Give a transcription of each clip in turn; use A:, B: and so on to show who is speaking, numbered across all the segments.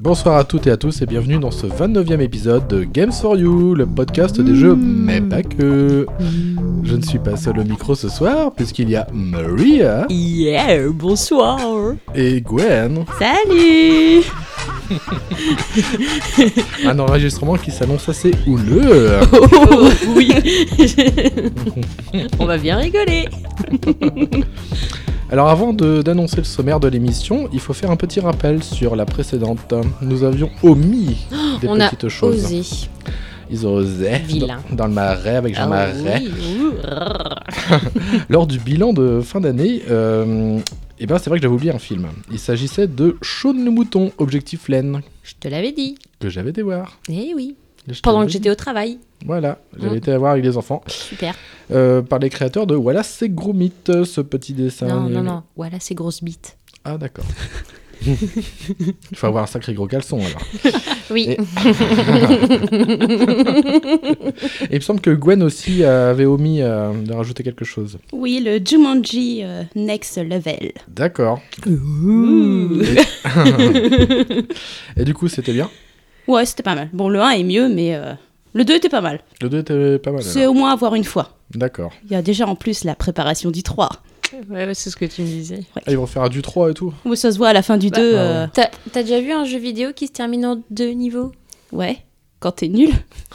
A: Bonsoir à toutes et à tous et bienvenue dans ce 29e épisode de Games for You, le podcast des jeux, mais pas que. Je ne suis pas seul au micro ce soir puisqu'il y a Maria
B: Yeah, bonsoir.
A: et Gwen.
B: Salut.
A: Un enregistrement qui s'annonce assez houleux.
B: Oh, oui. On va bien rigoler.
A: Alors avant de- d'annoncer le sommaire de l'émission, il faut faire un petit rappel sur la précédente. Nous avions omis des
B: Oh, On a
A: petites choses. Ils ont osé
B: Vilain.
A: dans, dans le marais avec Jean
B: Ah
A: Marais.
B: oui, ouh,
A: Lors du bilan de fin d'année, euh, eh ben c'est vrai que j'avais oublié un film. Il s'agissait de Shaun le mouton, Objectif laine,
B: Je te l'avais dit.
A: que j'avais été voir.
B: Eh oui.
A: Je te
B: Pendant que
A: l'avais dit.
B: j'étais au travail.
A: Voilà, j'avais
B: Mm.
A: été la voir avec les enfants.
B: Super.
A: Euh, par les créateurs de Voilà, c'est Gromit, ce petit dessin.
B: Non,
A: animé.
B: non, non. Voilà, c'est grosse bite.
A: Ah, d'accord. Il faut avoir un sacré gros caleçon alors.
B: Oui.
A: Et- Et il me semble que Gwen aussi euh, avait omis euh, de rajouter quelque chose.
C: Oui, le Jumanji euh, Next Level.
A: D'accord. Et du coup, c'était bien.
C: Ouais, c'était pas mal. Bon, le 1 est mieux, mais euh, le 2 était pas mal.
A: Le 2 était pas mal.
C: C'est
A: alors.
C: au moins à voir une fois.
A: D'accord.
C: Il y a déjà en plus la préparation du 3.
B: Ouais, ouais, c'est ce que tu me disais.
A: Ah, ils vont faire du 3 et tout.
C: Où ça se voit à la fin du 2.
A: ah ouais.
C: euh,
B: T'as t'as déjà vu un jeu vidéo qui se termine en deux niveaux
C: ouais, quand t'es nul,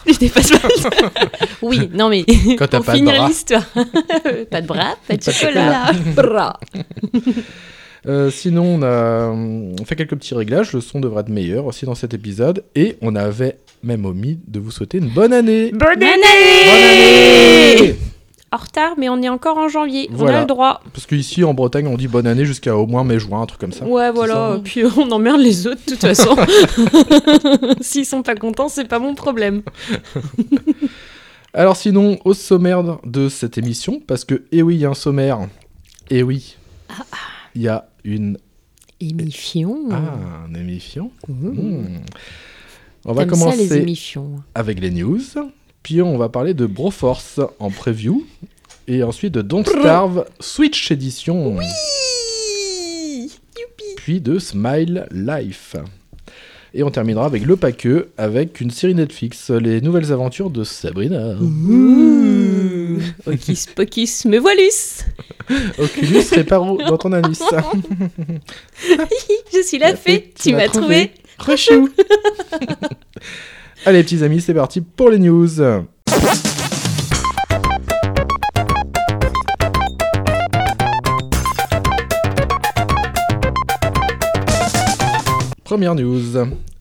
C: tu dépasses pas.
B: Oui, non mais
A: Quand t'as
B: pour
A: pas de
B: finir
A: bras.
B: l'histoire. pas de bras, pas de
A: Pas de
B: chocolat. Bras.
A: Euh, sinon, on a euh, fait quelques petits réglages. Le son devrait être meilleur aussi dans cet épisode. Et on avait même omis de vous souhaiter une bonne année.
B: Bonne
A: Bonne année
B: En retard, mais on est encore en janvier. On
A: Voilà.
B: a le droit.
A: Parce qu'ici, en Bretagne, on dit bonne année jusqu'à au moins mai-juin, un truc comme ça.
B: ouais,
A: ça.
B: voilà. Puis on emmerde les autres, de toute façon. S'ils sont pas contents, c'est pas mon problème.
A: Alors sinon, au sommaire de cette émission, parce que, eh oui, il y a un sommaire. Eh oui. Il y a une...
B: Émifion.
A: Ah, un émission.
B: Mmh.
A: Hmm. On va
B: T'aimes ça, les
A: commencer
B: émifions.
A: avec les news. Puis on va parler de Broforce en preview. Et ensuite de Don't Starve Switch Edition. puis de Smile Life. Et on terminera avec le paqueux, avec une série Netflix, les nouvelles aventures de Sabrina.
B: Mmh. Ouh. Hocus pocus, Mmh. me voilus.
A: Oculus réparo dans ton anus.
B: Je suis la, fée, tu m'as trouvé.
A: Rechou Allez petits amis, c'est parti pour les news. Première news.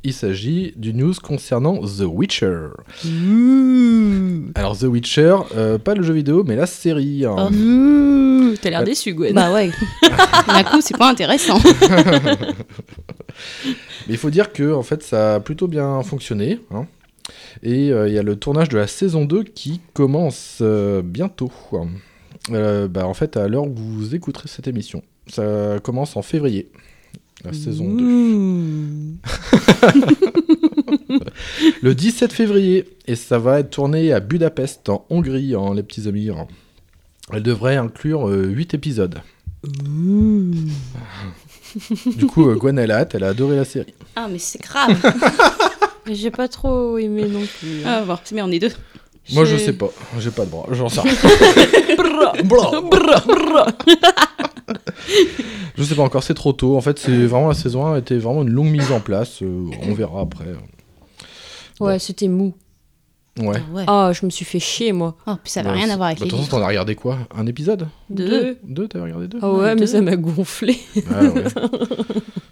A: Il s'agit du news concernant The Witcher.
B: Mmh.
A: Alors The Witcher, euh, pas le jeu vidéo, mais la série. hein.
B: Ouh, T'as l'air déçu, Gwen.
C: Oh. bah ouais. D'un coup, c'est pas intéressant.
A: Mais il faut dire que en fait, ça a plutôt bien fonctionné. hein. Et euh, il y a le tournage de la saison 2 qui commence euh, bientôt. Euh, bah, en fait, à l'heure où vous écouterez cette émission, ça commence en février. la saison
B: Mmh.
A: 2. Le 17 février, et ça va être tourné à Budapest, en Hongrie, en les petits amis. en- Elle devrait inclure 8 épisodes. Du coup, euh, Gwen, elle a hâte, elle a adoré la série.
C: Ah, mais c'est grave.
B: J'ai pas trop aimé non plus. hein.
C: Ah, bon, mais on est deux.
A: Moi, je sais pas, j'ai pas de bras, j'en sais rien. Blah. Je sais pas encore, c'est trop tôt. En fait, c'est vraiment la saison 1 était vraiment une longue mise en place. euh, on verra après.
B: Ouais, c'était mou.
A: Ouais.
C: Ouais.
B: Ah, je me suis fait chier, moi.
C: Oh, puis ça va
A: Bah,
C: rien
A: c'est-
C: à voir avec
A: bah,
C: les
A: De toute façon,
C: livres.
A: t'en as regardé quoi Un épisode
C: Deux.
A: Deux, t'avais regardé deux
B: Ah ouais,
C: Deux.
B: mais ça m'a gonflé.
A: Ah ouais.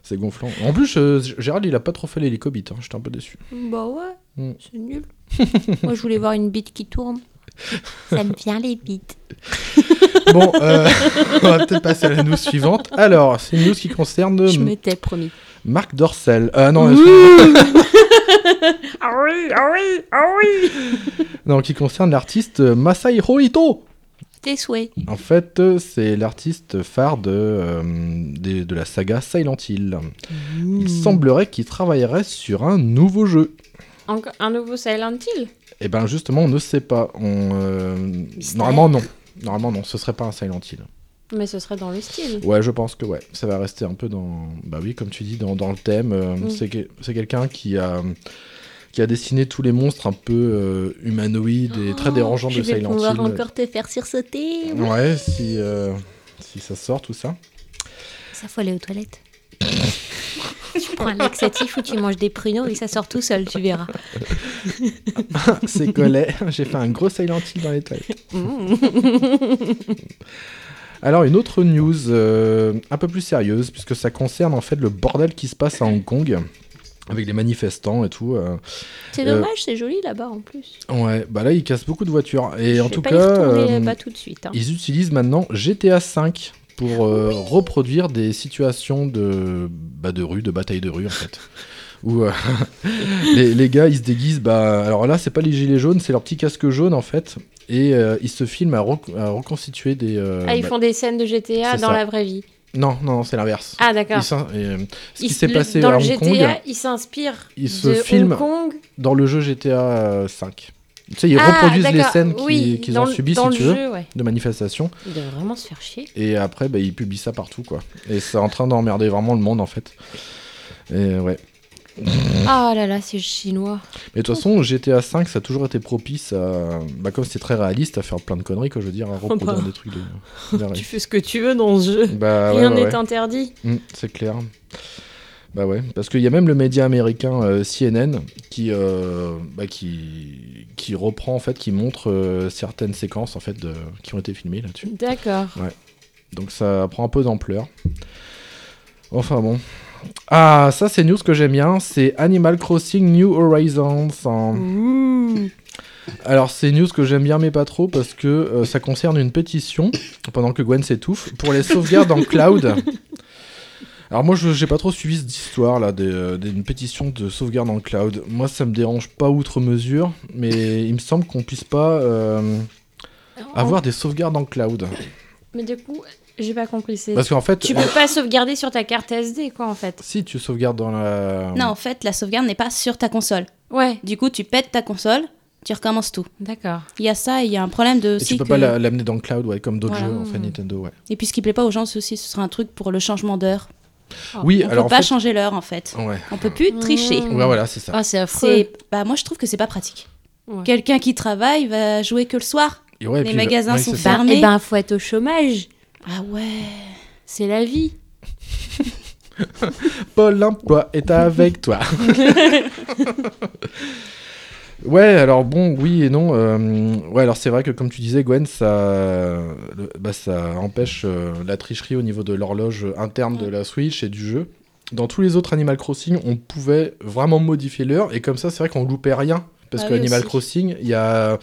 A: C'est gonflant. En plus, euh, Gérald, il a pas trop fait l'hélicobite. Hein. J'étais un peu déçu.
B: bah ouais,
A: Mm.
B: c'est nul. moi, je voulais voir une bite qui tourne.
D: Ça me vient les bites.
A: Bon, euh, on va peut-être passer à la news suivante. Alors, c'est une news qui concerne
B: Je m'étais promis.
A: Marc Dorcel. Ah non, excuse-moi.
B: Ah oui, ah oui, ah oui
A: non, qui concerne l'artiste Masahiro Ito.
D: Tes souhaits.
A: En fait, euh, c'est l'artiste phare de, euh, des- de la saga Silent Hill.
D: Mmh.
A: Il semblerait qu'il travaillerait sur un nouveau jeu.
B: Encore un nouveau Silent Hill
A: Et ben justement, on ne sait pas. On, euh, normalement, non. Normalement, non. Ce serait pas un Silent Hill.
B: Mais ce serait dans le style.
A: Ouais, je pense que ouais. Ça va rester un peu dans. Bah oui, comme tu dis, dans, dans le thème. euh,
D: Mmh.
B: Mm.
A: C'est que- c'est quelqu'un qui a qui a dessiné tous les monstres un peu euh, humanoïdes et très dérangeants
D: Oh, Je
A: de
D: vais
A: Silent Hill.
D: pouvoir encore te faire sursauter. Oui.
A: Ouais, si euh, si ça sort tout ça.
D: Ça, faut aller aux toilettes. tu prends un laxatif ou tu manges des pruneaux et ça sort tout seul, tu verras.
A: C'est collé. J'ai fait un gros Silent Hill dans les toilettes. Mmh. Alors, une autre news euh, un peu plus sérieuse, puisque ça concerne en fait le bordel qui se passe à Hong Kong, avec les manifestants et tout. euh.
D: C'est
A: Euh,
D: dommage, c'est joli là-bas en plus.
A: Ouais, bah là, ils cassent beaucoup de voitures. Et en
D: Je vais
A: tout
D: pas
A: cas,
D: y retourner
A: euh,
D: là-bas tout de suite. hein.
A: ils utilisent maintenant GTA V pour euh, reproduire des situations de, bah, de rue, de bataille de rue en fait. Où euh, les, les gars ils se déguisent, bah, alors là c'est pas les gilets jaunes, c'est leur petit casque jaune en fait, et euh, ils se filment à, rec- à reconstituer des. euh,
B: Ah, ils
A: bah,
B: font des scènes de GTA
A: c'est
B: dans
A: ça.
B: la vraie vie.
A: Non, non, c'est l'inverse.
B: Ah, d'accord.
A: Ils s'in- et, euh, ce qui
B: Ils-
A: s'est
B: le-
A: passé
B: dans
A: à
B: le
A: Hong
B: GTA,
A: Kong
B: ils s'inspirent
A: Ils se
B: de
A: filment.
B: Hong Kong.
A: dans le jeu GTA V. euh, Tu sais, ils
B: Ah,
A: reproduisent les
B: d'accord,
A: scènes qui-
B: oui,
A: qu'ils
B: dans
A: ont
B: le-
A: subies, si
B: dans
A: tu
B: le
A: veux,
B: jeu, ouais.
A: de manifestations,
B: Ils doivent vraiment se faire chier.
A: et après bah, ils publient ça partout quoi. Et c'est en train d'emmerder vraiment le monde en fait. Et ouais. Mm.
B: Ah là là, c'est chinois.
A: Mais de toute façon, GTA V, ça a toujours été propice à. Bah, comme c'était très réaliste, à faire plein de conneries, quoi, je veux dire, à reproduire
B: bah.
A: des trucs de. de la
B: Tu
A: réalité.
B: fais ce que tu veux dans ce jeu.
A: bah, ouais,
B: Rien
A: ouais,
B: n'est
A: ouais.
B: interdit.
A: Mm, c'est clair. Bah ouais, parce qu'il y a même le média américain euh, CNN qui, euh, bah, qui, qui reprend, en fait, qui montre euh, certaines séquences en fait, de- qui ont été filmées là-dessus.
B: D'accord.
A: Donc ça prend un peu d'ampleur. Enfin bon. Ah, ça c'est une news que j'aime bien, c'est Animal Crossing New Horizons. en-
B: Mm.
A: Alors c'est une news que j'aime bien mais pas trop parce que euh, ça concerne une pétition, pendant que Gwen s'étouffe, pour les sauvegardes en cloud. Alors moi je j'ai pas trop suivi cette histoire là des, euh, des- d'une pétition de sauvegarde en cloud. Moi ça me dérange pas outre mesure, mais il me semble qu'on puisse pas euh, avoir des sauvegardes en cloud.
B: Mais du coup, j'ai pas compris. c'est-
A: Parce qu'en fait...
B: Tu peux pas sauvegarder sur ta carte SD, quoi, en fait.
A: Si tu sauvegardes dans la.
C: Non, en fait, la sauvegarde n'est pas sur ta console.
B: Ouais,
C: Du coup, tu pètes ta console, tu recommences tout.
B: d'accord.
C: Il y a ça, et il y a un problème de.
A: Et tu
C: aussi
A: peux
C: que-
A: pas la- l'amener dans le cloud, ouais, comme d'autres
C: Voilà.
A: jeux, en fait, Nintendo, ouais.
C: Et puis, ce qui plaît pas aux gens, c'est aussi ce sera un truc pour le changement d'heure.
A: Oui,
C: On
A: alors.
C: peut
A: en
C: pas
A: fait-
C: changer Mm. l'heure en fait.
A: Ouais.
C: On peut plus tricher.
B: Mmh.
A: Ouais, voilà, c'est ça.
B: Ah, c'est affreux.
C: C'est bah moi je trouve que c'est pas pratique.
B: Ouais.
C: Quelqu'un qui travaille va jouer que le soir.
A: Et ouais, et
C: les
A: puis-
C: magasins
A: ouais,
C: sont
A: c'est ça.
C: fermés.
B: Eh ben, faut être au chômage.
C: Ah ouais.
B: C'est la vie.
A: Pôle emploi est avec toi. ouais, alors bon, oui et non. euh, ouais, alors c'est vrai que comme tu disais, Gwen, ça, le- bah, ça empêche euh, la tricherie au niveau de l'horloge interne de la Switch et du jeu. Dans tous les autres Animal Crossing, on pouvait vraiment modifier l'heure et comme ça, c'est vrai qu'on loupait rien. Parce
C: Ah
A: que
C: oui,
A: Animal
C: aussi.
A: Crossing, il y a.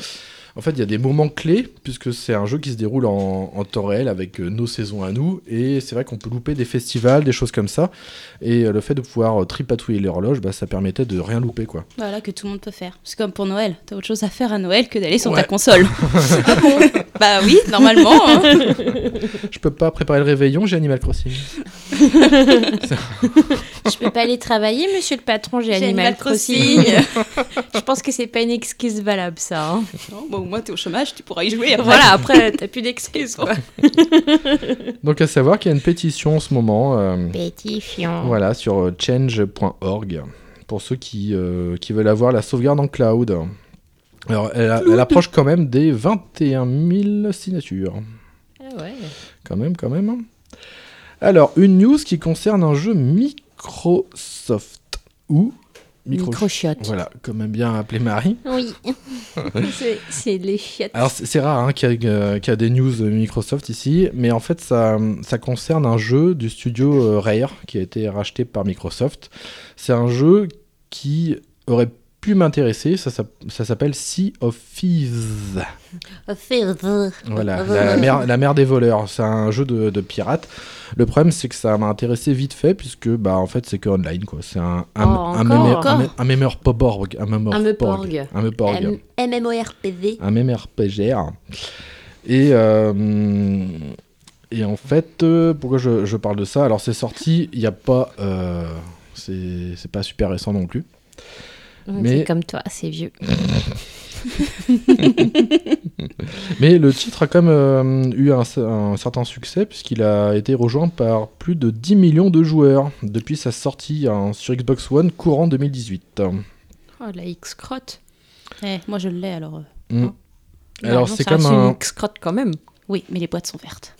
A: En fait, il y a des moments clés, puisque c'est un jeu qui se déroule en, en temps réel avec euh, nos saisons à nous. Et c'est vrai qu'on peut louper des festivals, des choses comme ça. Et euh, le fait de pouvoir euh, tripatouiller l'horloge, bah, ça permettait de rien louper, quoi.
C: Voilà, que tout le monde peut faire. C'est comme pour Noël. T'as autre chose à faire à Noël que d'aller sur
A: Ouais.
C: ta console. ah bon Bah oui, normalement. hein.
A: Je peux pas préparer le réveillon, j'ai Animal Crossing.
B: Je peux pas aller travailler, monsieur le patron, j'ai
C: J'ai
B: Animal
C: Animal
B: Crossing. Je pense que c'est pas une excuse valable, ça. hein.
C: Non, bah, au moins, t'es au chômage, tu pourras y jouer. après.
B: Voilà, après, t'as plus d'excuses, quoi.
A: Donc, à savoir qu'il y a une pétition en ce moment. euh,
B: Pétition.
A: Voilà, sur euh, change.org, pour ceux qui, euh, qui veulent avoir la sauvegarde en cloud. Alors, elle, a- elle approche quand même des 21 000 signatures.
B: Ah ouais.
A: Quand même, quand même. hein. Alors, une news qui concerne un jeu Microsoft ou Micro-
B: Microchiotte.
A: Voilà, quand même bien appelé Marie.
B: Oui. C'est- c'est les chiottes.
A: Alors, c'est c'est rare hein, qu'il y, a, euh, qu'il y a des news de Microsoft ici, mais en fait, ça, ça concerne un jeu du studio euh, Rare qui a été racheté par Microsoft. C'est un jeu qui aurait pu m'intéresser, ça, s'app- ça s'appelle Sea of Thieves. Voilà,
B: Ah,
A: la,
B: bah,
A: la mer, la mer des voleurs, c'est un jeu de, de pirates. Le problème, c'est que ça m'a intéressé vite fait, puisque bah, en fait, c'est que online. quoi. C'est un, un,
B: Oh,
A: un,
B: encore,
A: mémé-
B: encore
A: un mé- un mémorporg, Un
B: Un
A: mémorporg,
B: meporg.
A: Un meporg
B: M- MMORPG.
A: un même RPGR. Et, euh, et en fait, euh, pourquoi je, je parle de ça Alors, c'est sorti, il n'y a pas. euh, c'est c'est pas super récent non plus. Mais-
B: C'est comme toi, c'est vieux.
A: Mais le titre a quand même euh, eu un, cer- un certain succès, puisqu'il a été rejoint par plus de 10 millions de joueurs depuis sa sortie hein, sur Xbox One courant 2018.
B: Oh, la X-crotte.
C: Eh, moi, je l'ai alors. euh.
A: Mm.
C: Non,
A: Alors,
C: non,
A: c'est
C: ça
A: comme
C: reste une
A: un.
C: X-crotte quand même. Oui, mais les boîtes sont vertes.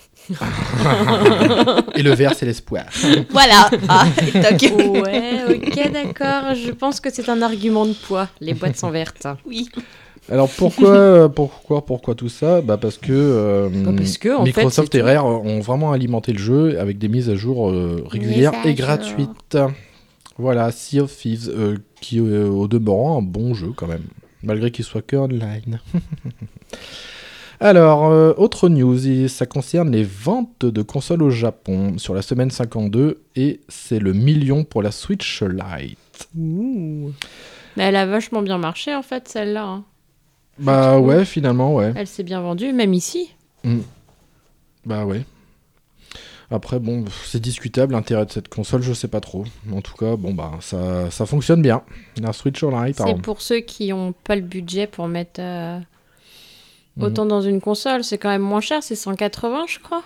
A: Et le vert, c'est l'espoir.
C: voilà. Ah, et toc.
B: Ouais, ok, d'accord. Je pense que c'est un argument de poids. Les boîtes sont vertes.
C: Oui.
A: Alors pourquoi, euh, pourquoi, pourquoi tout ça Bah parce que euh,
B: Bah parce que, en fait,
A: Microsoft
B: c'est
A: et
B: tout.
A: Rare ont vraiment alimenté le jeu avec des mises à jour euh, régulières
B: Mises à
A: et
B: jour.
A: gratuites. Voilà, Sea of Thieves, euh, qui euh, au demeurant un bon jeu quand même, malgré qu'il soit que online. Alors, euh, autre news, et ça concerne les ventes de consoles au Japon sur la semaine 52 et c'est le million pour la Switch Lite.
B: Mais elle a vachement bien marché, en fait, celle-là. hein.
A: Bah ouais, finalement, ouais.
B: Elle s'est bien vendue, même ici.
A: Bah ouais. Après, bon, pff, c'est discutable l'intérêt de cette console, je sais pas trop. En tout cas, bon, bah, ça, ça fonctionne bien. La Switch Online,
B: C'est
A: pardon.
B: pour ceux qui n'ont pas le budget pour mettre euh,
A: Mhm.
B: autant dans une console. C'est quand même moins cher, c'est 180, je crois.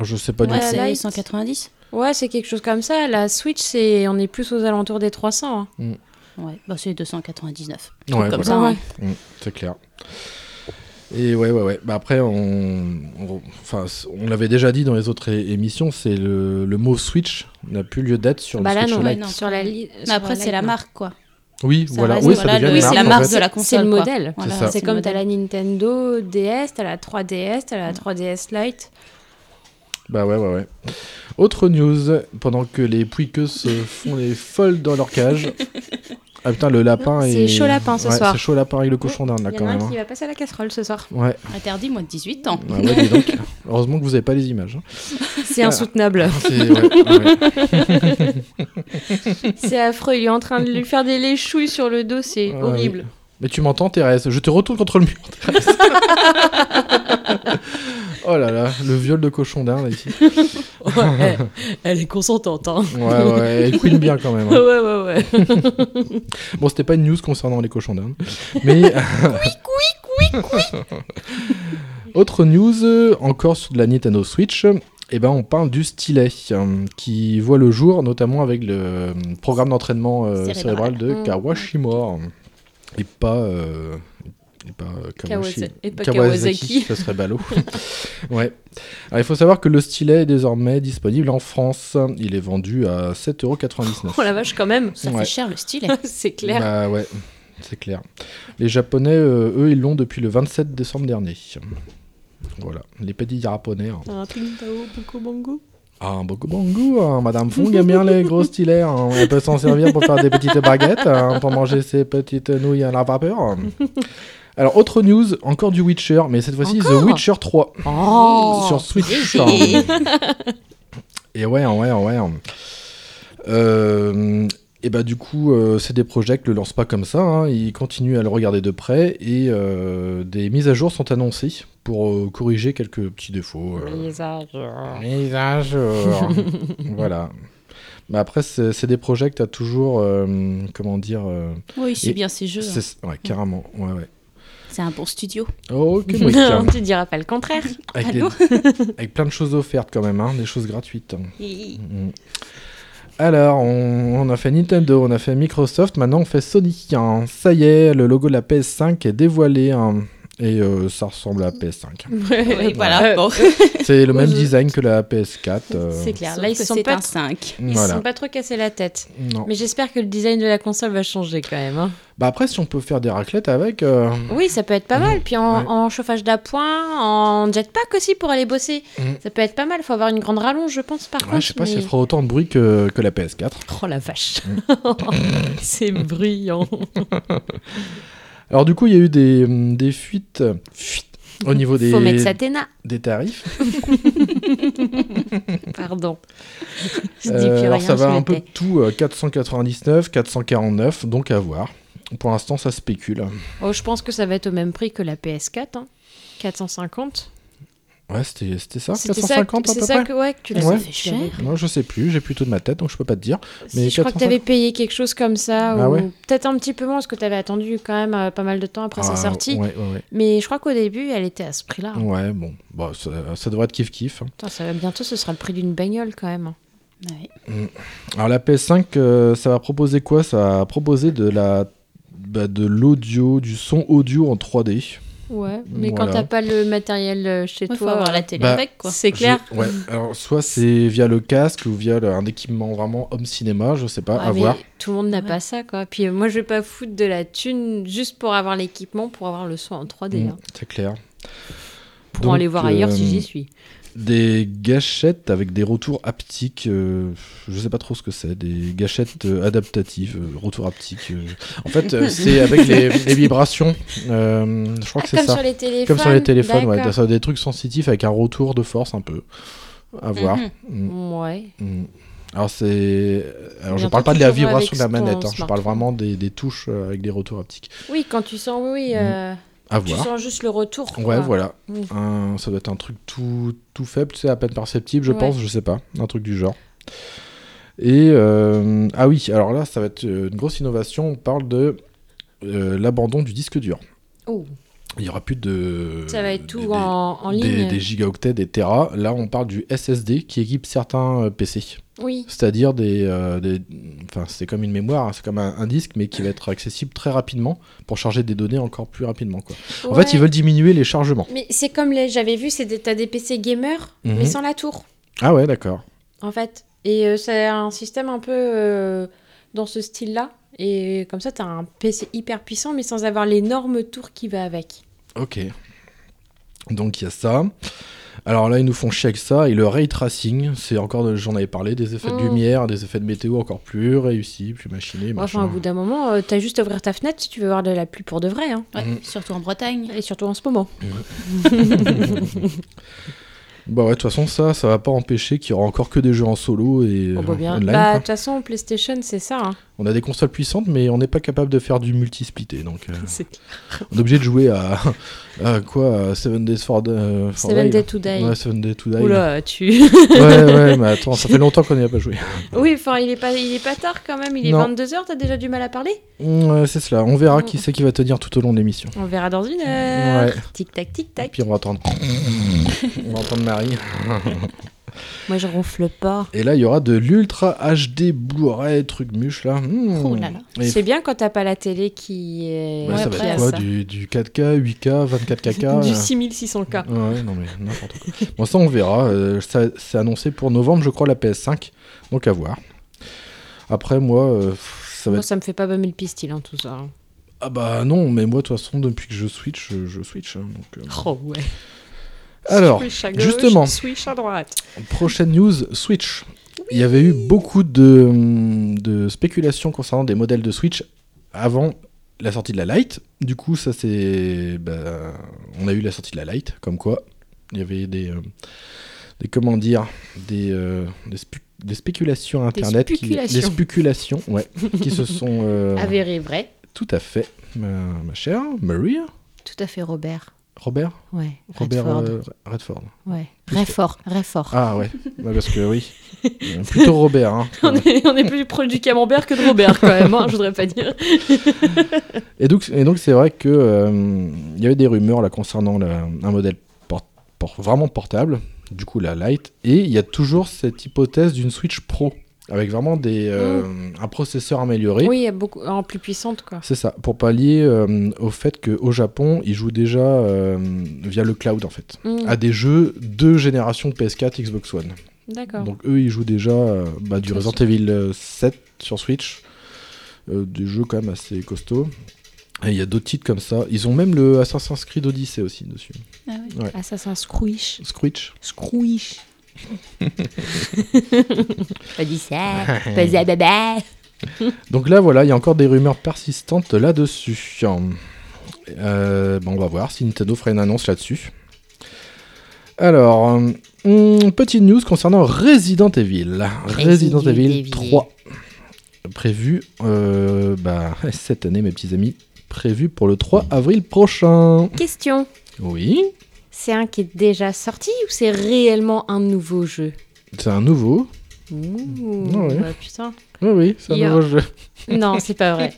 A: Je sais pas du
B: Ouais,
A: tout.
B: la
C: c'est
B: light.
C: 190
B: Ouais, c'est quelque chose comme ça. La Switch, c'est on est plus aux alentours des 300. hein.
C: Ouais, bah, c'est 299.
A: Ouais,
C: Comme
A: voilà.
C: ça, hein.
A: Mm, c'est clair. Et ouais, ouais, ouais. Bah après, on, on- enfin, c- on l'avait déjà dit dans les autres é- émissions, c'est le, le mot Switch n'a plus lieu d'être sur
B: Bah
A: le
B: là,
A: Switch
B: non,
A: Lite.
C: ouais, non.
B: sur la li-
C: Mais
B: sur
C: après, c'est
B: Lite,
C: la
B: non.
C: marque, quoi.
A: Oui,
C: Ça
A: voilà.
C: reste,
A: Ah Oui,
C: voilà,
A: ça devient
C: le-
A: une
C: c'est
A: marque,
C: la
A: en
C: marque
A: fait.
C: de la
B: C'est
C: console.
B: le
C: quoi.
B: modèle.
C: Voilà,
A: ça.
B: C'est
C: le
B: comme t'as la
C: modèle.
B: Nintendo DS, t'as la 3DS, t'as la 3DS Lite.
A: Bah ouais, ouais, ouais. Autre news, pendant que les pouiqueuses se font les folles dans leur cage. Ah putain, le lapin
B: C'est
A: et.
B: chaud lapin ce
A: Ouais,
B: soir.
A: C'est chaud lapin et le cochon d'Inde là
B: Il y
A: quand
B: en a
A: même.
B: un qui
A: hein.
B: va passer à la casserole ce soir.
A: Ouais,
C: Interdit moins de 18 ans.
A: bah ouais, dis donc. Heureusement que vous avez pas les images. hein.
B: C'est insoutenable.
A: C'est- ouais, ouais.
B: C'est affreux, il est en train de lui faire des léchouilles sur le dos, c'est
A: Ah oui.
B: horrible.
A: Mais tu m'entends, Thérèse Je te retourne contre le mur, Thérèse. oh là là, le viol de cochon d'Inde ici.
E: elle est consentante, hein.
A: Ouais, ouais, elle queen bien quand même. hein.
E: ouais, ouais, ouais.
A: Bon, c'était pas une news concernant les cochons d'Inde. Mais. Autre news, euh, encore sur de la Nintendo Switch. Eh ben, on parle du stylet euh, qui voit le jour, notamment avec le euh, programme d'entraînement euh, cérébral.
C: Cérébral.
A: de
B: Mm.
A: Kawashimura. Et pas. euh, et pas, euh, Kawashi-
E: Kawaza- et pas Kawasaki.
A: ça serait ballot. ouais. Alors, il faut savoir que le stylet est désormais disponible en France. Il est vendu à 7,99€.
B: Oh la vache, quand même,
C: Ça
A: Ouais.
C: fait cher le style.
B: c'est clair.
A: Bah ouais, c'est clair. Les Japonais, euh, eux, ils l'ont depuis le 27 décembre dernier. Voilà, les petits japonais. hein.
E: Un Pintao Bukobango.
A: Ah, un bokobangu, hein. Madame Fong aime bien les gros stylets. hein. On peut s'en servir pour faire des petites baguettes, hein, pour manger ses petites nouilles à la vapeur. Alors, autre news, encore du Witcher, mais cette fois-ci The
D: Encore
A: Witcher 3
D: Oh
A: Bah, sur Switch. et ouais, ouais, ouais. Euh, et bah, du coup, euh, CD Projekt le lance pas comme ça. hein, Ils continuent à le regarder de près et euh, des mises à jour sont annoncées pour euh, corriger quelques petits défauts. euh, Mise à jour. voilà. Mais après, c'est c'est des projets que t'as toujours. euh, comment dire euh,
C: Oui, c'est
A: Et-
C: bien ces jeux. hein.
A: c'est- Ouais, carrément. Ouais, ouais.
C: C'est un bon studio.
A: Oh, que moi,
B: Non,
A: calme.
B: tu diras pas le contraire.
A: avec, les- avec plein de choses offertes quand même, hein, des choses gratuites. Mm. Alors, on, on a fait Nintendo, on a fait Microsoft, maintenant on fait Sony. hein. Ça y est, le logo de la PS5 est dévoilé. hein, Et euh, ça ressemble à la PS5.
C: Et voilà,
B: Euh,
C: bon.
A: C'est le même design que la PS4. euh,
B: C'est clair.
C: Sauf
B: Là, ils
C: que
B: se sont
C: c'est
B: pas,
C: un 5.
B: ils se
A: Voilà.
B: sont pas trop cassés la tête.
A: Non.
B: Mais j'espère que le design de la console va changer quand même. hein.
A: Bah après, si on peut faire des raclettes avec. euh,
B: Oui, ça peut être pas mal. Puis en,
A: Ouais.
B: en chauffage d'appoint, en jetpack aussi pour aller bosser.
A: Mm.
B: Ça peut être pas mal. Faut avoir une grande rallonge, je pense, par
A: Ouais,
B: contre.
A: je sais pas si Mm.
B: mais-
A: elle fera autant de bruit que, que la PS4.
B: Oh la vache. C'est bruyant.
A: Alors du coup, il y a eu des, hum, des fuites euh, fuites au niveau des,
D: Faut mettre sa Téna.
A: des tarifs.
B: Pardon.
D: Je dis
A: Euh,
D: plus
A: alors
D: rien,
A: ça
D: je
A: va un
D: me
A: peu
D: tais.
A: de tout, euh, 499, 449, donc à voir. Pour l'instant, ça spécule.
B: Oh, je pense que ça va être au même prix que la PS4. hein. 450.
A: Ouais, c'était c'était ça,
B: C'était ça
A: 450
B: que-
A: à
B: c'est
A: peu
B: ça
A: près
B: que, ouais, que tu
A: Ouais.
B: l'as
A: Ça
D: fait cher.
A: Non, je sais plus, j'ai plutôt de ma tête, donc je peux pas te dire. Mais
B: Si, je crois que tu avais
A: 450.
B: payé quelque chose comme ça,
A: Ah
B: ou
A: ouais.
B: peut-être un petit peu moins, parce que tu avais attendu quand même euh, pas mal de temps après sa
A: Ah,
B: sortie.
A: Ouais, ouais,
B: Mais je crois qu'au début, elle était à ce prix-là.
A: ouais. Ouais, bon, Bah, ça, ça devrait être kiff-kiff. hein.
B: Putain, ça va- bientôt, ce sera le prix d'une bagnole quand même.
A: Alors la PS5, euh, ça va proposer quoi Ça va proposer de la bah, de l'audio, du son audio en 3D.
B: Ouais,
A: mais quand Voilà. t'as
B: pas le matériel euh, chez
C: Il faut avoir la télé
A: Bah,
C: avec, quoi.
B: c'est clair.
A: Je- ouais. Alors soit c'est via le casque ou via le- un équipement vraiment home cinéma, je sais pas,
B: Ah,
A: à
B: mais
A: voir.
B: Tout le monde n'a
C: Ouais.
B: pas ça, quoi. Puis euh, moi, je vais pas foutre de la thune juste pour avoir l'équipement, pour avoir le son en 3D.
A: Mm,
B: hein.
A: C'est clair.
B: Pour
A: Donc,
B: aller voir ailleurs si
A: euh,
B: j'y suis.
A: Des gâchettes avec des retours haptiques, euh, je sais pas trop ce que c'est, des gâchettes euh, adaptatives, euh, retours haptiques. euh. En fait, euh, c'est avec les, les vibrations. euh, je crois que c'est
B: Ah, comme
A: ça.
B: sur les téléphones.
A: Comme sur les téléphones, ouais,
B: d'accord.
A: ça des trucs sensitifs avec un retour de force un peu. À voir.
C: Mhm.
A: Mm,
B: Mhm. Ouais.
A: mm. Alors c'est, alors je
B: Bientôt,
A: parle pas de la
B: toujours
A: vibration de la
B: avec ton
A: manette, hein, je parle
B: smartphone.
A: vraiment des, des touches euh, avec des retours haptiques.
B: Oui, quand tu sens, oui, oui, euh,
A: À
B: tu
A: Mm. voir.
B: sens juste le retour.
A: Ouais,
B: quoi.
A: voilà.
B: Mm.
A: Un- ça doit être un truc tout, tout faible, tu sais, à peine perceptible, je
B: Ouais.
A: pense, je sais pas, un truc du genre. Et euh, ah oui, alors là, ça va être euh, une grosse innovation. On parle de euh, l'abandon du disque dur.
B: Oh.
A: Il y aura plus de.
B: Ça va être tout
A: des-
B: en, en
A: Euh, des-
B: ligne.
A: Des, gigaoctets, des téras. Là, on parle du SSD qui équipe certains euh, PC.
B: Oui.
A: C'est-à-dire des, euh, des- Enfin, c'est comme une mémoire, hein, c'est comme un, un disque, mais qui va être accessible très rapidement pour charger des données encore plus rapidement. Quoi. En fait,
B: Ouais.
A: ils veulent diminuer les chargements.
B: Mais c'est comme les, j'avais vu, c'est des, t'as des PC gamers,
A: Mhm.
B: mais sans la tour,
A: Ah ouais, d'accord.
B: en fait. Et euh, c'est un système un peu euh, dans ce style-là. Et comme ça, t'as un PC hyper puissant, mais sans avoir l'énorme tour qui va avec.
A: Ok. Donc il y a ça. Alors là, ils nous font chier avec ça. Et le ray tracing, c'est encore, de- j'en avais parlé, des effets de
B: Mm.
A: lumière, des effets de météo encore plus réussis, plus machinés.
B: Enfin, au
A: machin.
B: bout d'un moment, euh, t'as juste à ouvrir ta fenêtre si tu veux voir de la pluie pour de vrai. hein.
C: Ouais,
A: Mhm.
C: Surtout en Bretagne.
B: Et surtout en ce moment.
A: Bah ouais, de toute façon, ça, ça va pas empêcher qu'il y aura encore que des jeux en solo et
B: On voit
A: euh,
B: bien.
A: online.
B: bah, de
A: quoi.
B: toute façon, PlayStation, c'est ça. hein.
A: On a des consoles puissantes, mais on n'est pas capable de faire du multi-splitté. Donc euh,
B: C'est
A: on est obligé de jouer à, à quoi à Seven Days for, euh, for
B: Seven
A: Die, là.
B: Days to Die.
A: Ouais, Seven Days to Die.
B: Oula, tu.
A: Ouais, ouais, mais attends, ça fait longtemps qu'on n'y a pas joué.
B: oui, enfin, il est, pas, il est pas tard quand même. Il est
A: Non.
B: 22h, t'as déjà du mal à parler
A: Mm, Ouais, c'est cela. On
B: Mm.
A: verra qui c'est qui va tenir tout au long de l'émission.
B: On verra dans une heure.
A: Ouais.
B: Tic-tac,
A: Et
B: tic-tac.
A: puis on va entendre. on va entendre Marie.
B: Moi, je ronfle pas.
A: Et là, il y aura de l'ultra HD Blu-ray, truc muche là. Mmh.
C: Oh là là.
A: Et
B: C'est bien quand t'as pas la télé qui est.
A: bah,
C: Ouais,
A: ça
C: après,
A: va être quoi
C: à ça.
A: du, du 4K, 8K, 24K
B: Du
A: euh,
B: 6600K.
A: Ouais, non mais n'importe quoi. Bon, ça on verra. Euh, ça, c'est annoncé pour novembre, je crois, la PS5. Donc à voir. Après, moi, euh, pff, ça va
B: Moi,
A: être.
B: ça me fait pas bummer le pistil, hein, tout ça. hein.
A: Ah bah non, mais moi, de toute façon, depuis que je Switch, euh, je Switch. hein, donc, euh.
B: Oh ouais.
A: Alors,
B: Switch à
A: justement.
B: Switch à droite.
A: Prochaine news, Switch. Il y avait eu beaucoup de, hum, de spéculations concernant des modèles de Switch avant la sortie de la Lite. Du coup, ça c'est. bah, on a eu la sortie de la Lite, comme quoi. Il y avait des. euh, des comment dire Des, euh, des, spu- des spéculations internet. qui-
B: spéculations.
A: des spéculations, ouais. qui se sont. euh,
D: Avéré vrai.
A: tout à fait, ma, ma chère Maria.
D: Tout à fait, Robert.
A: Robert
D: Ouais.
A: Robert
D: Redford.
A: euh, Redford.
D: Ouais. Réfort, réfort.
A: Ah ouais, Bah, parce que oui. Euh, Plutôt Robert. hein.
B: on, est, on est plus proche du camembert que de Robert quand même, hein, je voudrais pas dire.
A: Et donc, et donc c'est vrai que euh, il y avait des rumeurs là concernant la- un modèle por- por- vraiment portable, du coup la Lite, et il y a toujours cette hypothèse d'une Switch Pro avec vraiment des euh, un processeur amélioré.
B: Mm. Oui, il y a beaucoup, en plus puissante quoi.
A: C'est ça, pour pallier euh, au fait qu'au Japon, ils jouent déjà euh, via le cloud en fait,
B: Mm,
A: à des jeux de génération PS4, Xbox One.
B: D'accord.
A: Donc eux, ils jouent déjà euh, bah, du Resident Evil euh, 7 sur Switch, euh, des jeux quand même assez costauds. Et il y a d'autres titres comme ça. Ils ont même le Assassin's Creed Odyssey aussi dessus.
B: Assassin's Creed.
A: Screech.
C: Scrouiche.
D: Pas dit ça. Pas ça, baba.
A: Donc là, voilà, il y a encore des rumeurs persistantes là-dessus. Euh, bon, on va voir si Nintendo ferait une annonce là-dessus. Alors, euh, hmm, petite news concernant Resident Evil. Resident,
D: Resident
A: Evil,
D: Evil.
A: 3. Prévu euh, bah, cette année, mes petits amis. Prévu pour le 3 avril prochain.
B: Question.
A: Oui,
B: C'est un qui est déjà sorti ou c'est réellement un nouveau jeu
A: c'est un nouveau.
B: Ouh,
A: Ah Ouais.
B: bah, putain.
A: Oui, oui, c'est un
B: Il y a-
A: nouveau jeu.
B: Non, c'est pas vrai.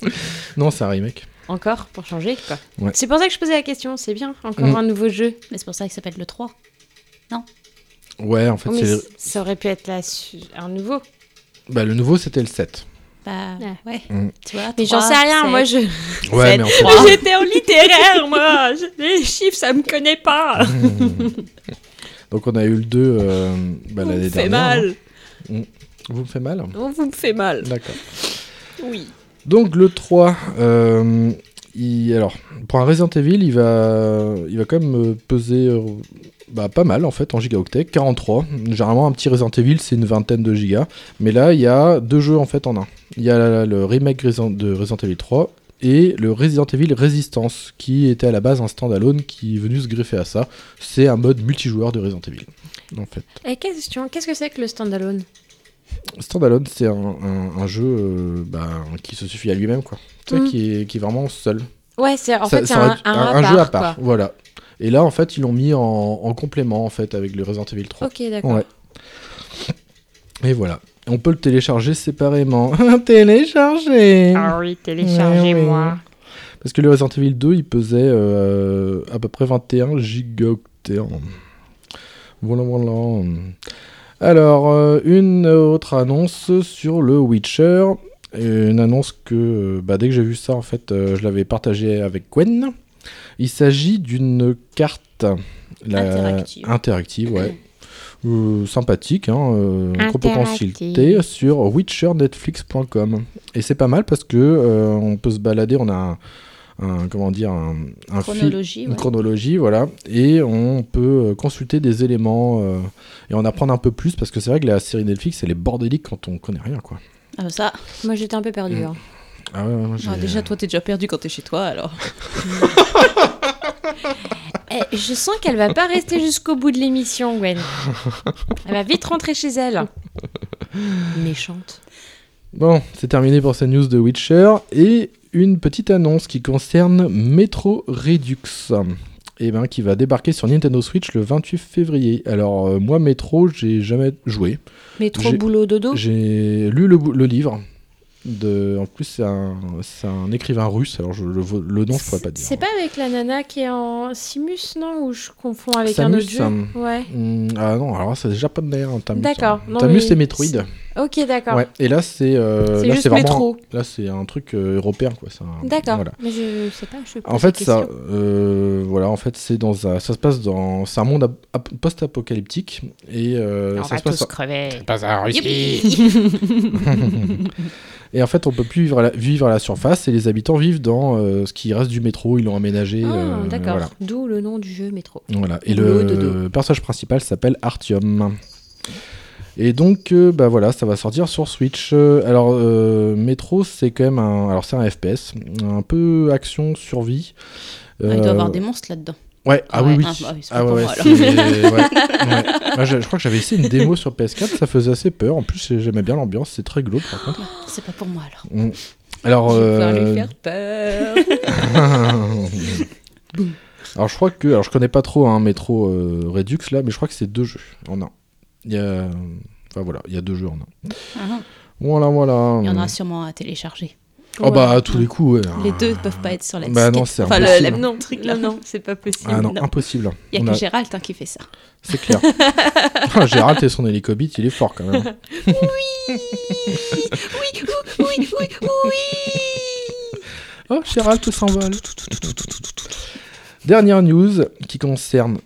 A: Non, c'est un remake.
B: Encore pour changer quoi.
A: Ouais.
B: C'est pour ça que je posais la question, c'est bien, encore
A: Mm.
B: un nouveau jeu.
C: Mais c'est pour ça qu'il s'appelle le 3.
A: Ouais, en fait,
B: Oh, mais
A: c'est...
B: c- ça aurait pu être la su- un nouveau.
A: Bah, le nouveau, c'était le 7.
C: Bah
D: Ouais.
C: ouais.
A: Mm.
C: Tu vois,
B: Mais j'en sais rien, moi je
A: Ouais,
C: Sept,
A: mais en fait...
C: trois.
B: j'étais en littéraire moi. Je- Les chiffres ça me connaît pas.
A: Mmh. Donc on a eu le 2 euh, bah, l'année dernière.
B: fait
A: hein.
B: mal.
A: Vous me fait mal
B: On vous me fait mal.
A: D'accord.
B: Oui.
A: Donc le 3, euh, il- alors, pour un Resident Evil, il va, il va quand même euh, peser euh, bah, pas mal en fait en gigaoctets, 43. Généralement un petit Resident Evil c'est une vingtaine de gigas, mais là il y a deux jeux en fait en un. Il y a le remake Resident- de Resident Evil 3 et le Resident Evil Resistance qui était à la base un standalone qui est venu se greffer à ça. C'est un mode multijoueur de Resident Evil en fait.
B: Et question, qu'est-ce que c'est que le standalone
A: Standalone, c'est un, un- un jeu euh, ben, qui se suffit à lui-même, quoi. Tu sais,
B: Mm.
A: qui, est, qui est vraiment seul.
B: Ouais, c'est en
A: Ça-
B: fait c'est
A: ça
B: un,
A: aurait-
B: un,
A: jeu à part, voilà. Et là, en fait, ils l'ont mis en, en complément, en fait, avec le Resident Evil 3.
B: Ok, d'accord.
A: Ouais. Et voilà. On peut le télécharger séparément. télécharger
B: Ah oui,
A: téléchargez-moi. Parce que le Resident Evil 2, il pesait euh, à peu près 21 gigaoctets. Voilà, voilà. Alors, euh, une autre annonce sur le Witcher. Une annonce que, euh, bah, dès que j'ai vu ça, en fait, euh, je l'avais partagée avec Gwen. Il s'agit d'une carte la-
C: Interactive.
A: interactive, ouais. Euh, sympathique, hein, euh, qu'on peut
D: Interactive.
A: consulter sur witchernetflix.com. Et c'est pas mal parce que euh, on peut se balader, on a un, un- comment dire un, un fil-
C: Chronologie,
A: une
C: ouais.
A: chronologie, voilà, et on peut euh, consulter des éléments euh, et en apprendre un peu plus parce que c'est vrai que la série Netflix elle est bordélique quand on connaît rien quoi.
C: Ah, ça.
B: Moi j'étais un peu perdue. hein.
A: Ah ouais, ouais, moi, j'ai-
C: Ah, déjà, toi, t'es déjà perdu quand t'es chez toi, alors.
B: Eh, je sens qu'elle va pas rester jusqu'au bout de l'émission, Gwen. Elle va vite rentrer chez elle. Méchante.
A: Bon, c'est terminé pour cette news de Witcher et une petite annonce qui concerne Metro Redux. Et ben, qui va débarquer sur Nintendo Switch le 28 février. Alors euh, moi Metro, j'ai jamais joué.
B: Mais trop
A: J'ai-
B: boulot dodo.
A: J'ai lu le, bou- le livre. De... En plus, c'est un, c'est un écrivain russe, alors je, le, le nom je pourrais pas dire.
B: C'est pas avec la nana qui est en Simus, non Ou je confonds avec un
A: Samus,
B: autre jeu
A: Sam.
B: Ouais.
A: Hmm, ah non, alors c'est déjà pas d'ailleurs Tamus.
B: D'accord,
A: hein.
B: non,
A: Tamus
B: mais
A: c'est Metroid.
B: Ok, d'accord.
A: Ouais. Et là c'est euh,
B: C'est
A: là
B: juste
A: c'est vraiment
B: Metro.
A: là c'est un truc euh, européen quoi. c'est un-
B: D'accord.
A: voilà.
B: Mais je sais pas, je pose
A: En
B: la
A: fait ça
B: question.
A: euh, voilà en fait c'est dans un ça se passe dans c'est un monde ap- ap- post-apocalyptique et euh,
D: On
A: ça
D: va
A: se passe
D: tous crever.
A: Youpi. et en fait, on peut plus vivre à la, vivre à la surface et les habitants vivent dans euh, ce qui reste du métro. Ils l'ont aménagé.
B: Ah,
A: euh,
B: d'accord.
A: Voilà.
B: D'où le nom du jeu Métro.
A: Voilà. Et
B: Boulot,
A: le
B: dodo.
A: personnage principal s'appelle Artyom. Et donc, euh, bah voilà, ça va sortir sur Switch. Euh, alors, euh, Metro, c'est quand même un, alors c'est un FPS, un peu action survie.
C: Ah, il doit y
A: Euh,
C: avoir des monstres là-dedans.
A: Ouais, ah oui,
C: Ouais,
A: oui.
C: ah, bah oui, c'est
A: Ah
C: pas
A: ouais,
C: pour
A: ouais,
C: moi, alors.
A: c'est- ouais, ouais. Moi, je, je crois que j'avais essayé une démo sur PS4, ça faisait assez peur. En plus, j'aimais bien l'ambiance, c'est très glauque par contre. Mm.
C: C'est pas pour moi alors.
A: Alors,
B: Je vais pouvoir
A: euh,
B: lui faire peur.
A: alors je crois que alors je connais pas trop un métro Redux là mais je crois que c'est deux jeux en un. Il y a enfin voilà, il y a deux jeux en un.
C: Ah,
A: Voilà voilà.
C: Il y en aura sûrement à télécharger.
A: Oh bah à tous les coups. ouais.
C: hein. Les deux peuvent pas être sur la
A: Bah non,
C: disquette.
A: c'est
C: Enfin, le,
A: impossible.
C: la-
B: Non.
C: non, truc là, non, c'est pas possible.
A: Ah non,
C: non.
A: impossible.
C: Il y a
A: On
C: que
A: a-
C: Gérald hein, qui fait ça.
A: C'est clair. Gérald et son hélicobite, il est fort quand même.
C: Oui, oui, oui, oui.
A: Oh, Gérald tout s'envole. Dernière news qui concerne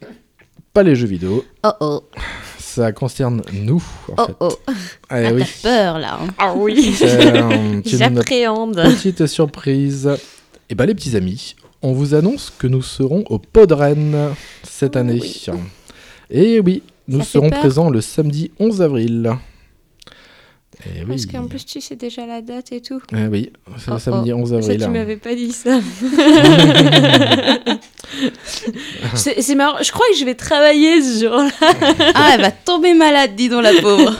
A: pas les jeux vidéo,
D: Oh oh,
A: ça concerne nous en
D: oh
A: fait.
D: oh.
A: Eh
C: Ah,
A: oui.
C: t'as peur là. hein.
B: Ah oui.
A: C'est, euh, tu n'as
D: J'appréhende.
A: Petite surprise. Et bah les petits amis, on vous annonce que nous serons au Pod Rennes cette année. Et oui, nous
D: Ça fait
A: serons
D: peur.
A: présents le samedi 11 avril. Et oui.
D: Parce qu'en plus, tu sais déjà la date et tout.
A: Eh oui, c'est le
D: Oh,
A: samedi 11
D: Ça,
A: avril.
D: tu
A: hein.
D: m'avais pas dit ça.
B: C'est c'est marrant. Je crois que je vais travailler ce jour-là.
C: Ah, elle va tomber malade, dis donc la pauvre.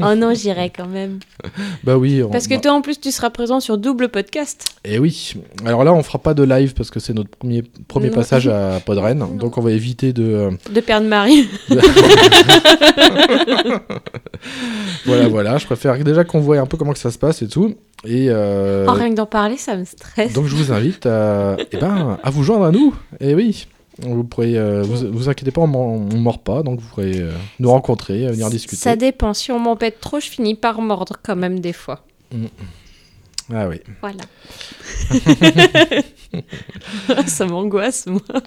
D: Oh non, j'irai quand même.
A: Bah oui. on-
B: Parce que
A: bah-
B: toi, en plus, tu seras présent sur double podcast.
A: Eh oui. Alors là, on fera pas de live parce que c'est notre premier, premier
B: Non.
A: passage à Pod Rennes. Donc on va éviter de. euh,
B: De Père de Marie.
D: Euh,
A: Voilà, voilà. Je préfère déjà qu'on voit un peu comment que ça se passe et tout. Et euh,
B: Oh, rien que d'en parler, ça me stresse.
A: Donc je vous invite à, eh ben, à vous joindre à nous. Et oui, vous pourrez, euh, vous, vous inquiétez pas, on ne mord pas, donc vous pourrez euh, nous rencontrer, euh, venir discuter.
B: Ça dépend. Si on m'empête trop, je finis par mordre quand même des fois.
A: Ah oui.
B: Voilà. ça m'angoisse, moi.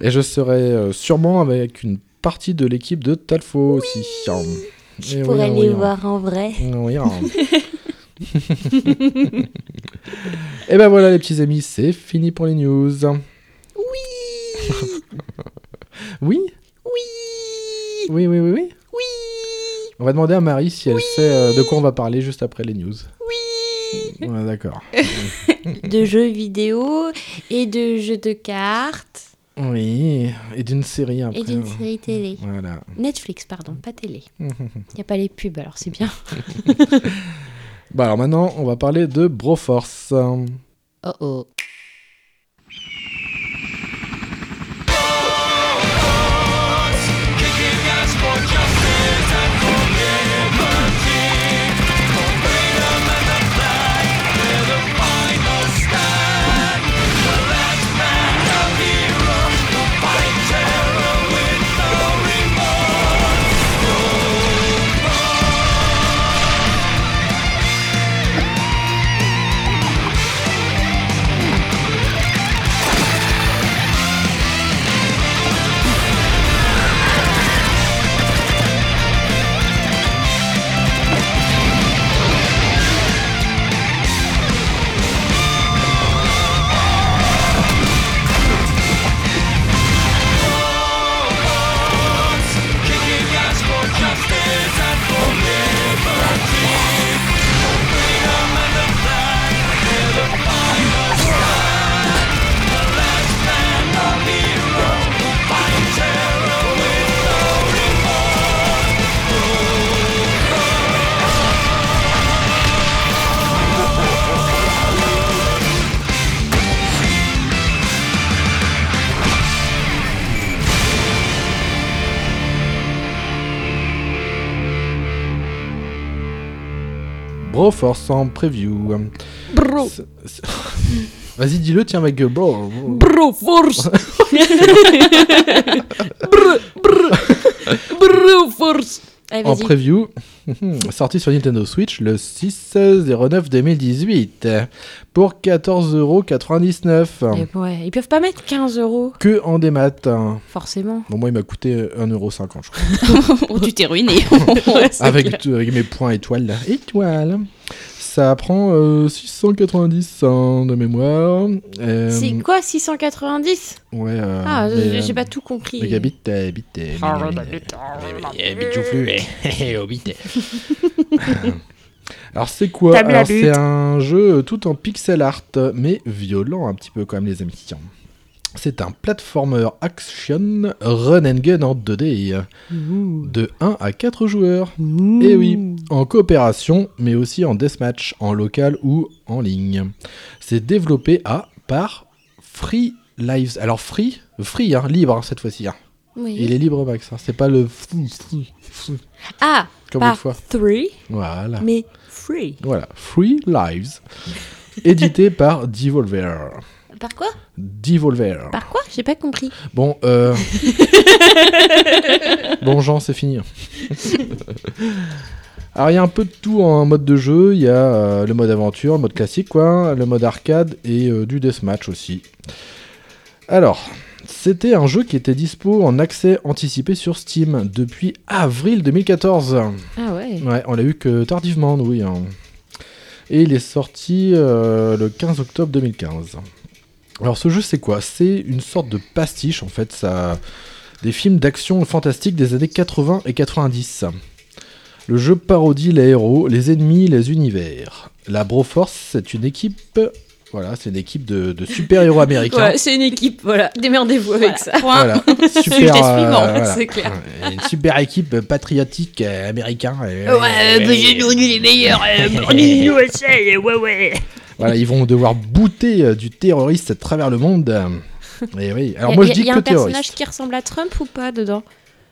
A: Et je serai euh, sûrement avec une partie de l'équipe de Talfo aussi.
D: Je
A: Eh oui,
D: pourrais
A: eh
D: les
A: oui.
D: voir en vrai.
A: Oui. hein. Et ben voilà les petits amis, c'est fini pour les news. Oui. oui. Oui. Oui oui oui oui. On va demander à Marie si elle sait euh, de quoi on va parler juste après les news. Oui. D'accord.
D: De jeux vidéo et de jeux de cartes
A: Oui. Et d'une série après.
D: et d'une série télé.
A: Voilà.
D: Netflix, pardon, pas télé. Il n'y a pas les pubs, alors c'est bien.
A: Bah alors maintenant on va parler de Broforce.
D: Oh oh.
A: Broforce en preview.
B: Bro,
A: C'est- c'est- Vas-y dis-le tiens avec bro. bro.
B: bro, force. bro, bro, bro, force. Allez,
A: en
B: Eh, vas-y.
A: preview, sorti sur Nintendo Switch le 6-09-2018 pour 14,99€.
B: Eh ouais, ils peuvent pas mettre 15 euros,
A: Que en démat. hein.
B: forcément.
A: Bon, moi, il m'a coûté 1,50€, je crois.
C: Oh, tu t'es ruiné.
A: Avec, avec mes points étoiles, là. Étoiles. ça prend euh, 690 hein, de mémoire. Euh,
B: C'est quoi 690
A: Ouais. euh,
B: Ah,
A: mais,
B: j'ai j'ai
A: euh,
B: pas tout compris.
A: Mégabit, euh, bit,
B: Oh,
A: euh, minimum, euh, bit joufflu, eh, eh, oh, bit. Alors c'est quoi
B: Table à
A: Alors, C'est
B: lutte.
A: un jeu euh, tout en pixel art, mais violent un petit peu quand même les amis. C'est un platformer action run and gun en 2D de 1 à 4 joueurs. Et oui, en coopération, mais aussi en deathmatch, en local ou en ligne. C'est développé à par Free Lives. Alors Free, Free, hein, libre hein, cette fois-ci. hein.
D: Oui.
A: Il est libre Max, hein, c'est pas le fou, fou, fou,
B: Ah,
A: comme une
B: pas
A: fois.
B: 3,
A: Voilà.
B: mais free.
A: Voilà, Free Lives, édité par Devolver.
D: Par quoi
A: Devolver.
D: Par quoi J'ai pas compris.
A: Bon, euh... bon Jean, c'est fini. Alors il y a un peu de tout en mode de jeu, il y a euh, le mode aventure, le mode classique quoi, le mode arcade et euh, du deathmatch aussi. Alors, c'était un jeu qui était dispo en accès anticipé sur Steam depuis avril 2014.
D: Ah ouais.
A: Ouais, on l'a eu que tardivement, nous, oui. hein. Et il est sorti euh, le 15 octobre 2015. Alors ce jeu, c'est quoi C'est une sorte de pastiche, en fait, ça... des films d'action fantastique des années 80 et 90. Le jeu parodie les héros, les ennemis, les univers. La Broforce, c'est une équipe... Voilà, c'est une équipe de, de super-héros américains.
B: Ouais, c'est une équipe, voilà. Démerdez-vous avec ça.
C: Point.
A: Voilà, super,
C: Sujet
A: euh,
C: suivant,
A: voilà.
C: c'est clair.
A: Une super équipe patriotique euh, américain. euh,
D: les meilleurs.
A: Voilà, ils vont devoir bouter euh, du terroriste à travers le monde. euh. Et oui. Alors
B: Y a-
A: moi je
B: y a-
A: dis
B: y a
A: que
B: un personnage
A: terroriste.
B: qui ressemble à Trump ou pas dedans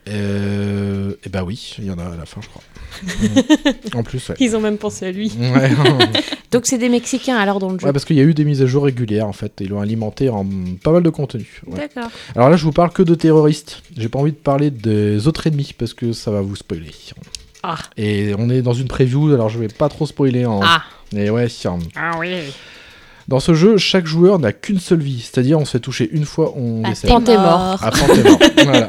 A: Euh, Eh ben oui, il y en a à la fin, je crois. Mm. en plus, ouais.
B: Ils ont même pensé à lui.
A: Ouais,
B: Donc c'est des Mexicains alors dans le jeu.
A: Ouais, parce qu'il y a eu des mises à jour régulières en fait. Ils l'ont alimenté en pas mal de contenu. bah, ouais.
B: D'accord.
A: Alors là, je vous parle que de terroristes. J'ai pas envie de parler des autres ennemis parce que ça va vous spoiler.
B: Ah.
A: Et on est dans une preview, alors je vais pas trop spoiler en.
B: Ah.
A: Et ouais, si, hein. Dans ce jeu, chaque joueur n'a qu'une seule vie, c'est-à-dire on se fait toucher une fois, on
D: Ah,
A: décède.
B: Tant t'es mort.
A: Ah, quand t'es mort. Voilà.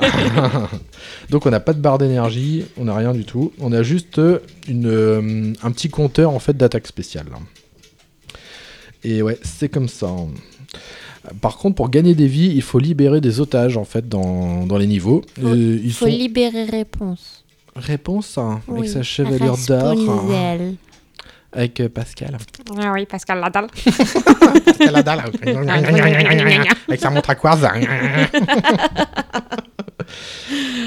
A: Donc on n'a pas de barre d'énergie, on n'a rien du tout. On a juste euh, une, euh, un petit compteur en fait d'attaque spéciale. Et ouais, c'est comme ça. Par contre, pour gagner des vies, il faut libérer des otages en fait dans, dans les niveaux.
D: Faut-
A: Euh, ils
D: Faut
A: sont-
D: libérer réponse.
A: Réponse hein, avec
D: Oui.
A: sa chevelure d'art, hein,
D: Rasponizel.
A: avec euh, Pascal.
B: Ah oui, Pascal Ladal.
A: Pascal Adal,
B: Ah,
A: avec sa montre à quartz.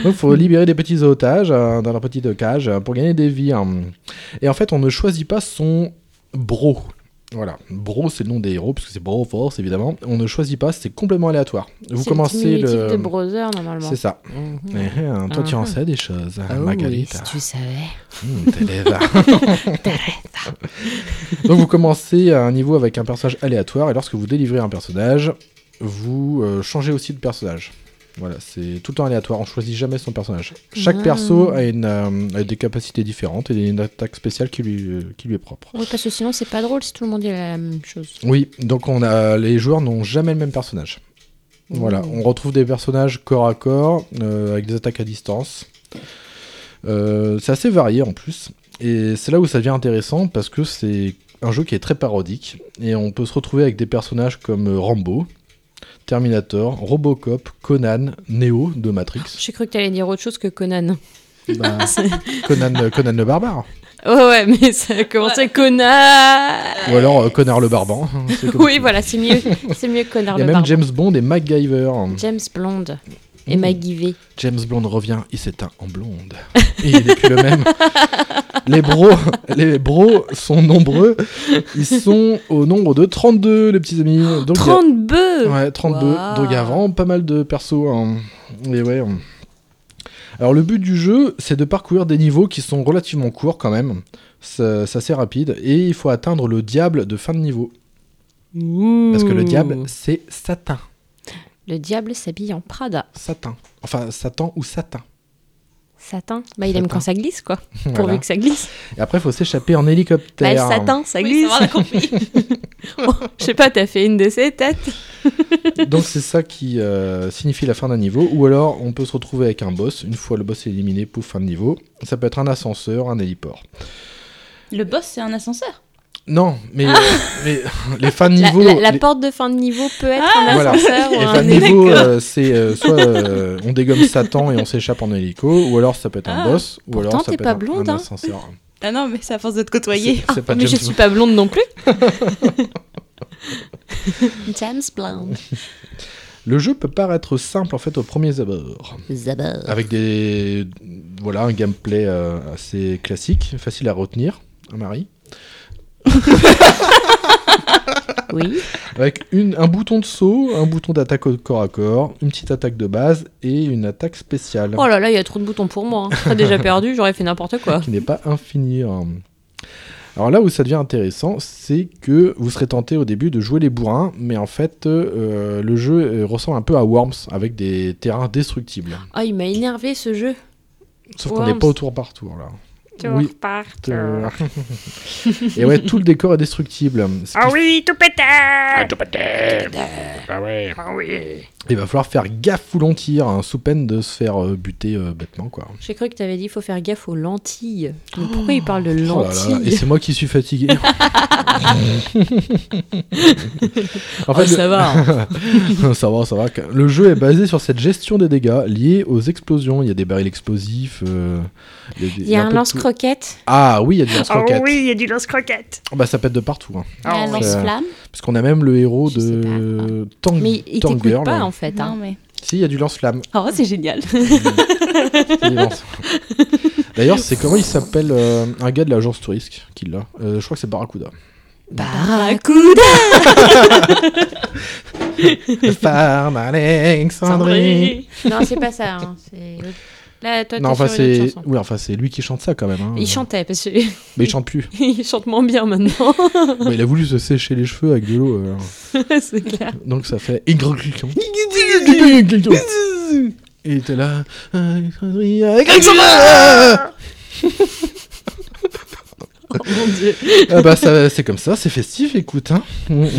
A: Donc, faut libérer des petits otages euh, dans leur petite cage euh, pour gagner des vies. hein. Et en fait, on ne choisit pas son bro. Voilà, bro c'est le nom des héros, puisque c'est bro force évidemment. On ne choisit pas, c'est complètement aléatoire. Vous
B: C'est
A: commencez
B: le. diminutif
A: le.
B: de Mhm. brother normalement.
A: C'est ça. Eh, eh, toi,
B: Mhm.
A: tu en sais des choses,
B: Ah
A: Marguerite.
D: Tu savais.
A: Mmh, Teresa. Donc vous commencez à un niveau avec un personnage aléatoire et lorsque vous délivrez un personnage, vous euh, changez aussi de personnage. Voilà, c'est tout le temps aléatoire, on choisit jamais son personnage. Chaque
D: Ah.
A: perso a, une, euh, a des capacités différentes et une attaque spéciale qui lui, euh, qui lui est propre.
D: Oui, parce que sinon, c'est pas drôle si tout le monde dit la même chose.
A: Oui, donc on a, les joueurs n'ont jamais le même personnage. Voilà, on retrouve des personnages corps à corps, euh, avec des attaques à distance. Euh, c'est assez varié en plus. Et c'est là où ça devient intéressant parce que c'est un jeu qui est très parodique. Et on peut se retrouver avec des personnages comme euh, Rambo, Terminator, Robocop, Conan, Neo de Matrix.
B: J'ai cru que t'allais dire autre chose que Conan.
A: Bah,
B: Ah,
A: Conan, euh, Conan le barbare.
B: Oh ouais, mais ça a commencé Conan
A: Ou alors euh, Connard le barbant. hein, c'est comme
B: Oui,
A: tu veux.
B: voilà, c'est mieux. C'est mieux que Connard
A: Il y
B: le
A: a même
B: Barbant.
A: James Bond et MacGyver.
B: James Blonde et
A: Mmh.
B: Maggie V.
A: James Blonde revient, il s'éteint en blonde. Et il n'est plus le même. Les bros, les bros sont nombreux. Ils sont au nombre de 32, les petits amis. Donc, il y a-
B: 30 bœufs
A: Ouais, 32.
B: Waouh.
A: Donc il y a vraiment pas mal de persos. hein. Et ouais. hein. Alors le but du jeu, c'est de parcourir des niveaux qui sont relativement courts quand même. Ça- C'est assez rapide. Et il faut atteindre le diable de fin de niveau. Parce que le diable, c'est Satan.
B: Le diable s'habille en Prada.
A: Satan. Enfin, Satan ou Satan.
B: Satin Bah, il aime
A: Satin.
B: quand ça glisse, quoi.
A: Voilà.
B: Pourvu que ça glisse.
A: Et après, il faut s'échapper en
B: Bah, le
A: hélicoptère.
B: satin, ça
C: Oui,
B: glisse.
C: ça, on a compris.
B: Je sais pas, t'as fait une de ces têtes
A: Donc c'est ça qui euh, signifie la fin d'un niveau. Ou alors on peut se retrouver avec un boss. Une fois le boss éliminé, pouf, fin de niveau. Ça peut être un ascenseur, un héliport.
C: Le boss, c'est un ascenseur.
A: Non, mais, euh, mais les fins de
B: Ah. La,
A: niveau.
B: la- la
A: les-
B: porte de fin de niveau peut être un
A: Voilà.
B: ascenseur
A: les
B: ou
A: fins
B: un
A: de
C: est
A: niveau,
C: d'accord.
A: euh, c'est euh, soit euh, on dégomme Satan et on s'échappe en hélico, ou alors ça peut être un
C: Ah.
A: boss, ou alors
B: Pourtant,
A: ça
B: t'es
A: peut
B: pas
A: être un-
B: blonde,
A: un,
B: hein.
A: ascenseur.
C: Ah non, mais c'est à force de te
A: C'est
C: côtoyer.
A: c'est pas
B: Ah, mais je
A: James
B: suis pas blonde non plus.
D: James Blunt.
A: Le jeu peut paraître simple en fait au premier abord,
D: Zabeur.
A: avec des voilà un gameplay euh, assez classique, facile à retenir, hein, Marie,
D: Oui.
A: avec une, un bouton de saut, un bouton d'attaque au corps à corps, une petite attaque de base et une attaque spéciale
B: Oh là là, il y a trop de boutons pour moi. hein. Je serais déjà perdu, j'aurais fait n'importe quoi.
A: qui n'est pas infinie. hein. Alors là où ça devient intéressant, c'est que vous serez tenté au début de jouer les bourrins, mais en fait euh, le jeu euh, ressemble un peu à Worms avec des terrains destructibles.
B: Oh, il m'a énervé ce jeu.
A: Sauf qu'on n'est
B: Worms.
A: pas au tour par tour là. Oui.
B: repars.
A: Euh, Et ouais, tout le décor est destructible. Ah oui, tout pété Ah tout pété Ah ouais Il va falloir faire gaffe où l'on tire, hein, sous peine de se faire euh, buter euh, bêtement, quoi.
B: J'ai cru que t'avais dit faut faire gaffe aux lentilles. Mais pourquoi il parle de
A: Oh là là, et
B: lentilles
A: c'est moi qui suis fatigué. Euh. en
B: Oh, ça va. hein.
A: le... ça va, ça va. Le jeu est basé sur cette gestion des dégâts liés aux explosions. Il y a des barils explosifs. euh, il y a, des-
B: Il y a
A: un
B: un
A: peu de tout.
B: lance-croquette.
A: Ah oui, il y a du lance-roquettes.
F: oui, il y a du lance-croquette.
A: Bah, ça pète de partout. hein.
D: La lance-flamme.
A: Parce qu'on a même le héros
D: Je sais
A: de Tang,
B: Mais il
A: Tang
B: t'écoute
A: Girl.
B: pas en fait.
C: Non,
B: hein.
C: mais.
A: Si, il y a du lance-flamme.
C: Oh, c'est génial.
A: Il y a du lance-flamme. D'ailleurs, c'est comment il s'appelle euh, un gars de l'agence touriste qui l'a Euh, Je crois que c'est Barracuda.
C: Barracuda
A: Femme Alexandrie.
B: Non, c'est pas ça. hein. C'est- Là, toi,
A: Non,
B: t'es
A: enfin
B: sur une autre
A: c'est
B: chanson.
A: oui, enfin c'est lui qui chante ça quand même. hein.
B: Il chantait parce que
A: Mais il chante plus.
B: il chante moins bien maintenant.
A: Mais il a voulu se sécher les cheveux avec de l'eau. euh,
B: c'est clair.
A: Donc ça fait. Et il était là. euh, Alexandrie, Alexandrie
B: Oh Mon Dieu.
A: Ah bah ça, c'est comme ça, c'est festif, écoute. hein. Mm, mm,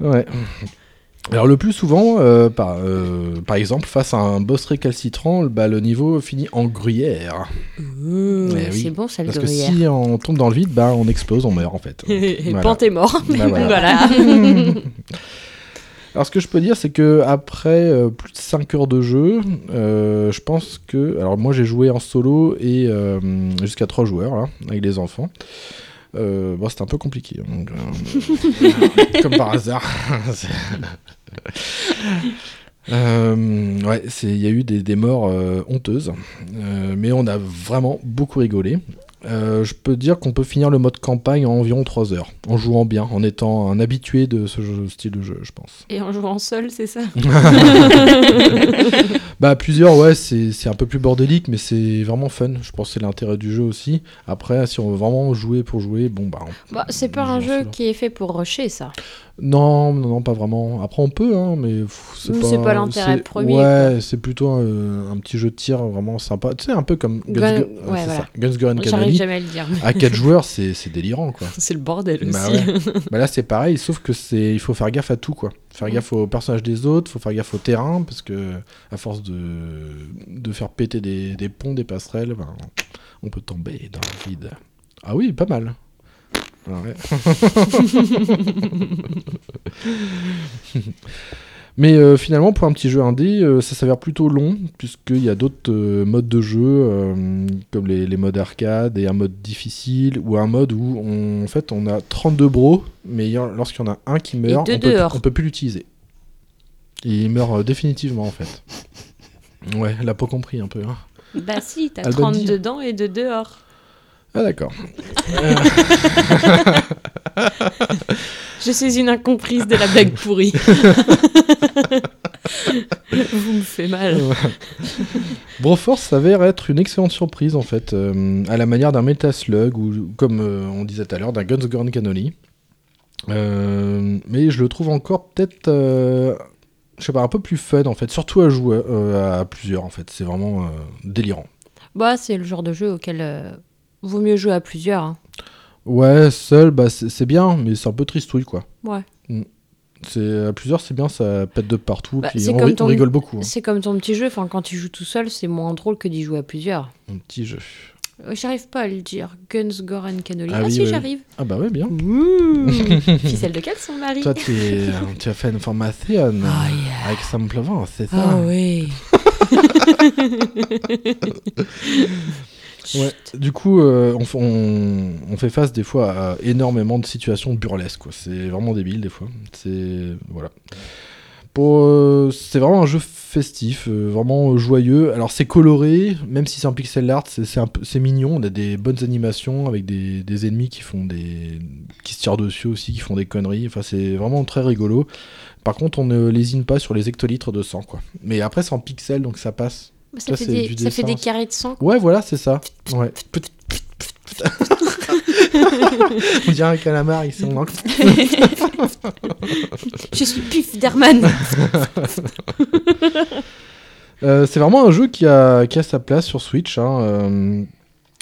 A: mm. Ouais. Alors le plus souvent, euh, par, euh, par exemple, face à un boss récalcitrant, bah, le niveau finit en gruyère. Eh oui.
D: Mm. C'est bon, ça le
A: Parce que
D: gruyère.
A: si on tombe dans le vide, bah, on explose, on meurt en fait.
B: Et
A: Voilà.
B: Pente est mort.
A: Bah, voilà.
B: voilà.
A: Alors ce que je peux dire, c'est que après euh, plus de 5 heures de jeu, euh, je pense que... Alors moi j'ai joué en solo et euh, jusqu'à 3 joueurs, là, avec les enfants. Euh, bon, c'était un peu compliqué, hein, donc, euh, comme par hasard. C'est- Euh, ouais, c'est- il y a eu des, des morts euh, honteuses, Euh, mais on a vraiment beaucoup rigolé. Euh, je peux dire qu'on peut finir le mode campagne en environ 3 heures, en jouant bien, en étant un habitué de ce jeu- style de jeu, je pense.
B: Et en jouant seul, c'est ça
A: Bah, plusieurs, ouais, c'est c'est un peu plus bordélique, mais c'est vraiment fun. Je pense que c'est l'intérêt du jeu aussi. Après, si on veut vraiment jouer pour jouer, bon, bah. on-
B: Bah, C'est pas un
A: on joue
B: jeu
A: solo.
B: qui est fait pour rusher, ça.
A: Non, non, non, pas vraiment. Après, on peut, hein, mais pff, c'est
B: Mm,
A: pas.
B: c'est pas l'intérêt
A: c'est-
B: premier,
A: Ouais, c'est plutôt euh, un petit jeu de tir vraiment sympa. Tu sais, un peu comme Guns,
B: Gun-
A: Gu-
B: ouais,
A: c'est
B: voilà.
A: ça, Guns Gun
B: J'arrive
A: Canali.
B: jamais à le dire.
A: À 4 joueurs, c'est c'est délirant, quoi.
B: C'est le bordel aussi.
A: Bah, ouais. Bah là c'est pareil, sauf que c'est il faut faire gaffe à tout quoi.
B: Mm.
A: Faire gaffe aux personnages des autres, faut faire gaffe au terrain parce que à force de de faire péter des, des ponts, des passerelles, ben, on peut tomber dans le vide. Ah oui, pas mal. Ah ouais. Mais euh, finalement, pour un petit jeu indé, euh, ça s'avère plutôt long, puisqu'il y a d'autres euh, modes de jeu, euh, comme les, les modes arcade et un mode difficile, ou un mode où on, en fait on a 32 bros, mais il y en- lorsqu'il y en a un qui meurt,
B: deux
A: on peut,
B: dehors.
A: on peut plus l'utiliser. Il meurt euh, définitivement en fait. Ouais, elle a pas compris un peu. hein.
B: Bah si, t'as
A: Alban
B: 30
A: dit.
B: dedans et de dehors.
A: Ah d'accord.
B: Je suis une incomprise de la blague pourrie. Vous me faites mal.
A: Broforce s'avère être une excellente surprise en fait, euh, à la manière d'un Metaslug ou comme euh, on disait tout à l'heure d'un Guns Gun Cannoli. Euh, mais je le trouve encore peut-être, euh, je sais pas, un peu plus fun en fait, surtout à jouer euh, à plusieurs en fait. C'est vraiment euh, délirant.
B: Bah, c'est le genre de jeu auquel euh, vaut mieux jouer à plusieurs. hein.
A: Ouais, seul, bah c'est c'est bien, mais c'est un peu tristouille quoi.
B: Ouais.
A: Mm. C'est à plusieurs, c'est bien, ça pète de partout,
B: Bah,
A: puis
B: c'est
A: on,
B: comme
A: ri- on
B: ton-
A: rigole beaucoup. hein.
B: C'est comme ton petit jeu, enfin, quand tu joues tout seul, c'est moins drôle que d'y jouer à plusieurs.
A: Un petit jeu.
B: Euh, J'arrive pas à le dire. Guns, Gore and Cannoli.
A: Ah
B: Ah,
A: oui,
B: si,
A: oui.
B: j'arrive.
A: Ah bah ouais, bien.
B: Ficelle de quel son mari
A: Toi, tu, es- tu as fait une formation
B: Ah, yeah.
A: avec Samplevent, c'est ça
B: Ah oui.
A: Ouais. Du coup, euh, on, f- on- on fait face des fois à énormément de situations burlesques. quoi. C'est vraiment débile des fois. C'est voilà. Pour, euh, c'est vraiment un jeu festif, euh, vraiment joyeux. Alors c'est coloré, même si c'est un pixel art, c'est, c'est un peu- c'est mignon. On a des bonnes animations avec des, des ennemis qui font des, qui se tirent dessus aussi, qui font des conneries. Enfin, c'est vraiment très rigolo. Par contre, on ne lésine pas sur les hectolitres de sang, quoi. Mais après, c'est en pixel, donc ça passe.
B: Bah, Ça,
A: c'est
B: fait
A: du
B: des, ça fait
A: dessin,
B: des
A: ça.
B: carrés de sang.
A: Ouais, voilà, c'est ça. Ouais. On dirait un calamar ici, on en-
B: Je suis puf d'Herman.
A: Euh, c'est vraiment un jeu qui a, qui a sa place sur Switch. hein, euh,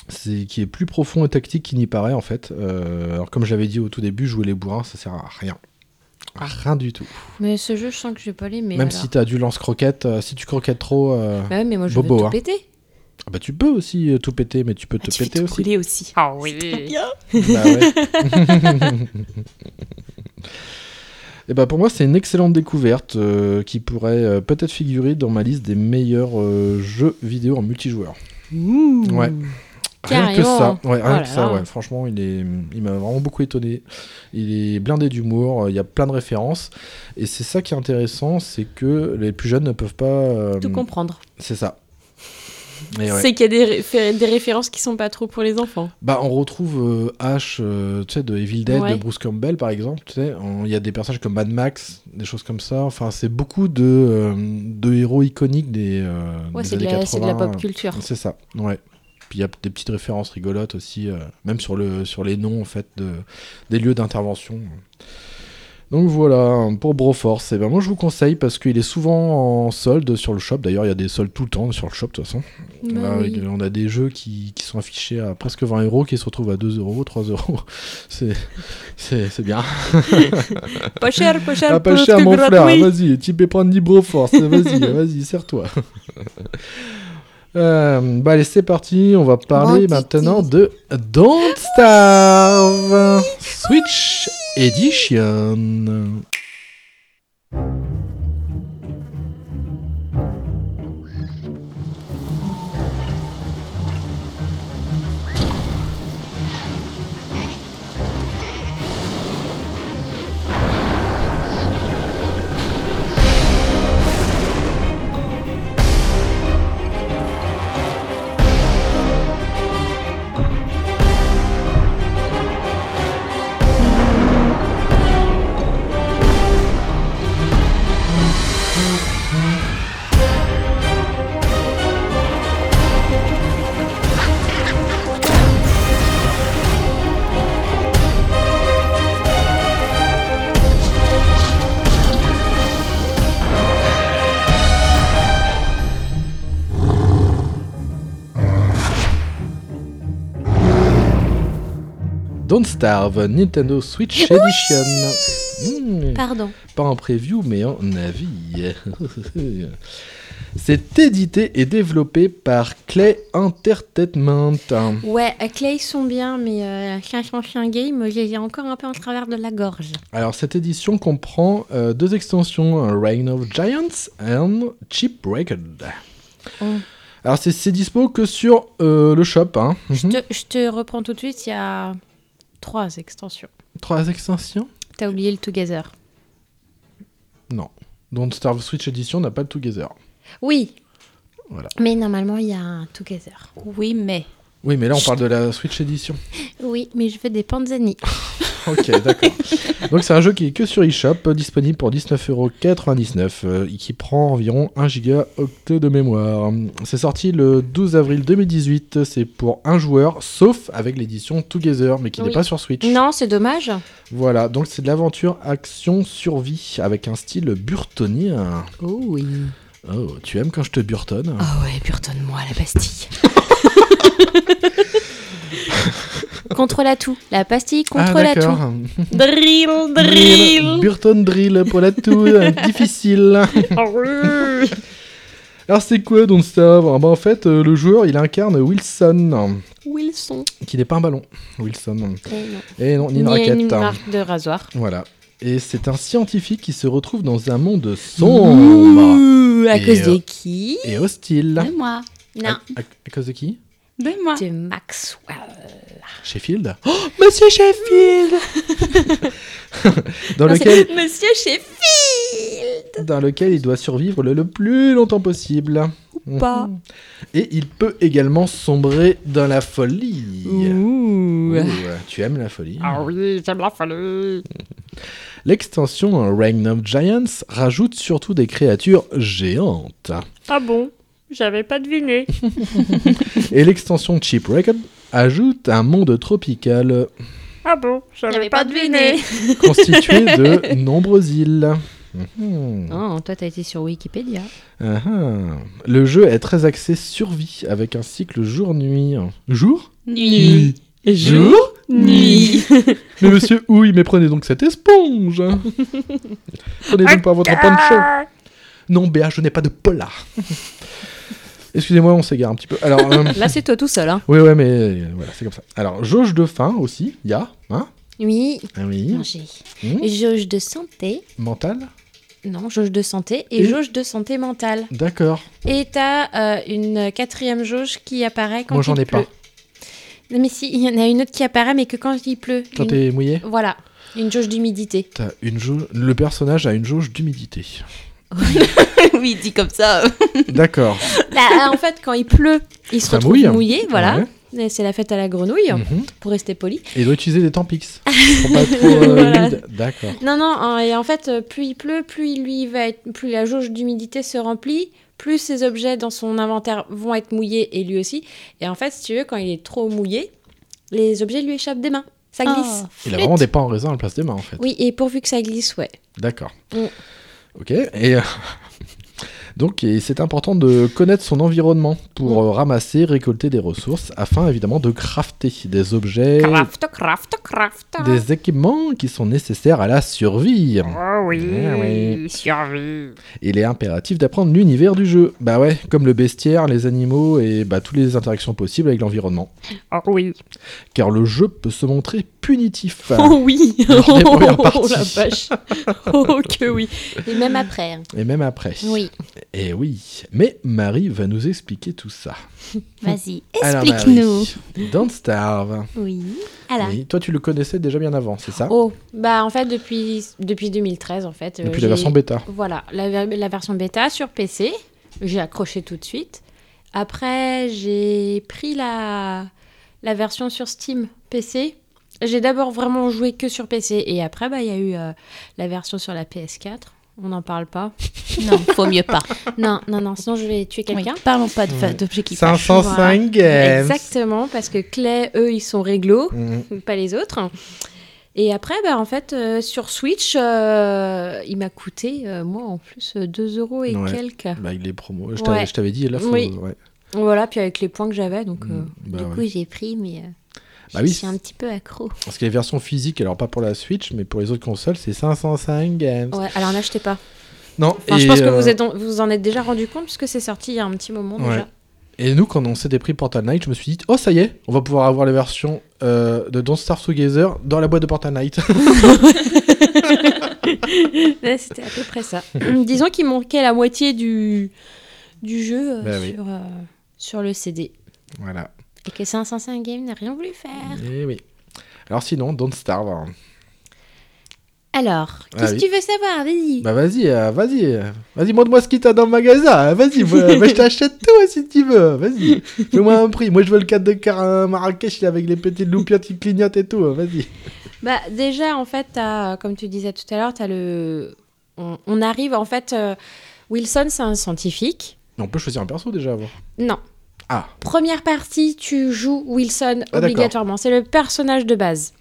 A: c'est qui est plus profond et tactique qu'il n'y paraît en fait. Euh, alors comme j'avais dit au tout début, jouer les bourrins, ça sert à rien. À Rien du tout.
B: mais ce jeu, je sens que je vais pas l'aimer.
A: Même
B: alors.
A: si t'as du lance-croquette, euh, si tu croquettes trop, euh,
B: Bah ouais, mais moi, je
A: Bobo,
B: veux
A: hein.
B: tout péter.
A: ah bah tu peux aussi euh, tout péter, mais tu peux te
C: Ah, tu fais
A: péter
C: te
A: aussi.
C: brûler aussi.
B: Ah
A: Bah ouais. Et bah pour moi, c'est une excellente découverte euh, qui pourrait euh, peut-être figurer dans ma liste des meilleurs euh, jeux vidéo en multijoueur. Ouais. Rien que
B: Carrément.
A: ça, ouais, rien
B: Oh là
A: que ça
B: là.
A: ouais. franchement, il, est, il m'a vraiment beaucoup étonné. Il est blindé d'humour, euh, il y a plein de références. Et c'est ça qui est intéressant, c'est que les plus jeunes ne peuvent pas... euh,
B: Tout comprendre.
A: c'est ça. Mais ouais.
B: C'est qu'il y a des, ré- fait- des références qui sont pas trop pour les enfants.
A: Bah, on retrouve euh, Ash, euh, tu sais, de Evil Dead,
B: Ouais.
A: de Bruce Campbell, par exemple. Tu sais, On- il y a des personnages comme Mad Max, des choses comme ça. Enfin, c'est beaucoup de, euh, de héros iconiques des, euh,
B: Ouais,
A: des
B: c'est de,
A: années Ah,
B: la- c'est de la
A: 80.
B: pop culture.
A: C'est ça, ouais. Puis il y a des petites références rigolotes aussi, euh, même sur, le, sur les noms, en fait, de, des lieux d'intervention. Donc voilà, pour Broforce, et ben moi je vous conseille parce qu'il est souvent en solde sur le shop. D'ailleurs, il y a des soldes tout le temps sur le shop, de toute façon.
B: Bah
A: Là,
B: oui.
A: On a des jeux qui, qui sont affichés à presque 20 euros qui se retrouvent à 2 euros, 3 euros. C'est, c'est, c'est bien.
B: Pas cher, pas cher,
A: Ah, pas cher, mon frère. hein, Vas-y, tu peux prendre Libro Force. vas-y, vas-y, serre-toi. Euh, bah allez, c'est parti. On va parler
D: Mon
A: maintenant
D: titi.
A: de Don't Starve Switch Edition. Don't Starve Nintendo
B: Eh
A: Switch Edition. Hmm.
D: Pardon.
A: Pas en preview, mais en avis. C'est édité et développé par Clay Entertainment.
D: Ouais, euh, Clay, ils sont bien, mais euh, Chien Chien Chien Game, j'ai encore un peu en travers de la gorge.
A: Alors, cette édition comprend euh, deux extensions, euh, Reign of Giants and Chip Record.
D: Mm.
A: Alors, c'est c'est dispo que sur euh, le shop. hein.
B: Je te, je te reprends tout de suite, il y a trois extensions.
A: Trois extensions
B: T'as oublié le Together.
A: Non. Don't Starve Switch Edition n'a pas le Together.
B: Oui.
A: Voilà.
B: Mais normalement, il y a un Together.
C: Oui, mais.
A: Oui, mais là, on parle de la Switch Edition.
B: Oui, mais je fais des Panzani.
A: Ok, d'accord. Donc c'est un jeu qui est que sur eShop, euh, disponible pour 19,99€, euh, et qui prend environ 1 gigaoctet de mémoire. C'est sorti le 12 avril 2018, c'est pour un joueur, sauf avec l'édition Together, mais qui n'est
B: Oui.
A: pas sur Switch.
B: Non, c'est dommage.
A: Voilà, donc c'est de l'aventure action-survie, avec un style burtonien.
C: Oh oui.
A: Oh, tu aimes quand je te burtonne hein.
C: Ah ouais, burtonne-moi la pastille.
D: Contrôle à tout.
B: La pastille
A: Ah,
B: contrôle à tout.
A: d'accord.
C: Drill,
A: Drill, Burton Drill pour la tour, difficile. Alors c'est quoi Don't Starve Ah bah, En fait, euh, le joueur, il incarne Wilson,
D: Wilson.
A: qui n'est pas un ballon. Wilson.
D: Eh non.
A: Et non, ni
B: Il
A: une
B: y a
A: raquette.
B: une
A: hein.
B: marque de rasoir.
A: Voilà. Et c'est un scientifique qui se retrouve dans un monde sombre
C: Ouh, à
A: Et,
C: cause
A: euh,
C: de qui
A: et hostile.
C: De moi.
A: À,
D: Non,
A: à- à cause de qui
C: De moi.
D: de Maxwell.
A: Sheffield Oh, Monsieur Sheffield dans, lequel,
D: Monsieur Chef.
A: dans lequel il doit survivre le, le plus longtemps possible. Ou
C: pas.
A: Et il peut également sombrer dans la folie. Ouh, tu aimes la folie Mhm.
F: Ah oui, j'aime la folie.
A: L'extension Reign of Giants rajoute surtout des créatures géantes.
F: Ah bon J'avais pas deviné.
A: Et l'extension Cheap Record ajoute un monde tropical
F: Ah bon J'avais
D: J'avais
F: pas
D: pas
F: deviné.
D: deviné.
A: constitué de nombreuses îles.
B: Oh.
A: Mhm.
D: Non, Oh, toi, t'as été sur Wikipédia.
A: Ah ah. Le jeu est très axé survie avec un cycle jour-nuit. Jour
C: Nuit.
A: Jour
C: Nuit.
A: Mais monsieur Houille, mais prenez donc cette esponge Prenez donc pas votre pancho Non, Béa, je n'ai pas de pola Excusez-moi, on s'égare un petit peu. Alors, euh,
B: Là, c'est toi tout seul. Hein.
A: oui, ouais, mais euh, voilà, c'est comme ça. Alors, jauge de faim aussi, il y a, hein
D: Oui,
A: Ah Oui.
D: manger.
A: Mmh.
D: Jauge de santé.
A: Mental
B: Non, jauge de santé et
A: Et-
B: jauge de santé mentale.
A: D'accord.
B: Et t'as euh, une quatrième jauge qui apparaît quand
A: Moi, j'en
B: il
A: ai pas.
B: pleut. Non, Mais si, il y en a une autre qui apparaît, mais que quand il pleut.
A: Quand
B: Une-
A: t'es mouillé
B: Voilà, une jauge d'humidité.
A: T'as une jauge... Le personnage a une jauge d'humidité.
C: oui, dit comme ça.
A: D'accord.
B: Bah, en fait, quand il pleut, il se
A: Ah. Ça
B: retrouve
A: mouille.
B: mouillé, voilà.
A: Ouais.
B: Et C'est la fête à la grenouille,
A: Mhm.
B: pour rester poli.
A: Et il doit utiliser des Tampix. Pour pas trop euh,
B: Voilà.
A: humide. D'accord.
B: Non, non, hein, et en fait, euh, plus il pleut, plus il lui va être, plus la jauge d'humidité se remplit, plus ses objets dans son inventaire vont être mouillés et lui aussi. Et en fait, si tu veux, quand il est trop mouillé, les objets lui échappent des mains. Ça glisse.
A: Ah, Il a vraiment des pas en raisin à la place des mains, en fait.
B: Oui, et pourvu que ça glisse, ouais.
A: D'accord.
B: Mm.
A: Ok. Et euh, donc, et c'est important de connaître son environnement pour
F: Mm.
A: euh, ramasser, récolter des ressources afin évidemment de crafter des objets,
F: Craft, craft, craft.
A: des équipements qui sont nécessaires à la survie.
F: Oh oui,
A: Ah oui.
F: survie.
A: Il est impératif d'apprendre l'univers du jeu. Bah ouais, comme le bestiaire, les animaux et bah, toutes les interactions possibles avec l'environnement.
F: Oh oui.
A: Car le jeu peut se montrer punitif.
B: Oh oui
A: Lors des premières
B: Oh la
A: parties.
B: vache Oh que oui
D: Et même après. hein.
A: Et même après.
D: Oui,
A: Et oui. Mais Marie va nous expliquer tout ça.
D: vas-y.
A: Alors,
D: Explique-nous.
A: Marie, Don't Starve.
D: Oui. Alors,
A: Oui, toi, tu le connaissais déjà bien avant, c'est ça
B: Oh, bah en fait, depuis, depuis 2013, en fait. euh,
A: Depuis la
B: j'ai-
A: version bêta.
B: Voilà, la, ver- la version bêta sur PC, j'ai accroché tout de suite. Après, j'ai pris la, la version sur Steam PC. J'ai d'abord vraiment joué que sur PC et après, bah, il y a eu euh, la version sur la PS4. On n'en parle pas.
C: Non, faut mieux pas.
B: Non, non, non, sinon je vais tuer quelqu'un.
C: Oui, Parlons pas de
A: Hmm.
C: fa- d'objets qui fâchent.
A: 505 games.
B: Exactement, parce que Clay, eux, ils sont réglo,
A: Mm.
B: pas les autres. Et après, bah, en fait, euh, sur Switch, euh, il m'a coûté, euh, moi en plus, euh, 2 euros et
A: Ouais.
B: quelques.
A: Bah, il est promo. Je
B: Ouais.
A: t'avais- je t'avais dit, là, faut...
B: Oui.
A: ouais.
B: Voilà, puis avec les points que j'avais, donc... euh,
A: Mm. Bah,
D: du
A: ouais.
D: coup, j'ai pris, mais euh,
A: Bah
D: je
A: oui,
D: suis un petit peu accro.
A: Parce que les versions physiques, alors pas pour la Switch, mais pour les autres consoles, c'est 505 games.
B: euh, Ouais, alors n'achetez pas.
A: Non,
B: Enfin,
A: et,
B: je pense que
A: euh,
B: vous, êtes en- vous en êtes déjà rendu compte, puisque c'est sorti il y a un petit moment
A: Ouais.
B: déjà.
A: Et nous, quand on s'était pris Portal Knight, je me suis dit, oh ça y est, on va pouvoir avoir les versions euh, de Don't Starve Together dans la boîte de Portal Knight.
B: Ouais, C'était à peu près ça. Disons qu'il manquait la moitié du, du jeu euh,
A: Bah oui.
B: sur, euh, sur le CD.
A: voilà.
B: Et que 505 Games n'a rien voulu faire.
A: Et Eh oui. Alors sinon, Don't Starve. hein.
B: Alors,
A: Ah
B: qu'est-ce que
A: oui.
B: tu veux savoir Vas-y.
A: Bah vas-y, euh, vas-y, euh, vas-y, montre-moi ce qu'il t'as dans le magasin. euh, Vas-y, voilà, bah, je t'achète tout hein, si tu veux. Vas-y, fais-moi un prix. Moi, je veux le 4 de car euh, Marrakech là, avec les petites loupiottes qui clignotent et tout. euh, Vas-y.
B: Bah, déjà, en fait, t'as, euh, comme tu disais tout à l'heure, t'as le... on, on arrive, en fait, euh, Wilson, c'est un scientifique.
A: Mais On peut choisir un perso déjà avant.
B: Non.
A: Ah.
B: Première partie, tu joues Wilson
A: Ah, d'accord.
B: obligatoirement. C'est le personnage de base.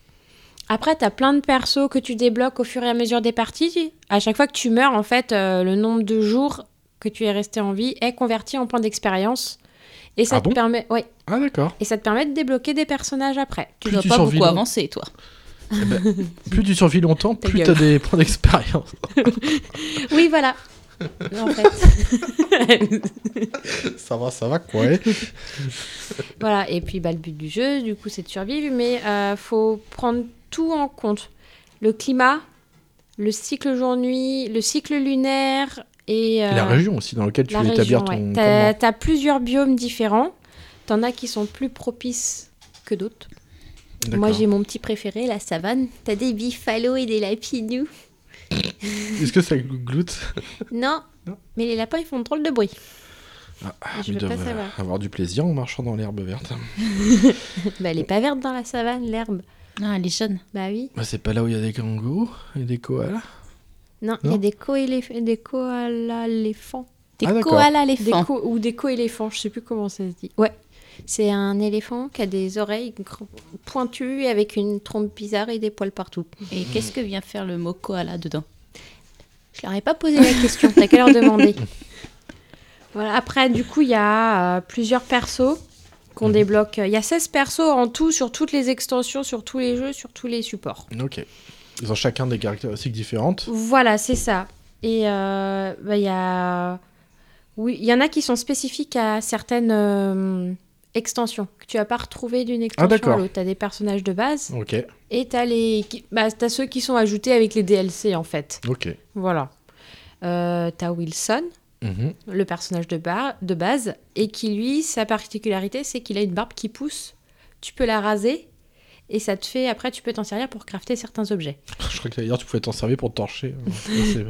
B: Après, t'as plein de persos que tu débloques au fur et à mesure des parties. À chaque fois que tu meurs, en fait, euh, le nombre de jours que tu es resté en vie est converti en points d'expérience. Et ça
A: Ah
B: te
A: bon
B: permet, ouais,
A: Ah d'accord.
B: et ça te permet de débloquer des personnages après.
C: Tu
A: Plus
C: dois
A: tu
C: pas
A: survis
C: beaucoup
A: long-
C: avancer, toi.
A: Plus tu survis longtemps,
C: Ta
A: plus
C: gueule.
A: t'as des points d'expérience.
B: Oui, voilà. en fait.
A: Ça va, ça va, quoi. hein.
B: voilà, et puis bah, le but du jeu, du coup, c'est de survivre, mais euh, faut prendre tout en compte. Le climat, le cycle jour-nuit, le cycle lunaire et...
A: Et La
B: euh,
A: région aussi dans laquelle tu
B: La
A: veux
B: région,
A: établir ton.
B: ouais.
A: campement.
B: T'as t'as plusieurs biomes différents. T'en as qui sont plus propices que d'autres.
A: D'accord.
D: Moi, j'ai mon petit préféré, la savane. T'as des bifalos et des lapinous.
A: Est-ce que ça gloute
D: Non,
A: Non.
D: mais les lapins, ils font drôle de bruit.
B: Je
A: Ils
B: veux pas
A: doivent, euh,
B: savoir.
A: avoir du plaisir en marchant dans l'herbe verte.
D: Bah, elle est pas verte dans la savane, l'herbe.
C: Non, elle est jeune.
D: Bah oui.
A: Bah, c'est pas là où il y a des kangourous et des koalas.
D: Non, il y
A: Non.
D: a des koélé- des koalas-éléphants.
C: T'es
A: Ah, d'accord.
B: Des
C: koala-éléphant.
B: co- ou des co-éléphants, je sais plus comment ça se dit. Ouais.
D: C'est un éléphant qui a des oreilles gr- pointues et avec une trompe bizarre et des poils partout.
C: Et qu'est-ce que vient faire le mot koala dedans
D: Je leur ai pas posé la question, t'as qu'à leur demander.
B: Voilà. Après, du coup, il y a euh, plusieurs persos qu'on débloque. Il y a 16 persos en tout sur toutes les extensions, sur tous les jeux, sur tous les supports.
A: Ok. Ils ont chacun des caractéristiques différentes.
B: Voilà, c'est ça. Et euh, bah, il y a. Oui, il y en a qui sont spécifiques à certaines euh, extensions que tu vas pas retrouver d'une extension
A: Ah, d'accord.
B: à l'autre. Tu as des personnages de base
A: Ok,
B: et tu as, les... qui- bah, t'as ceux qui sont ajoutés avec les DLC en fait.
A: ok.
B: Voilà. Euh, tu as Wilson,
A: Mhm.
B: le personnage de, bar- de base, et qui lui, sa particularité, c'est qu'il a une barbe qui pousse. Tu peux la raser et ça te fait. Après, tu peux t'en servir pour crafter certains objets.
A: Je crois que d'ailleurs tu pouvais t'en servir pour te torcher.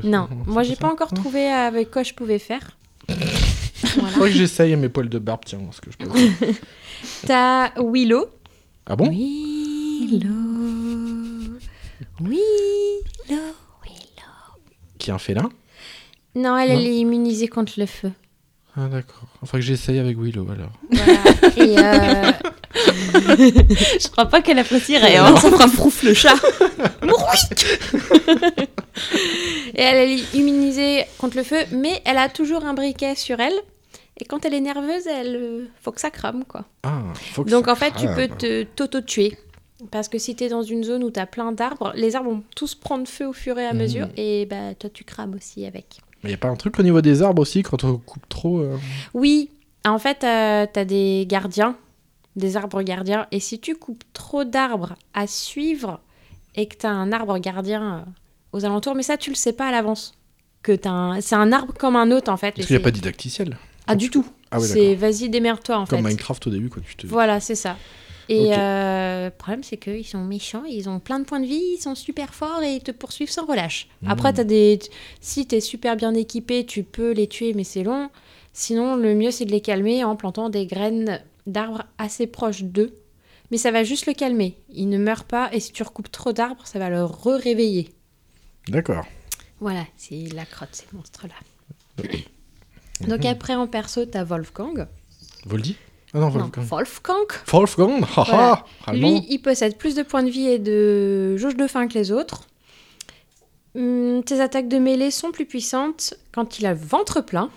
B: Non, moi j'ai pas Hein
A: encore...
B: encore trouvé euh, avec quoi je pouvais faire.
A: Je crois que j'essaye mes poils de barbe, tiens, ce que je peux.
B: T'as Willow.
A: Ah bon
D: Willow. Willow.
A: Qui est un félin
B: Non, elle,
A: Non.
B: elle est immunisée contre le feu.
A: Ah d'accord. Faudrait que j'essaye avec Willow alors.
B: Et euh,
C: Je crois pas qu'elle apprécierait. hein. Ça fera prouf le chat.
B: et elle est immunisée contre le feu, mais elle a toujours un briquet sur elle. Et quand elle est nerveuse, elle euh, faut que ça crame quoi.
A: Ah, faut que
B: Donc
A: ça
B: en fait, tu peux
A: crame.
B: te t'auto-tuer. Parce que si t'es dans une zone où t'as plein d'arbres, les arbres vont tous prendre feu au fur et à
A: Mhm.
B: mesure.
D: Et bah, toi, tu crames aussi avec.
A: Mais y a pas un truc au niveau des arbres aussi quand on coupe trop euh,
B: Oui, en fait, euh, t'as des gardiens, des arbres gardiens. Et si tu coupes trop d'arbres à suivre et que t'as un arbre gardien euh, aux alentours, mais ça, tu le sais pas à l'avance. Que t'as un... C'est un arbre comme un autre, en fait.
A: Parce
B: et
A: qu'il y a
B: c'est-
A: pas de didacticiel.
B: Ah, du tout.
A: Ah oui,
B: c'est
A: d'accord.
B: vas-y, démerde-toi, en
A: Comme
B: fait.
A: Minecraft au début quoi, tu te.
B: Voilà, c'est ça. Et
A: Ok.
B: euh,
D: Le problème, c'est qu'ils sont méchants, ils ont plein de points de vie, ils sont super forts et ils te poursuivent sans relâche.
A: Mmh.
B: après, t'as des... si t'es super bien équipé, tu peux les tuer, mais c'est long. Sinon, le mieux, c'est de les calmer en plantant des graines d'arbres assez proches d'eux. Mais ça va juste le calmer. Il ne meurt pas, et si tu recoupes trop d'arbres, ça va le réveiller.
A: D'accord.
B: Voilà, c'est la crotte, ces monstres-là. Donc après, en perso, t'as Wolfgang.
A: Voldy Ah non,
B: Non,
A: Wolfgang.
B: Wolfgang
A: Wolfgang Haha Allemand
B: Lui, il possède plus de points de vie et de jauge de faim que les autres. Hum, tes attaques de mêlée sont plus puissantes quand il a le ventre plein.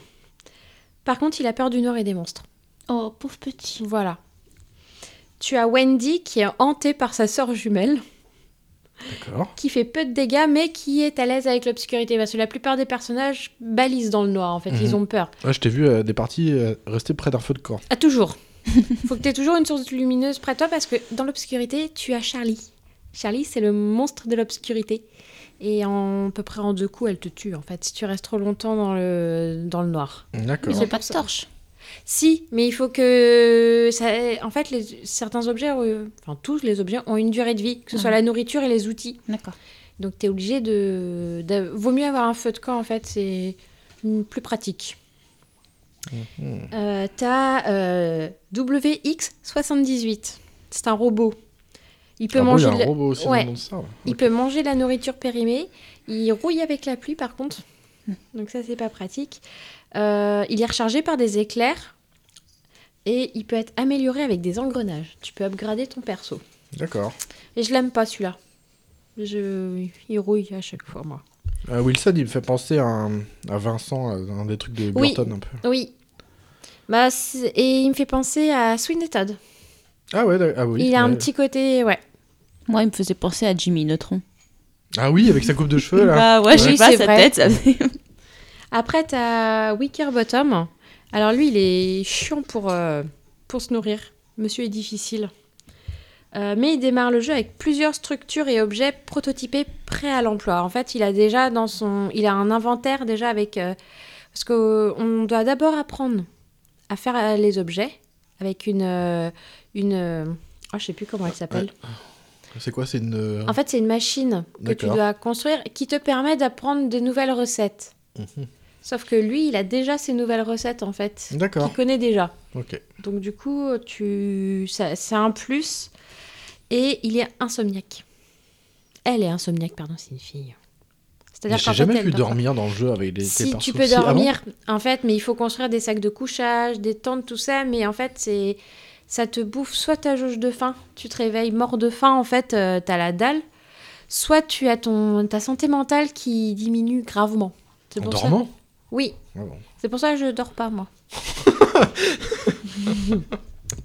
B: Par contre, il a peur du noir et des monstres.
C: Oh, pauvre petit.
B: Voilà. Tu as Wendy qui est hantée par sa sœur jumelle,
A: D'accord.
B: qui fait peu de dégâts mais qui est à l'aise avec l'obscurité parce que la plupart des personnages balisent dans le noir en fait,
A: Mhm.
B: ils ont peur.
A: Ah, je t'ai vu euh, des parties euh, rester près d'un feu de camp.
B: À Ah, toujours. Faut que tu aies toujours une source lumineuse près de toi parce que dans l'obscurité, tu as Charlie. Charlie, c'est le monstre de l'obscurité. Et en à peu près en deux coups, elle te tue en fait si tu restes trop longtemps dans le, dans le noir.
A: D'accord.
C: Ils ont pas de torche.
B: Si, mais il faut que ça en fait les- certains objets ont- enfin tous les objets ont une durée de vie, que ce soit la nourriture et les outils.
C: D'accord.
B: Donc tu es obligé de, de- Vaut mieux avoir un feu de camp, en fait, c'est mm, plus pratique.
A: Mhm.
B: Euh, T'as euh, WX78. C'est un robot. Il peut,
A: Ah bon, il y
B: manger
A: a un
B: la...
A: robot aussi
B: Ouais.
A: dans le sable.
B: il peut manger la nourriture périmée. Il rouille avec la pluie, par contre. Donc ça, c'est pas pratique. Euh, il est rechargé par des éclairs. Et il peut être amélioré avec des engrenages. Tu peux upgrader ton perso.
A: D'accord.
B: Et je l'aime pas, celui-là. Je... Il rouille à chaque fois, moi.
A: Euh, Wilson, il me fait penser à, un- à Vincent, euh, un des trucs de
B: Oui.
A: Burton un peu.
B: Oui. Bah, c'est- et il me fait penser à Sweeney Todd.
A: Ah ouais, d'ac- ah oui.
B: il a un
A: ouais.
B: petit côté, ouais.
C: Moi, il me faisait penser à Jimmy Neutron.
A: Ah oui, avec sa coupe de cheveux là.
C: Bah ouais, je
B: Oui,
C: sais pas,
B: c'est
C: sa
B: vrai.
C: tête, ça faisait-
B: Après, t'as Wickerbottom. Alors lui, il est chiant pour, euh, pour se nourrir. Monsieur est difficile. Euh, mais il démarre le jeu avec plusieurs structures et objets prototypés prêts à l'emploi. En fait, il a déjà dans son, il a un inventaire déjà avec euh, parce qu'on doit d'abord apprendre à faire euh, les objets avec une euh, une euh, oh, je sais plus comment elle s'appelle.
G: C'est quoi C'est une. euh,
B: En fait, c'est une machine que tu
G: D'accord.
B: dois construire qui te permet d'apprendre de nouvelles recettes.
G: Mhm.
B: Sauf que lui, il a déjà ses nouvelles recettes en fait,
G: D'accord.
B: qu'il connaît déjà.
G: Ok.
B: Donc du coup, tu ça- c'est un plus et il est insomniaque. Elle est insomniaque, pardon, c'est une fille.
G: Mais
B: C'est-à-dire
G: J'ai
B: qu'en
G: jamais
B: fait, elle
G: pu
B: dort pas.
G: dormir dans le jeu avec les
B: Si
G: tétards
B: tu
G: sous-
B: peux
G: Si, ah bon
B: dormir, en fait, mais il faut construire des sacs de couchage, des tentes, tout ça. Mais en fait, c'est ça te bouffe soit ta jauge de faim, tu te réveilles mort de faim, en fait, euh, t'as la dalle. Soit tu as ton ta santé mentale qui diminue gravement. C'est
G: En
B: pour ça-
G: dormant
B: Oui.
G: Ah bon.
B: C'est pour ça que je dors pas, moi.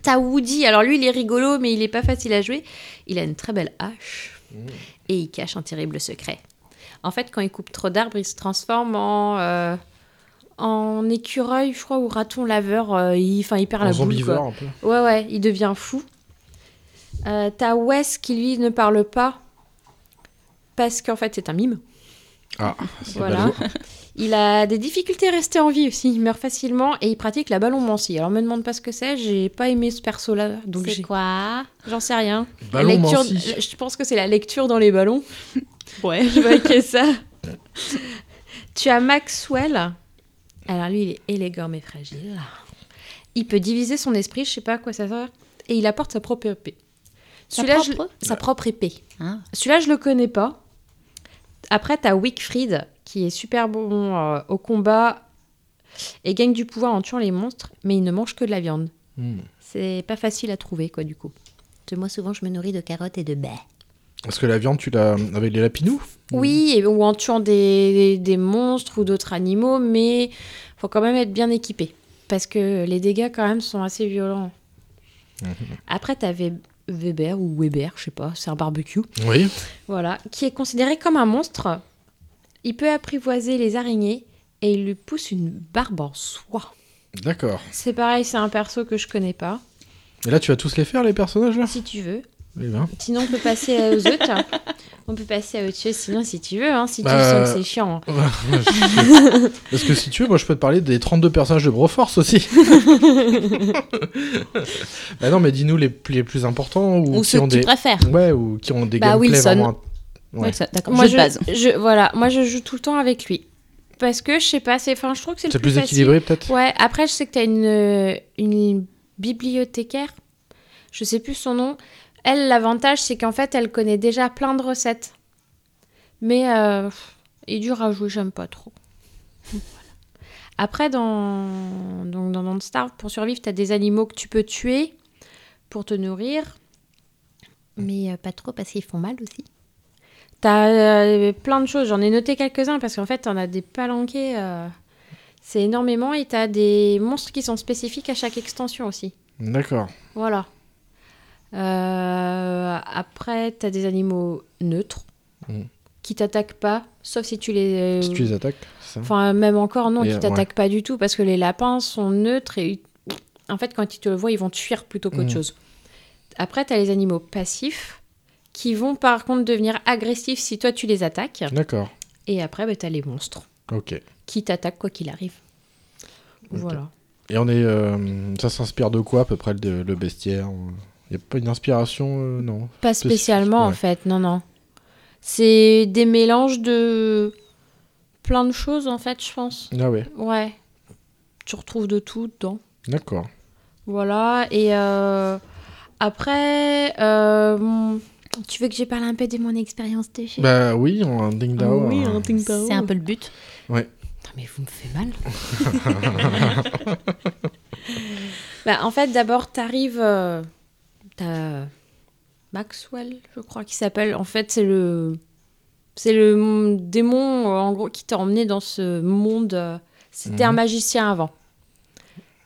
B: T'as Woody, alors lui il est rigolo mais il est pas facile à jouer. Il a une très belle hache
G: Mm.
B: et il cache un terrible secret. En fait, quand il coupe trop d'arbres, il se transforme en, euh, en écureuil, je crois, ou raton laveur. euh, il, enfin, il perd
A: En
B: la boule. quoi.
A: zombivore un peu.
B: Ouais, ouais, il devient fou. Euh, T'as Wes qui, lui, ne parle pas parce qu'en fait, c'est un mime.
A: Ah, c'est
B: Voilà.
A: ballot.
B: Il a des difficultés à rester en vie aussi. Il meurt facilement et il pratique la ballonmancie. Alors, me demande pas ce que c'est. J'ai pas aimé ce perso-là. Donc,
D: C'est
B: j'ai-
D: quoi
B: j'en sais rien. La
A: Ballon
B: lecture-
A: Mancy.
B: Je pense que c'est la lecture dans les ballons.
C: Ouais.
B: Je vois que ça. tu as Maxwell. Alors, lui, il est élégant mais fragile. Il peut diviser son esprit, je sais pas à quoi ça sert. Et il apporte sa propre épée.
D: Sa
B: Celui-là, je-
D: propre
B: sa propre épée.
D: Ah.
B: Celui-là, je le connais pas. Après, t'as Wickfried, qui est super bon euh, au combat et gagne du pouvoir en tuant les monstres, mais il ne mange que de la viande.
A: Hmm.
B: C'est pas facile à trouver, quoi, du coup.
D: Parce que Moi, souvent, je me nourris de carottes et de baies.
A: Parce que la viande, tu l'as avec les lapinous Mm.
B: Oui, et- ou en tuant des, des monstres ou d'autres animaux, mais faut quand même être bien équipé. Parce que les dégâts, quand même, sont assez violents.
A: Mm-hmm.
B: Après, t'avais Weber ou Weber, je sais pas, c'est un barbecue.
A: Oui.
B: Voilà, qui est considéré comme un monstre. Il peut apprivoiser les araignées et il lui pousse une barbe en soie.
A: D'accord.
B: C'est pareil, c'est un perso que je connais pas,
A: Et là, tu vas tous les faire, les personnages, là
B: si tu veux.
A: Eh ben.
B: Sinon, on peut passer aux autres. On peut passer à autre chose, sinon, si tu veux. Hein, si tu
A: Bah,
B: sens que c'est chiant. hein.
A: Parce que si tu veux, moi je peux te parler des 32 personnages de Broforce aussi. bah non, mais dis-nous les, plus- les plus importants ou,
C: Ou
A: qui
C: ceux
A: ont
C: que tu
A: des.
C: préfères.
A: Ouais, ou qui ont des
B: Mm. Bah,
A: gameplays
C: Wilson.
A: vraiment. Ouais.
C: Ouais, ça- D'accord,
B: Moi,
C: jeu de
B: je,
C: base.
B: je- voilà, moi, je joue tout le temps avec lui. Parce que, je sais pas, c'est, enfin, je trouve que c'est le
A: C'est
B: plus,
A: plus
B: facile.
A: équilibré peut-être
B: Ouais, après, je sais que t'as une, euh, une bibliothécaire, je sais plus son nom. Elle, l'avantage, c'est qu'en fait, elle connaît déjà plein de recettes. Mais euh, pff, il est dur à jouer, j'aime pas trop. Voilà. Après, dans, donc, dans Don't Starve, pour survivre, t'as des animaux que tu peux tuer pour te nourrir.
A: Mm.
D: Mais euh, pas trop parce qu'ils font mal aussi.
B: T'as euh, plein de choses, j'en ai noté quelques-uns parce qu'en fait, t'en as des palanqués. euh, c'est énormément et t'as des monstres qui sont spécifiques à chaque extension aussi.
A: D'accord.
B: Voilà. Euh, après, t'as des animaux neutres
A: Mhm.
B: qui t'attaquent pas, sauf si tu les. euh,
A: Si tu les attaques, c'est ça
B: Enfin, même encore, non,
A: Et,
B: qui
A: euh,
B: t'attaquent pas du tout parce que les lapins sont neutres et ils- en fait, quand ils te le voient, ils vont te fuir plutôt qu'autre
A: Mhm.
B: chose. Après, t'as les animaux passifs qui vont par contre devenir agressifs si toi tu les attaques.
A: D'accord.
B: Et après, bah, t'as les monstres
A: Ok.
B: qui t'attaquent quoi qu'il arrive.
A: Ok.
B: Voilà.
A: Et on est. euh, ça s'inspire de quoi à peu près le, le bestiaire Il a pas une inspiration euh, Non.
B: Pas
A: Spécifique,
B: spécialement en
A: ouais.
B: fait, non, non. C'est des mélanges de plein de choses en fait, je pense.
A: Ah ouais.
B: Ouais. Tu retrouves de tout dedans.
A: D'accord.
B: Voilà. Et euh, après, euh, mon-
D: Tu veux que je parle un peu de mon expérience de jeu
A: Bah oui, un ding
B: Ah
A: dao. un-
C: C'est un peu le but.
B: Non mais vous me faites mal. bah, en fait, d'abord, t'arrives... euh, T'as Maxwell, je crois qu'il s'appelle. En fait, c'est le... C'est le m- démon, euh, en gros, qui t'a emmené dans ce monde. euh, C'était
A: Mhm.
B: un magicien avant.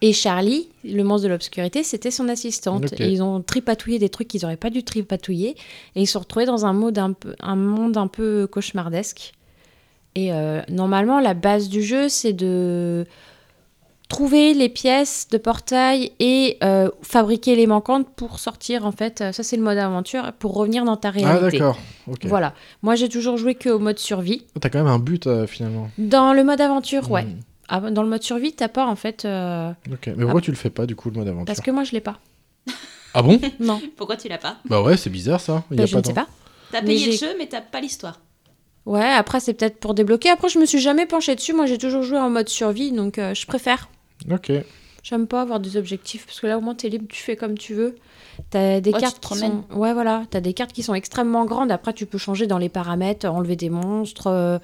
B: Et Charlie, le monstre de l'obscurité, c'était son assistante.
A: Ok.
B: Et ils ont tripatouillé des trucs qu'ils n'auraient pas dû tripatouiller. Et ils se sont retrouvés dans un, mode un, peu, un monde un peu cauchemardesque. Et euh, normalement, la base du jeu, c'est de trouver les pièces de portail et euh, fabriquer les manquantes pour sortir, en fait, euh, ça c'est le mode aventure, pour revenir dans ta
A: Ah,
B: réalité.
A: d'accord. Ok.
B: Voilà. Moi, j'ai toujours joué que au mode survie.
A: T'as quand même un but euh, finalement.
B: Dans le mode aventure, ouais.
A: Hmm.
B: Ah, dans le mode survie, t'as pas, en fait, euh,
A: Ok. Mais pourquoi tu le fais pas du coup le mode aventure
B: parce que moi, je l'ai pas.
A: Ah bon
B: Non,
C: Pourquoi tu l'as pas
A: Bah ouais, c'est bizarre ça. Il y
B: Bah,
A: a
B: je
A: pas
B: ne sais
A: d'en-
B: pas.
C: T'as
B: Mais
C: payé le
B: j'ai-
C: jeu, mais t'as pas l'histoire.
B: Ouais, après, c'est peut-être pour débloquer. Après, je me suis jamais penchée dessus. Moi, j'ai toujours joué en mode survie, donc euh, je préfère.
A: Ok.
B: J'aime pas avoir des objectifs parce que là au moins t'es libre, tu fais comme tu veux. T'as des
C: Ouais, tu
B: cartes
C: te
B: qui
C: promènes.
B: sont, ouais voilà, t'as des cartes qui sont extrêmement grandes. Après tu peux changer dans les paramètres, enlever des monstres, euh,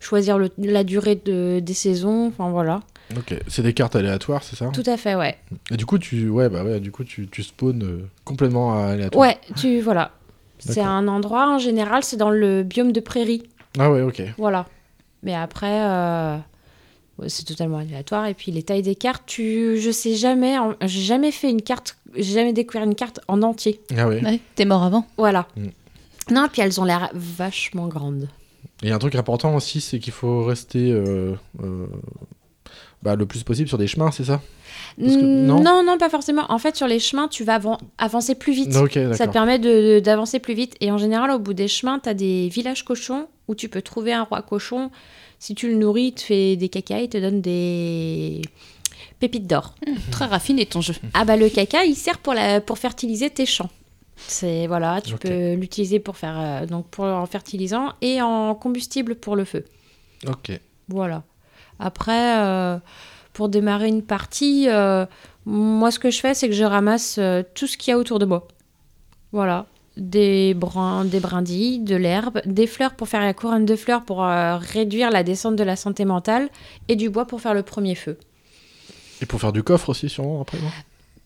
B: choisir le- la durée de, des saisons. Enfin voilà.
A: Ok. C'est des cartes aléatoires, c'est ça
B: Tout à fait ouais.
A: Et du coup tu, ouais bah ouais, du coup tu, tu spawns euh, complètement à aléatoire.
B: Ouais tu voilà. C'est
A: D'accord.
B: un endroit en général, c'est dans le biome de prairie.
A: Ah ouais, ok.
B: Voilà. Mais après, euh, ouais, c'est totalement aléatoire. Et puis les tailles des cartes, tu, je sais jamais, en- j'ai jamais fait une carte, j'ai jamais découvert une carte en entier.
A: Ah ouais.
C: Ouais, t'es mort avant.
B: Voilà.
A: Mm.
B: Non, puis elles ont l'air vachement grandes.
A: Et un truc important aussi, c'est qu'il faut rester euh, euh, bah, le plus possible sur des chemins, c'est ça Parce que-
B: Mm,
A: non.
B: non, non, pas forcément. En fait, sur les chemins, tu vas avan- avancer plus vite.
A: Ok,
B: Ça te
A: d'accord.
B: permet de- de- d'avancer plus vite. Et en général, au bout des chemins, tu as des villages cochons où tu peux trouver un roi cochon. Si tu le nourris, il te fait des caca, il te donne des pépites d'or.
A: Mm.
C: Très raffiné ton jeu.
B: Ah bah le caca, il sert pour, la, pour fertiliser tes champs. C'est voilà, tu
A: Ok.
B: peux l'utiliser pour faire euh, donc pour en fertilisant et en combustible pour le feu.
A: Ok.
B: Voilà. Après, euh, pour démarrer une partie, euh, moi, ce que je fais, c'est que je ramasse euh, tout ce qu'il y a autour de moi. Voilà. Des, brins, des brindilles, de l'herbe, des fleurs pour faire la couronne de fleurs pour euh, réduire la descente de la santé mentale et du bois pour faire le premier feu.
A: Et pour faire du coffre aussi, sûrement, après, non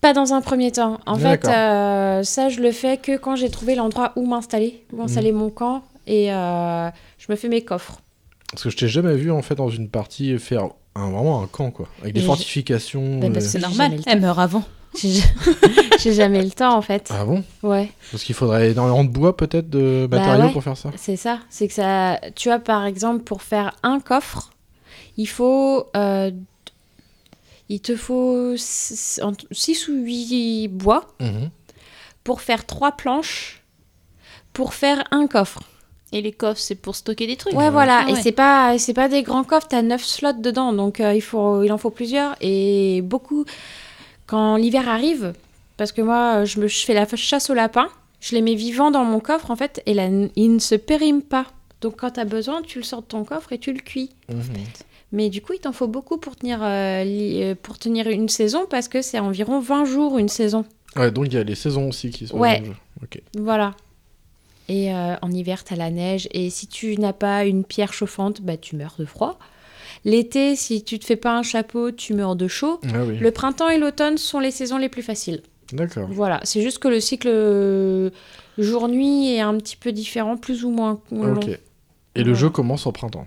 B: Pas dans un premier temps. En fait,
A: D'accord.
B: euh, ça, je le fais que quand j'ai trouvé l'endroit où m'installer,
A: Mhm.
B: où installer mon camp et euh, je me fais mes coffres.
A: Parce que je t'ai jamais vu, en fait, dans une partie faire un, vraiment un camp, quoi. Avec des
B: Mais je-
A: fortifications.
B: Ben,
A: euh,
B: parce que-
C: C'est
B: J'ai jamais
C: normal.
B: le temps.
C: Elle meurt avant.
B: J'ai j'ai jamais le temps, en fait.
A: Ah bon
B: Ouais.
A: Parce qu'il faudrait énormément de bois, peut-être, de
B: Bah
A: matériaux
B: ouais.
A: pour faire ça.
B: C'est ça, c'est que ça. Tu vois, par exemple, pour faire un coffre, il faut. euh, il te faut 6 ou 8 bois
A: Mhm.
B: pour faire 3 planches pour faire un coffre.
C: Et les coffres, c'est pour stocker des trucs.
B: Ouais, voilà,
C: Ah
B: et
C: ouais.
B: c'est pas c'est pas des grands coffres, t'as 9 slots dedans, donc euh, il faut il en faut plusieurs et beaucoup quand l'hiver arrive parce que moi euh, je me je fais la chasse au lapin, je les mets vivants dans mon coffre en fait et là, ils ne se périment pas. Donc quand t'as besoin, tu le sors de ton coffre et tu le cuis.
A: Mhm.
B: Mais du coup, il t'en faut beaucoup pour tenir euh, li- euh, pour tenir une saison parce que c'est environ 20 jours une saison.
A: Ouais, donc il y a les saisons aussi qui sont.
B: Ouais.
A: dans le jeu. Ok.
B: Voilà. Et euh, en hiver, t'as la neige. Et si tu n'as pas une pierre chauffante, bah, tu meurs de froid. L'été, si tu te fais pas un chapeau, tu meurs de chaud.
A: Ah oui.
B: Le printemps et l'automne sont les saisons les plus faciles.
A: D'accord.
B: Voilà, c'est juste que le cycle euh, jour-nuit est un petit peu différent, plus ou moins long.
A: Ah, Ok. Et le
B: Voilà.
A: jeu commence au printemps.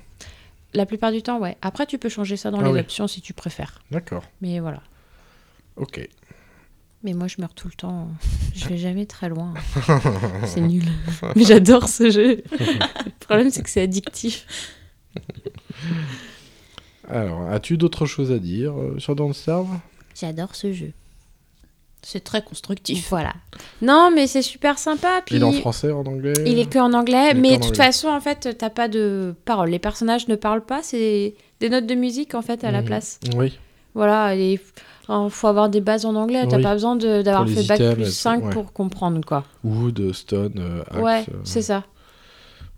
B: La plupart du temps, ouais. Après, tu peux changer ça dans
A: Ah
B: les
A: oui.
B: options si tu préfères.
A: D'accord.
B: Mais voilà.
A: Ok.
B: Mais moi, je meurs tout le temps. Je vais jamais très loin. C'est nul. Mais j'adore ce jeu. Le problème, c'est que c'est addictif.
A: Alors, as-tu d'autres choses à dire euh, sur Don't Starve
D: J'adore ce jeu.
C: C'est très constructif.
B: Voilà. Non, mais c'est super sympa. Puis
A: Il est en français, en anglais
B: il est que en anglais,
A: Il est
B: mais
A: que
B: de
A: en
B: toute
A: anglais.
B: façon, en fait, t'as pas de paroles. Les personnages ne parlent pas, c'est des notes de musique en fait à la
A: Mhm.
B: place.
A: Oui.
B: Voilà, il faut avoir des bases en anglais. T'as
A: Oui.
B: pas besoin de- d'avoir
A: Pour les
B: fait bac
A: items,
B: plus
A: et tout,
B: 5
A: ouais.
B: pour comprendre quoi.
A: Wood, stone, euh, axe,
B: ouais,
A: euh,
B: c'est ça.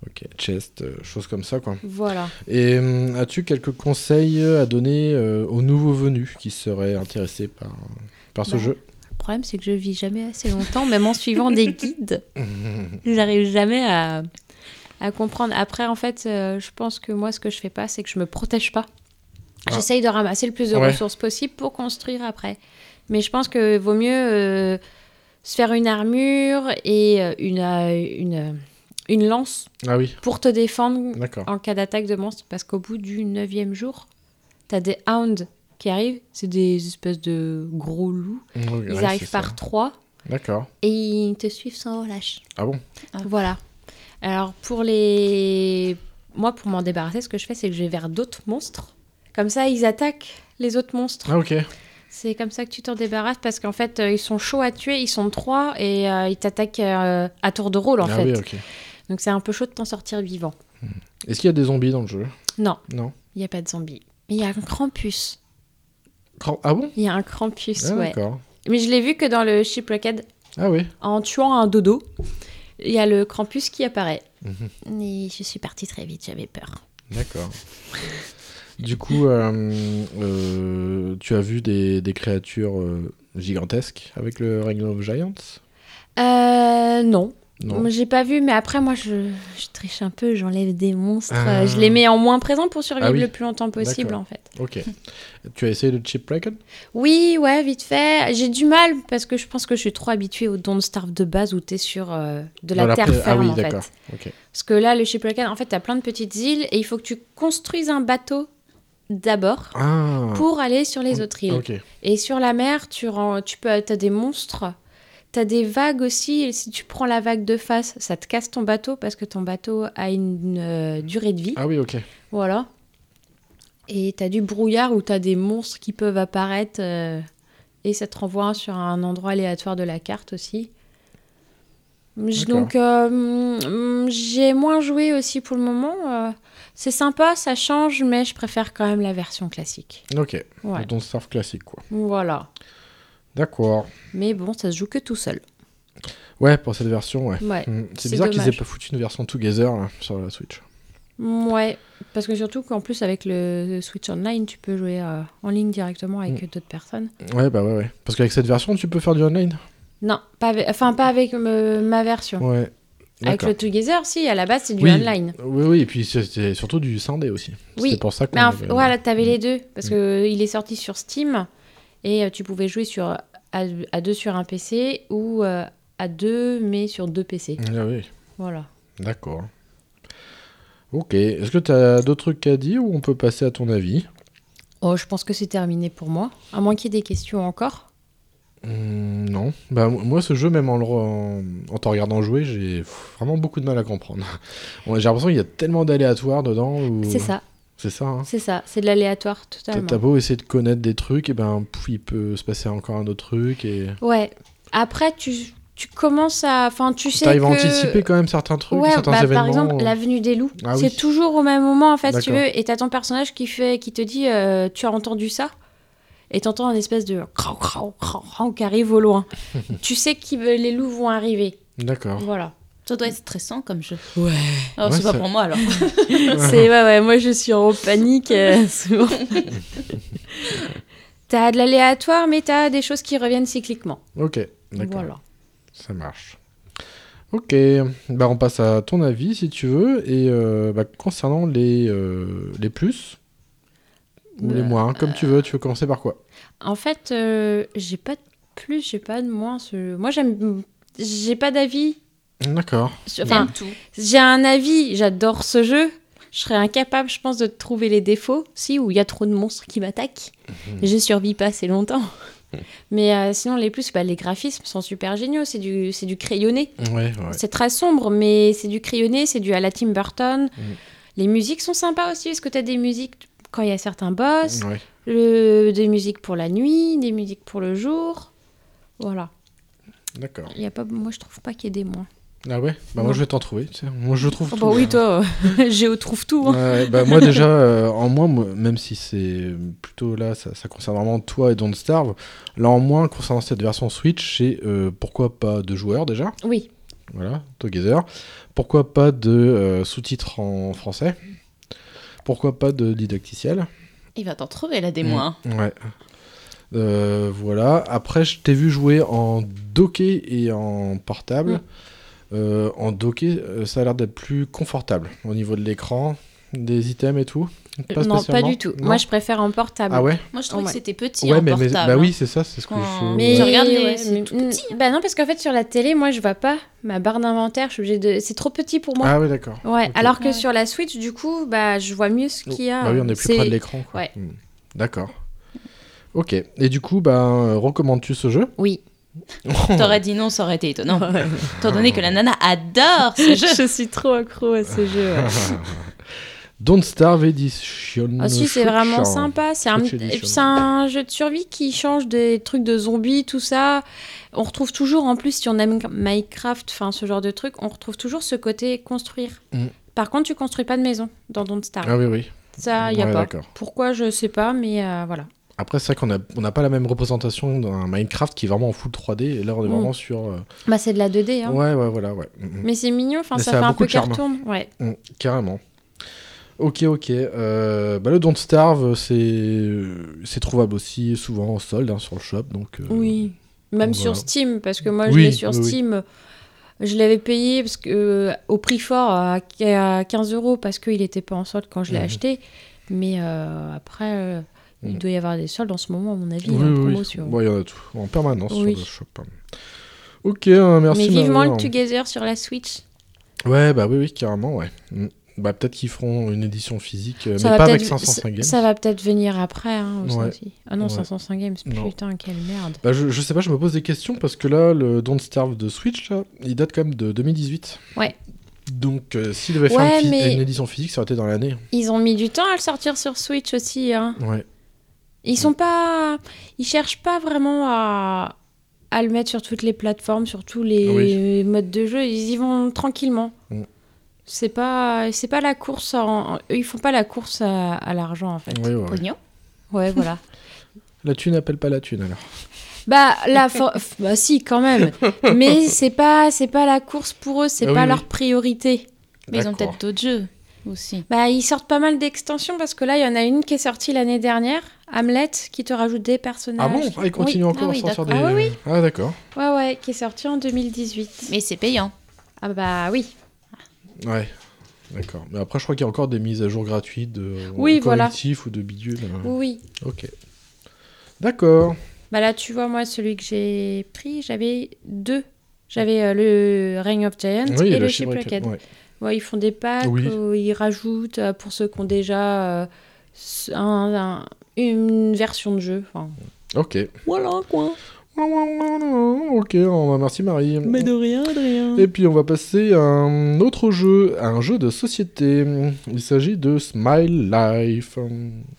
A: ok, chest, euh, choses comme ça, quoi.
B: Voilà.
A: Et hum, as-tu quelques conseils à donner euh, aux nouveaux venus qui seraient intéressés par, par ce
D: Bah.
A: jeu
D: Le problème, c'est que je vis jamais assez longtemps, même en suivant des guides. J'arrive jamais à.
B: À comprendre. Après, en fait, euh, je pense que moi, ce que je fais pas, c'est que je me protège pas.
A: Ah.
B: J'essaye de ramasser le plus de
A: Ouais.
B: ressources possible pour construire après. Mais je pense que vaut mieux euh, se faire une armure et euh, une, euh, une, euh, une lance
A: Ah oui,
B: pour te défendre
A: d'accord.
B: en cas d'attaque de monstre. Parce qu'au bout du neuvième jour, t'as des hounds qui arrivent. C'est des espèces de gros loups.
A: Ouais,
B: Ils
A: ouais,
B: arrivent
A: c'est ça.
B: par trois
A: D'accord.
B: et ils te suivent sans relâche.
A: Ah bon
B: Voilà. Alors pour les moi, pour m'en débarrasser, ce que je fais, c'est que je vais vers d'autres monstres. Comme ça, ils attaquent les autres monstres.
A: Ah, ok.
B: C'est comme ça que tu t'en débarrasses parce qu'en fait, euh, ils sont chauds à tuer, ils sont trois et euh, ils t'attaquent euh, à tour de rôle en
A: ah,
B: fait.
A: oui, ok.
B: Donc c'est un peu chaud de t'en sortir vivant.
A: Est-ce qu'il y a des zombies dans le jeu
B: Non.
A: Non.
B: Il n'y a pas de zombies. Mais il y a un Krampus.
A: Cran- Ah bon
B: Il y a un Krampus,
A: ah,
B: ouais.
A: D'accord.
B: Mais je l'ai vu que dans le Shipwrecked,
A: Ah oui.
B: en tuant un dodo, il y a le Krampus qui apparaît.
A: Mhm.
D: Et je suis partie très vite, j'avais peur.
A: D'accord. Du coup, euh, euh, tu as vu des, des créatures euh, gigantesques avec le Reign of Giants
B: Euh, non.
A: Non.
B: J'ai pas vu, mais après, moi, je, je triche un peu, j'enlève des monstres.
A: Ah.
B: euh, Je les mets en moins présent pour survivre
A: Ah oui.
B: le plus longtemps possible,
A: D'accord.
B: en fait.
A: Ok. tu as essayé le Chip Reckon
B: Oui, ouais, vite fait. J'ai du mal parce que je pense que je suis trop habituée au Don't Starve de base où t'es sur euh, de la terre ferme,
A: Ah oui,
B: en fait.
A: d'accord. Ok.
B: Parce que là, le Shipwrecked, en fait, t'as plein de petites îles et il faut que tu construises un bateau d'abord
A: Ah.
B: pour aller sur les autres îles.
A: Ok.
B: Et sur la mer, tu, rends, tu peux, as des monstres, tu as des vagues aussi. Et si tu prends la vague de face, ça te casse ton bateau parce que ton bateau a une euh, durée de vie.
A: Ah oui, ok.
B: Voilà. Et tu as du brouillard où tu as des monstres qui peuvent apparaître. euh, et ça te renvoie sur un endroit aléatoire de la carte aussi. J-
A: D'accord.
B: Donc, euh, mm, mm, j'ai moins joué aussi pour le moment. euh, c'est sympa, ça change, mais je préfère quand même la version classique.
A: Ok.
B: Ouais.
A: Donc, surf classique, quoi.
B: Voilà.
A: D'accord.
B: Mais bon, ça se joue que tout seul.
A: Ouais, pour cette version, ouais.
B: Ouais.
A: Mm.
B: c'est
A: C'est bizarre qu'ils aient
B: dommage.
A: pas foutu une version Together là, sur la Switch.
B: Ouais. Parce que surtout qu'en plus, avec le Switch Online, tu peux jouer euh, en ligne directement avec d'autres personnes.
A: Ouais, bah ouais, ouais. Parce qu'avec cette version, tu peux faire du online.
B: Non, pas avec, enfin, pas avec euh, ma version.
A: Ouais.
B: avec
A: D'accord.
B: le Together, si, à la base, c'est du
A: Oui.
B: online.
A: Oui, oui, et puis c'était surtout du scindé aussi.
B: Oui.
A: C'est pour ça qu'on
B: Mais en-
A: avait-
B: voilà, t'avais les deux. Parce
A: Mm.
B: que euh, il est sorti sur Steam et euh, tu pouvais jouer sur, à, à deux sur un PC ou euh, à deux, mais sur deux PC.
A: Ah oui,
B: Voilà.
A: d'accord. Ok. Est-ce que tu as d'autres trucs à dire ou on peut passer à ton avis
B: Oh, je pense que c'est terminé pour moi. À moins qu'il y ait des questions encore.
A: Hmm, Non. Bah, mo- moi, ce jeu, même en, le re- en te regardant jouer, j'ai vraiment beaucoup de mal à comprendre. Ouais, j'ai l'impression qu'il y a tellement d'aléatoires dedans. ou-
B: C'est ça,
A: C'est ça, hein.
B: c'est ça. C'est de l'aléatoire
A: T'as
B: totalement.
A: t'as beau essayer de connaître des trucs, et ben pff, il peut se passer encore un autre truc et
B: Ouais. Après, tu, tu commences à. Enfin, tu sais.
A: t'arrives à
B: que-
A: anticiper quand même certains trucs,
B: Ouais,
A: certains
B: bah,
A: événements.
B: par exemple,
A: euh.
B: l'avenue des loups.
A: Ah oui.
B: c'est toujours au même moment, en fait, si tu
A: D'accord.
B: veux. Et t'as ton personnage qui, fait, qui te dit euh, Tu as entendu ça Et t'entends un espèce de crau, crau, crau, crau qui arrive au loin. tu sais que les loups vont arriver.
A: D'accord.
B: Voilà.
C: Ça doit être stressant comme jeu.
B: Ouais.
C: Alors,
A: Ouais,
C: Oh, c'est pas
A: ça-
C: pour moi alors.
B: C'est ouais, ouais, moi je suis en panique euh, souvent. t'as de l'aléatoire, mais t'as des choses qui reviennent cycliquement.
A: Ok, d'accord.
B: Voilà.
A: Ça marche. Ok, bah on passe à ton avis si tu veux. Et euh, bah, concernant les, euh, les plus ou les
B: Euh,
A: moins, comme tu veux, tu veux commencer par quoi
B: En fait, euh, j'ai pas de plus, j'ai pas de moins. ce- Moi j'aime. J'ai pas d'avis.
A: D'accord.
B: sur- Enfin,
C: J'aime tout.
B: J'ai un avis, j'adore ce jeu. Je serais incapable, je pense, de trouver les défauts, si, où il y a trop de monstres qui m'attaquent. Je survis pas assez longtemps. Mais euh, sinon, les plus, bah, les graphismes sont super géniaux. C'est du, c'est du crayonné.
A: Ouais, ouais.
B: C'est très sombre, mais c'est du crayonné, c'est du à la Tim Burton.
A: Mm.
B: Les musiques sont sympas aussi, parce que tu as des musiques quand il y a certains boss,
A: Ouais.
B: le- des musiques pour la nuit, des musiques pour le jour. Voilà.
A: D'accord.
B: Il Y a pas, moi, je trouve pas qu'il y ait des moins.
A: Ah ouais Bah moi
B: Ouais.
A: je vais t'en trouver. tu sais. Moi je trouve.
B: Oh,
A: tout,
B: bah oui,
A: hein.
B: toi, Géo trouve tout. hein.
A: Ouais, bah moi déjà euh, en moins moi, même si c'est plutôt là ça, ça concerne vraiment toi et Don't Starve là en moins concernant cette version Switch c'est euh, pourquoi pas deux joueurs déjà
B: Oui,
A: voilà Together pourquoi pas de euh, sous-titres en français pourquoi pas de didacticiel
C: Il va t'en trouver hein. là des
A: Mm.
C: mois.
A: ouais Euh, voilà après je t'ai vu jouer en docké et en portable
B: Mm.
A: Euh, en docké euh, ça a l'air d'être plus confortable au niveau de l'écran des items et tout
B: non, pas
A: spécialement
B: du tout.
A: Non
B: Moi, je préfère en portable.
A: ah ouais
C: Moi je trouvais
B: Ouais.
C: que c'était petit
A: Ouais,
C: en
A: mais, mais-
C: portable.
A: bah
C: hein.
A: oui, c'est ça, c'est ce que je
C: Quand-
B: Mais
C: Je
A: ouais.
C: regarde les-
B: ouais,
C: c'est
B: mais-
C: tout
A: hein.
C: petit.
B: Bah non, parce qu'en fait, sur la télé, moi, je vois pas ma barre d'inventaire. Je suis obligée de. C'est trop petit pour moi.
A: Ah ouais, d'accord.
B: ouais.
A: ok.
B: Alors que
C: Ouais.
B: sur la Switch, du coup, bah, je vois mieux ce qu'il y a.
A: Bah oui, on est plus
B: C'est-
A: près de l'écran. quoi.
B: Ouais.
A: Hmm. D'accord. Ok. Et du coup, ben, euh, recommandes-tu ce jeu
B: Oui.
C: hein. T'aurais dit non, ça aurait été étonnant. Étant donné que la nana adore ce jeu.
B: je suis trop accro à ce jeu. ouais.
A: Don't Starve Edition.
B: Ah si, c'est
A: Shoot
B: vraiment
A: Shoot.
B: sympa. C'est un,
A: Shoot Edition.
B: c'est un jeu de survie qui change des trucs de zombies, tout ça. On retrouve toujours, en plus, si on aime Minecraft, enfin ce genre de truc, on retrouve toujours ce côté construire.
A: Mm.
B: Par contre, tu construis pas de maison dans Don't Starve.
A: Ah oui, oui.
B: Ça, il y a
A: Ouais,
B: pas.
A: d'accord.
B: Pourquoi, je sais pas, mais euh, voilà.
A: Après, c'est vrai qu'on n'a on n'a pas la même représentation d'un Minecraft qui est vraiment en full 3D. Et là, on est
B: Mm.
A: vraiment sur. euh,
B: Bah, c'est de la 2D, hein.
A: Ouais, ouais, voilà, ouais. Mm, mm.
B: Mais c'est mignon, enfin,
A: Mais
B: ça,
A: ça a
B: fait un
A: beaucoup
B: peu
A: de charme.
B: cartoon. Ouais.
A: Mm, carrément. Ok, ok. Euh, bah, le Don't Starve, c'est c'est trouvable aussi souvent en solde hein, sur le shop. Donc, euh,
B: Oui. Même
A: donc
B: sur
A: voilà.
B: Steam, parce que moi, je
A: Oui,
B: l'ai sur
A: oui, oui.
B: Steam. Je l'avais payé parce que, euh, au prix fort à, qu- à 15 euros parce qu'il n'était pas en solde quand je l'ai
A: Mhm.
B: acheté. Mais euh, après, euh, il
A: Mhm.
B: doit y avoir des soldes en ce moment, à mon avis,
A: Oui,
B: en
A: oui,
B: promo
A: oui.
B: sur-
A: Bon, il y en a tout. En permanence
B: Oui.
A: sur le shop. hein. Ok, euh, merci.
B: Mais vivement
A: Manon.
B: le Together sur la Switch.
A: Ouais, bah oui, oui, carrément, ouais. Mm. Bah peut-être qu'ils feront une édition physique, euh,
B: Ça
A: mais
B: va
A: pas avec
B: peut-être-
A: 505 games.
B: Ça va peut-être venir après. hein, ça
A: Ouais.
B: aussi. Ah non,
A: Ouais.
B: 505 games,
A: Non.
B: putain, quelle merde.
A: Bah je, je sais pas, je me pose des questions parce que là, le Don't Starve de Switch, là, il date quand même de 2018.
B: Ouais.
A: Donc euh, s'il devait faire
B: Ouais,
A: une, phy-
B: mais-
A: une édition physique, ça aurait été dans l'année.
B: Ils ont mis du temps à le sortir sur Switch aussi. Hein.
A: Ouais.
B: Ils sont pas. Ils cherchent pas vraiment à, à le mettre sur toutes les plateformes, sur tous les
A: Oui.
B: modes de jeu. Ils y vont tranquillement.
A: Mm.
B: C'est pas, c'est pas la course. En... eux, Ils font pas la course à, à l'argent en fait.
A: Ouais, ouais, ouais.
C: Pognon.
B: Ouais, voilà.
A: La thune appelle pas la thune alors.
B: bah la, for- f- bah si quand même. Mais c'est pas, c'est pas la course pour eux. C'est
A: Ah
B: pas
A: oui,
B: leur
A: oui.
B: priorité.
C: Mais ils ont
A: D'accord.
C: peut-être d'autres jeux aussi.
B: Bah ils sortent pas mal d'extensions parce que là, il y en a une qui est sortie l'année dernière, Hamlet, qui te rajoute des personnages.
A: Ah bon Ah, ils continuent
B: Oui.
A: encore
C: Ah
A: à
C: oui,
A: sortir des.
B: d'accord. Ah oui,
A: Ah, d'accord.
B: Ouais ouais, qui est sortie en 2018.
C: Mais c'est payant.
B: Ah bah oui.
A: Ouais. D'accord. Mais après, je crois qu'il y a encore des mises à jour gratuites de
B: Oui,
A: de
B: voilà.
A: collectif ou de bidule.
B: Oui, oui.
A: Ok. D'accord.
B: Bah là, tu vois, moi, celui que j'ai pris, j'avais deux. J'avais euh, le Ring of Giants
A: Oui,
B: et le
A: Shipwrecked,
B: Shipwrecked.
A: ouais.
B: Ouais, ils font des packs
A: Oui.
B: où ils rajoutent, euh, pour ceux qui ont déjà euh, s- un- un- une version de jeu. Enfin,
A: Ok.
B: voilà, quoi.
A: Ok, on va- merci Marie.
B: de rien, de rien.
A: Et puis on va passer à un autre jeu, à un jeu de société. Il s'agit de Smile Life.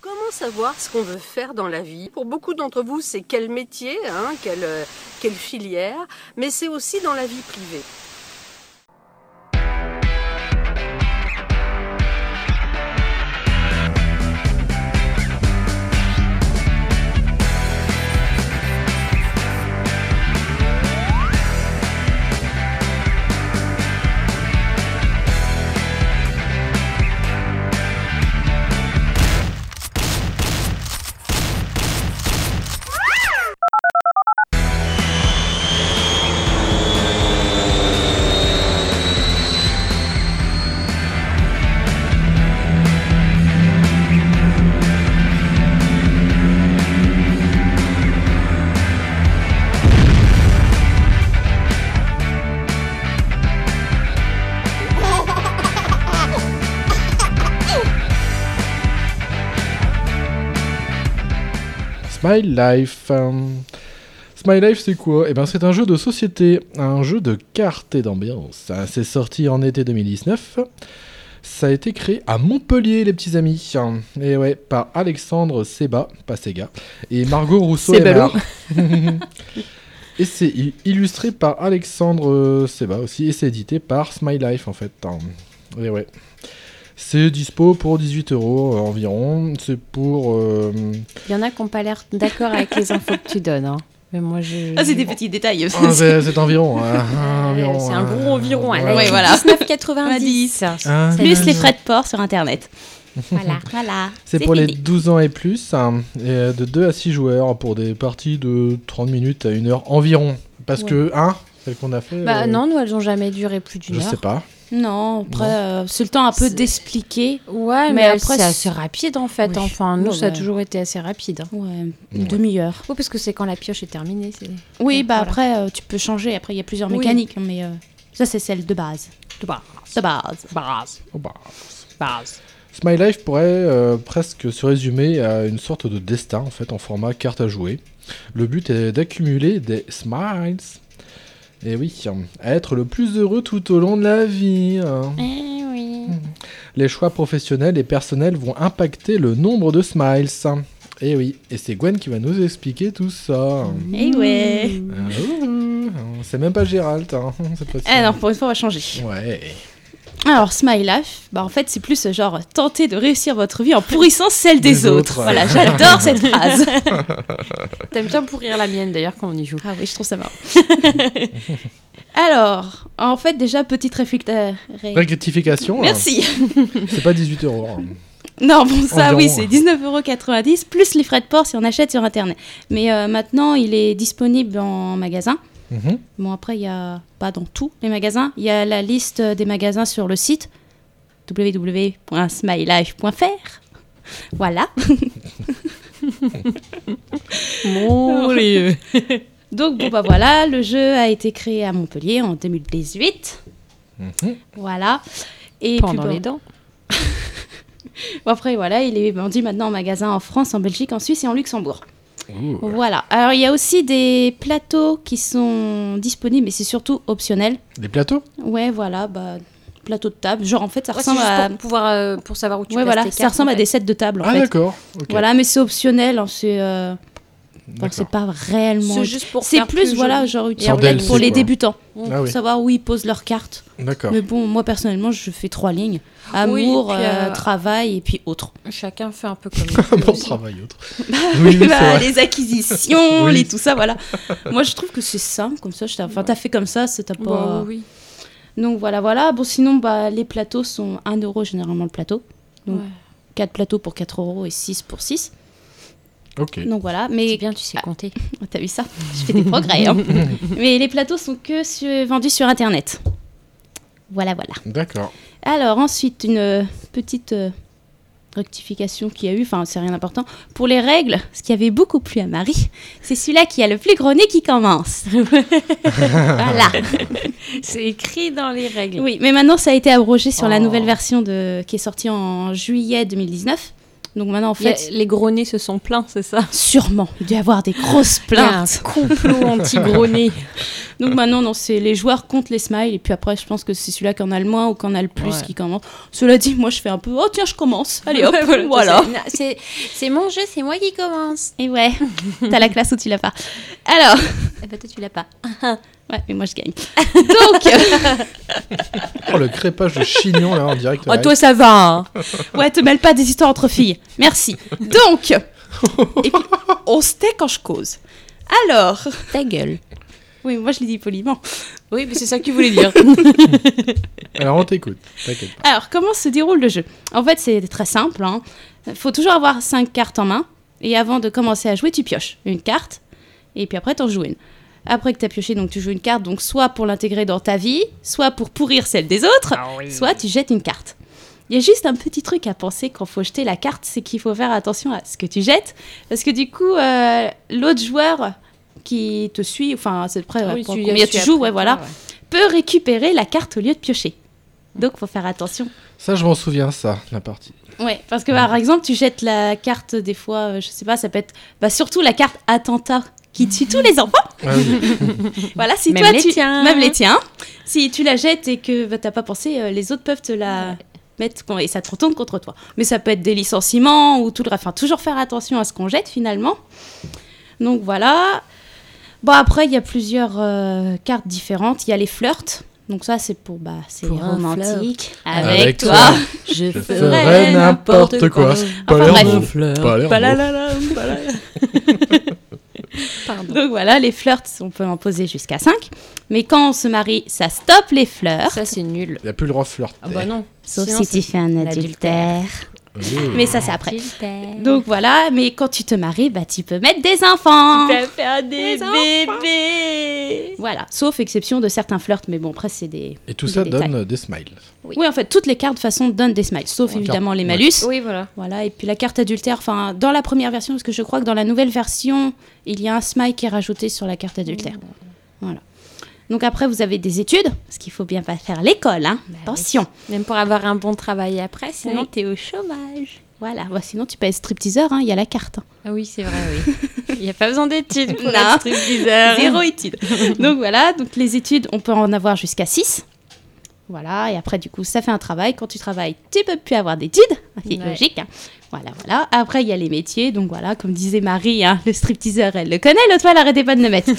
H: Comment savoir ce qu'on veut faire dans la vie Pour beaucoup d'entre vous, c'est quel métier, hein, quelle, euh, quelle filière, mais c'est aussi dans la vie privée.
A: Smile Life. euh, Smile Life, c'est quoi Eh ben, c'est un jeu de société, un jeu de cartes et d'ambiance. Ah, C'est sorti en été 2019. Ça a été créé à Montpellier, les petits amis. Um, Et ouais, par Alexandre Seba, pas Sega, et Margot Rousseau et
C: Sebalo.
A: Et c'est i- illustré par Alexandre euh, Seba aussi, et c'est édité par Smile Life en fait. hein. Et ouais. C'est dispo pour 18 euros euh, environ. C'est pour euh,
B: Il y en a qui n'ont pas l'air d'accord avec les infos que tu donnes. hein. Mais moi, je...
C: Ah, c'est des petits détails.
A: Ah, c'est c'est environ. hein, environ,
B: c'est
A: hein.
B: un gros environ. elle
A: Ouais.
B: a
C: Ouais,
B: dit
C: voilà.
B: 19,90.
A: Hein,
C: Plus les frais de port sur Internet.
D: Voilà.
C: Voilà.
A: C'est pour les
C: fini.
A: 12 ans et plus, hein, et, euh, de 2 à 6 joueurs pour des parties de 30 minutes à 1 heure environ. Parce que, hein, celle qu'on a fait.
B: Bah
A: euh,
B: non, nous, elles n'ont jamais duré plus d'une
A: Je
B: heure.
A: sais pas.
C: Non, après, euh, c'est le temps un peu
B: C'est-
C: d'expliquer.
B: Ouais, mais,
C: Mais après,
B: c'est
C: c'est-
B: assez rapide en fait.
C: Oui.
B: Enfin, nous,
C: Ouais,
B: ça a
C: ouais.
B: toujours été assez rapide. hein.
C: Ouais,
A: Ouais.
C: une demi-heure.
B: Oui, parce que c'est quand la pioche est terminée. c'est-
C: Oui,
B: Voilà.
C: bah après, euh, tu peux changer. Après, il y a plusieurs
B: Oui.
C: mécaniques, mais euh, ça, c'est celle de base.
F: De base.
C: De base.
F: Base.
A: Oh bah.
F: Base.
A: Smile Life pourrait euh, presque se résumer à une sorte de destin en fait en format carte à jouer. Le but est d'accumuler des smiles. Et oui, hein, à être le plus heureux tout au long de la vie. hein.
B: Eh oui.
A: Les choix professionnels et personnels vont impacter le nombre de smiles. Et oui, et c'est Gwen qui va nous expliquer tout ça.
C: Eh ouais.
A: Ah, ouh, C'est même pas Gérald, hein, cette fois-ci.
C: Alors, Eh, pour une fois, on va changer.
A: Ouais.
C: Alors, Smile Life, bah en fait, c'est plus euh, genre tenter de réussir votre vie en pourrissant celle des,
A: Des
C: autres.
A: autres, ouais.
C: Voilà, j'adore cette phrase.
B: T'aimes bien pourrir la mienne d'ailleurs quand on y joue.
C: Ah oui, je trouve ça marrant. Alors, en fait, déjà, petite réflexion.
A: Rectification, hein. là,
C: Merci.
A: c'est pas 18 euros. hein.
C: Non, bon, ça,
A: Environ.
C: oui, c'est 19,90€ plus les frais de port si on achète sur Internet. Mais euh, maintenant, il est disponible en magasin.
A: Mhm.
C: Bon, après, il y a pas dans tous les magasins. Il y a la liste des magasins sur le site www.smilelife.fr. Voilà. Donc, bon, bah voilà, le jeu a été créé à Montpellier en 2018.
A: Mhm.
C: Voilà. Et puis,
B: Pendant
C: bon,
B: les dents.
C: Bon, après, voilà, il est vendu maintenant en magasin en France, en Belgique, en Suisse et en Luxembourg. Voilà. Alors, il y a aussi des plateaux qui sont disponibles, mais c'est surtout optionnel.
A: Des plateaux
C: Ouais, voilà, bah, plateau de table. Genre, en fait, ça
B: Ouais, c'est
C: ressemble
B: juste
C: à.
B: pour pouvoir euh, pour savoir où tu
C: Ouais,
B: places
C: voilà,
B: tes
C: ça
B: cartes,
C: ressemble
B: en
C: à des sets de table, en
A: Ah,
C: fait.
A: d'accord. ok.
C: Voilà, mais c'est optionnel, hein, c'est euh, enfin,
A: D'accord.
C: c'est pas
B: fait.
C: réellement.
B: C'est juste pour
C: C'est
B: faire
C: plus, voilà,
B: joli.
C: genre
A: Sans
C: utile
A: DLC,
C: pour les
A: quoi.
C: débutants,
A: Ah
C: pour
A: oui, Ah.
C: savoir où ils posent leurs cartes.
A: d'accord.
C: Mais bon, moi personnellement, je fais trois lignes
B: Oui,
C: amour,
B: et puis,
C: euh,
B: euh,
C: travail et puis autre.
B: Chacun fait un peu comme il veut
A: Bon
B: aussi.
A: travail, autre. Oui, oui, c'est
C: Bah,
A: vrai.
C: les acquisitions,
A: Oui.
C: les tout ça, voilà. Moi, je trouve que c'est simple comme ça. je t'ai- Enfin, t'as fait comme ça, c'est t'as pas.
B: Bah, oui.
C: Donc voilà, voilà. Bon, sinon, bah, les plateaux sont 1 euro généralement le plateau. Donc
B: Ouais.
C: 4 plateaux pour 4 euros et 6 pour 6.
A: Ok.
C: Donc voilà,
B: C'est
C: mais
B: bien, tu sais compter.
C: t'as vu ça Je fais des progrès. hein. mais les plateaux sont que su- vendus sur Internet. Voilà, voilà.
A: D'accord.
C: Alors ensuite, une euh, petite euh, rectification qu'il y a eu, enfin c'est rien d'important. Pour les règles, ce qui avait beaucoup plu à Marie, c'est celui-là qui a le plus gros nez qui commence. voilà.
B: C'est écrit dans les règles.
C: Oui, mais maintenant ça a été abrogé sur la
B: Oh.
C: nouvelle version de... qui est sortie en juillet 2019. Donc maintenant en
B: Il y a-
C: fait,
B: les gros nez se sont plaints, c'est ça
C: sûrement, il doit y avoir des grosses
B: Il y a un
C: plaintes.
B: complot anti-gros nez.
C: Donc maintenant, non, c'est les joueurs contre les smiles. Et puis après, je pense que c'est celui-là qui en a le moins ou qui en a le plus
B: Ouais.
C: qui commence. Cela dit, moi je fais un peu, oh tiens, je commence. Allez hop,
B: Ouais,
D: Oh
C: voilà.
B: C'est c'est mon jeu, c'est moi qui commence.
C: Et ouais, t'as la classe ou tu l'as pas. Alors,
D: Eh ben, toi, tu l'as pas.
C: ouais, mais moi je gagne. Donc, euh,
A: Oh, le crépage de chignon, là, en direct.
C: oh, toi ça va. hein. Ouais, te mêle pas des histoires entre filles. Merci. Donc, et puis, on se tait quand je cause. Alors,
B: Ta gueule.
C: oui, moi je l'ai dit poliment.
B: Oui, mais c'est ça que tu voulais dire.
A: Alors, on t'écoute. T'inquiète pas.
C: Alors, comment se déroule le jeu En fait, c'est très simple. hein. Faut toujours avoir cinq cartes en main. Et avant de commencer à jouer, tu pioches une carte. Et puis après, t'en joues une. Après que t'as pioché, donc tu joues une carte, donc soit pour l'intégrer dans ta vie, soit pour pourrir celle des autres, soit tu jettes une carte. Il y a juste un petit truc à penser quand faut jeter la carte, c'est qu'il faut faire attention à ce que tu jettes, parce que du coup, euh, l'autre joueur qui te suit, enfin, c'est près
B: Ah
C: euh,
B: oui,
C: pour
B: tu y as
C: combien
B: su
C: tu joues,
B: après,
C: ouais, voilà, peut récupérer la carte au lieu de piocher. Donc, faut faire attention.
A: Ça, je m'en souviens, ça, la partie.
C: Ouais, parce que par exemple, tu jettes la carte des fois, euh, je sais pas, ça peut être bah, surtout la carte attentat qui tue tous les enfants.
A: Ah oui.
C: Voilà, si
B: Même
C: toi
B: les
C: tu
B: tiens.
C: même les tiens, si tu la jettes et que bah, t'as pas pensé, euh, les autres peuvent te la mettre con- et ça te retourne contre toi. Mais ça peut être des licenciements ou tout le reste. Enfin, toujours faire attention à ce qu'on jette finalement. Donc voilà. Bon après, il y a plusieurs euh, cartes différentes. Il y a les flirts. Donc ça, c'est pour bah c'est
B: Pour un
C: romantique
A: Avec
C: avec,
A: toi.
C: toi.
B: Je
A: ferais n'importe quoi. Pas
C: Enfin,
A: l'air
C: bref.
A: beau. Pas l'air beau.
C: Donc voilà, les flirts, on peut en poser jusqu'à 5. Mais quand on se marie, ça stoppe les fleurs.
B: Ça, c'est nul.
A: Il n'y a plus le droit de flirter.
B: Ah bah non.
C: Sauf
B: Sinon,
C: si
B: c'est-
C: tu fais un adultère.
A: Euh,
C: Mais ça, c'est après.
D: Super.
C: Donc voilà, mais quand tu te maries, bah, tu peux mettre des enfants.
B: faire des
C: Les enfants.
B: bébés.
C: Voilà, sauf exception de certains flirts, mais bon, après, c'est des.
A: Et tout
C: Des
A: ça
C: détails.
A: donne euh, des smiles.
C: Oui. en fait, toutes les cartes de façon donnent des smiles, sauf
A: Ouais.
C: évidemment les
A: Ouais.
C: malus.
B: Oui, voilà.
C: Voilà, et puis la carte adultère, enfin, dans la première version, parce que je crois que dans la nouvelle version, il y a un smile qui est rajouté sur la carte adultère. Voilà. Donc après, vous avez des études, parce qu'il faut bien pas faire l'école, hein.
B: Bah,
C: Attention.
B: Même pour avoir un bon travail après, sinon
C: Oui.
B: t'es au chômage.
C: Voilà, bah, sinon tu peux être stripteaseur, hein, il y a la carte. hein.
B: Ah oui, c'est vrai, oui. Il n'y a pas besoin d'études pour
C: Non.
B: être stripteaseur.
C: Zéro étude. donc voilà, donc les études, on peut en avoir jusqu'à 6. Voilà, et après, du coup, ça fait un travail. Quand tu travailles, tu peux plus avoir d'études. C'est
B: Ouais.
C: logique. hein. Voilà, voilà. Après, il y a les métiers. Donc, voilà, comme disait Marie, hein, le stripteaseur, elle le connaît. L'autre fois, elle arrêtait pas de le mettre.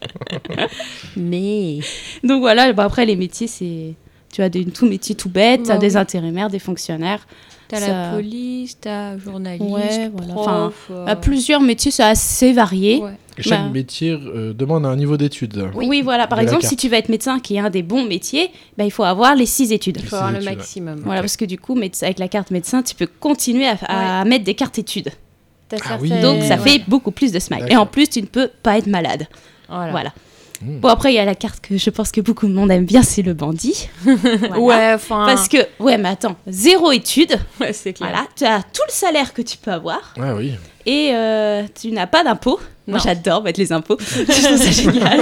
D: Mais
C: donc, voilà, bon, après, les métiers, c'est. Tu as des tout métiers tout bêtes,
B: Bah
C: t'as des
B: oui. Bah
C: intérimaires, des fonctionnaires.
B: T'as
C: Ça-
B: la police, t'as journaliste,
C: Ouais, voilà.
B: prof,
C: Enfin,
B: euh,
C: À Bah, plusieurs métiers, c'est assez varié.
B: ouais.
A: Et chaque
C: Bah.
A: métier euh, demande un niveau d'études.
C: Oui, voilà. Par
A: De la
C: exemple,
A: carte.
C: si tu veux être médecin, qui est un des bons métiers, ben, il faut avoir les six études.
B: Il faut avoir le
A: études, ouais.
B: maximum.
C: Voilà, parce que du coup, méde- avec la carte médecin, tu peux continuer à, à mettre des cartes études.
B: T'as
A: Ah oui.
B: certaines-
C: Donc, ça
B: ouais.
C: fait beaucoup plus de smile. Et
A: D'accord.
C: en plus, tu ne peux pas être malade.
B: Voilà.
C: Voilà.
A: Mmh.
C: Bon, après, il y a la carte que je pense que beaucoup de monde aime bien, c'est le bandit. Voilà.
B: Ouais, enfin.
C: Parce que, ouais, mais attends, zéro étude.
B: Ouais, c'est clair.
C: Voilà, tu as tout le salaire que tu peux avoir
A: Ah oui.
C: et euh, tu n'as pas d'impôts. Moi,
B: Non.
C: j'adore mettre les impôts. je trouve ça génial.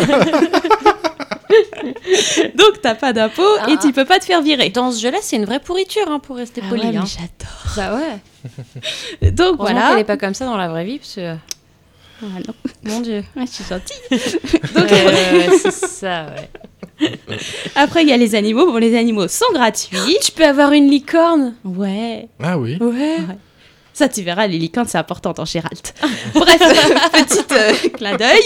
C: Donc, t'as pas d'impôts et tu peux pas te faire virer.
B: Dans ce jeu-là, c'est une vraie pourriture hein, pour rester
C: Ah
B: poli.
C: ouais, mais
B: hein.
C: j'adore.
B: Bah ouais.
C: Donc,
B: Voilà. Elle
C: voilà.
B: est pas comme ça dans la vraie vie, parce que.
C: Ah, non.
B: Mon dieu. Euh.
C: Ouais, je suis gentille.
B: Donc,
C: Donc,
B: c'est ça, ouais.
C: Après, il y a les animaux. Bon, les animaux sont gratuits.
B: Tu peux avoir une licorne
C: Ouais.
A: Ah oui.
B: Ouais.
C: Ça, tu verras, les licornes, c'est important en Gérald. Bref, petite euh, clin d'œil.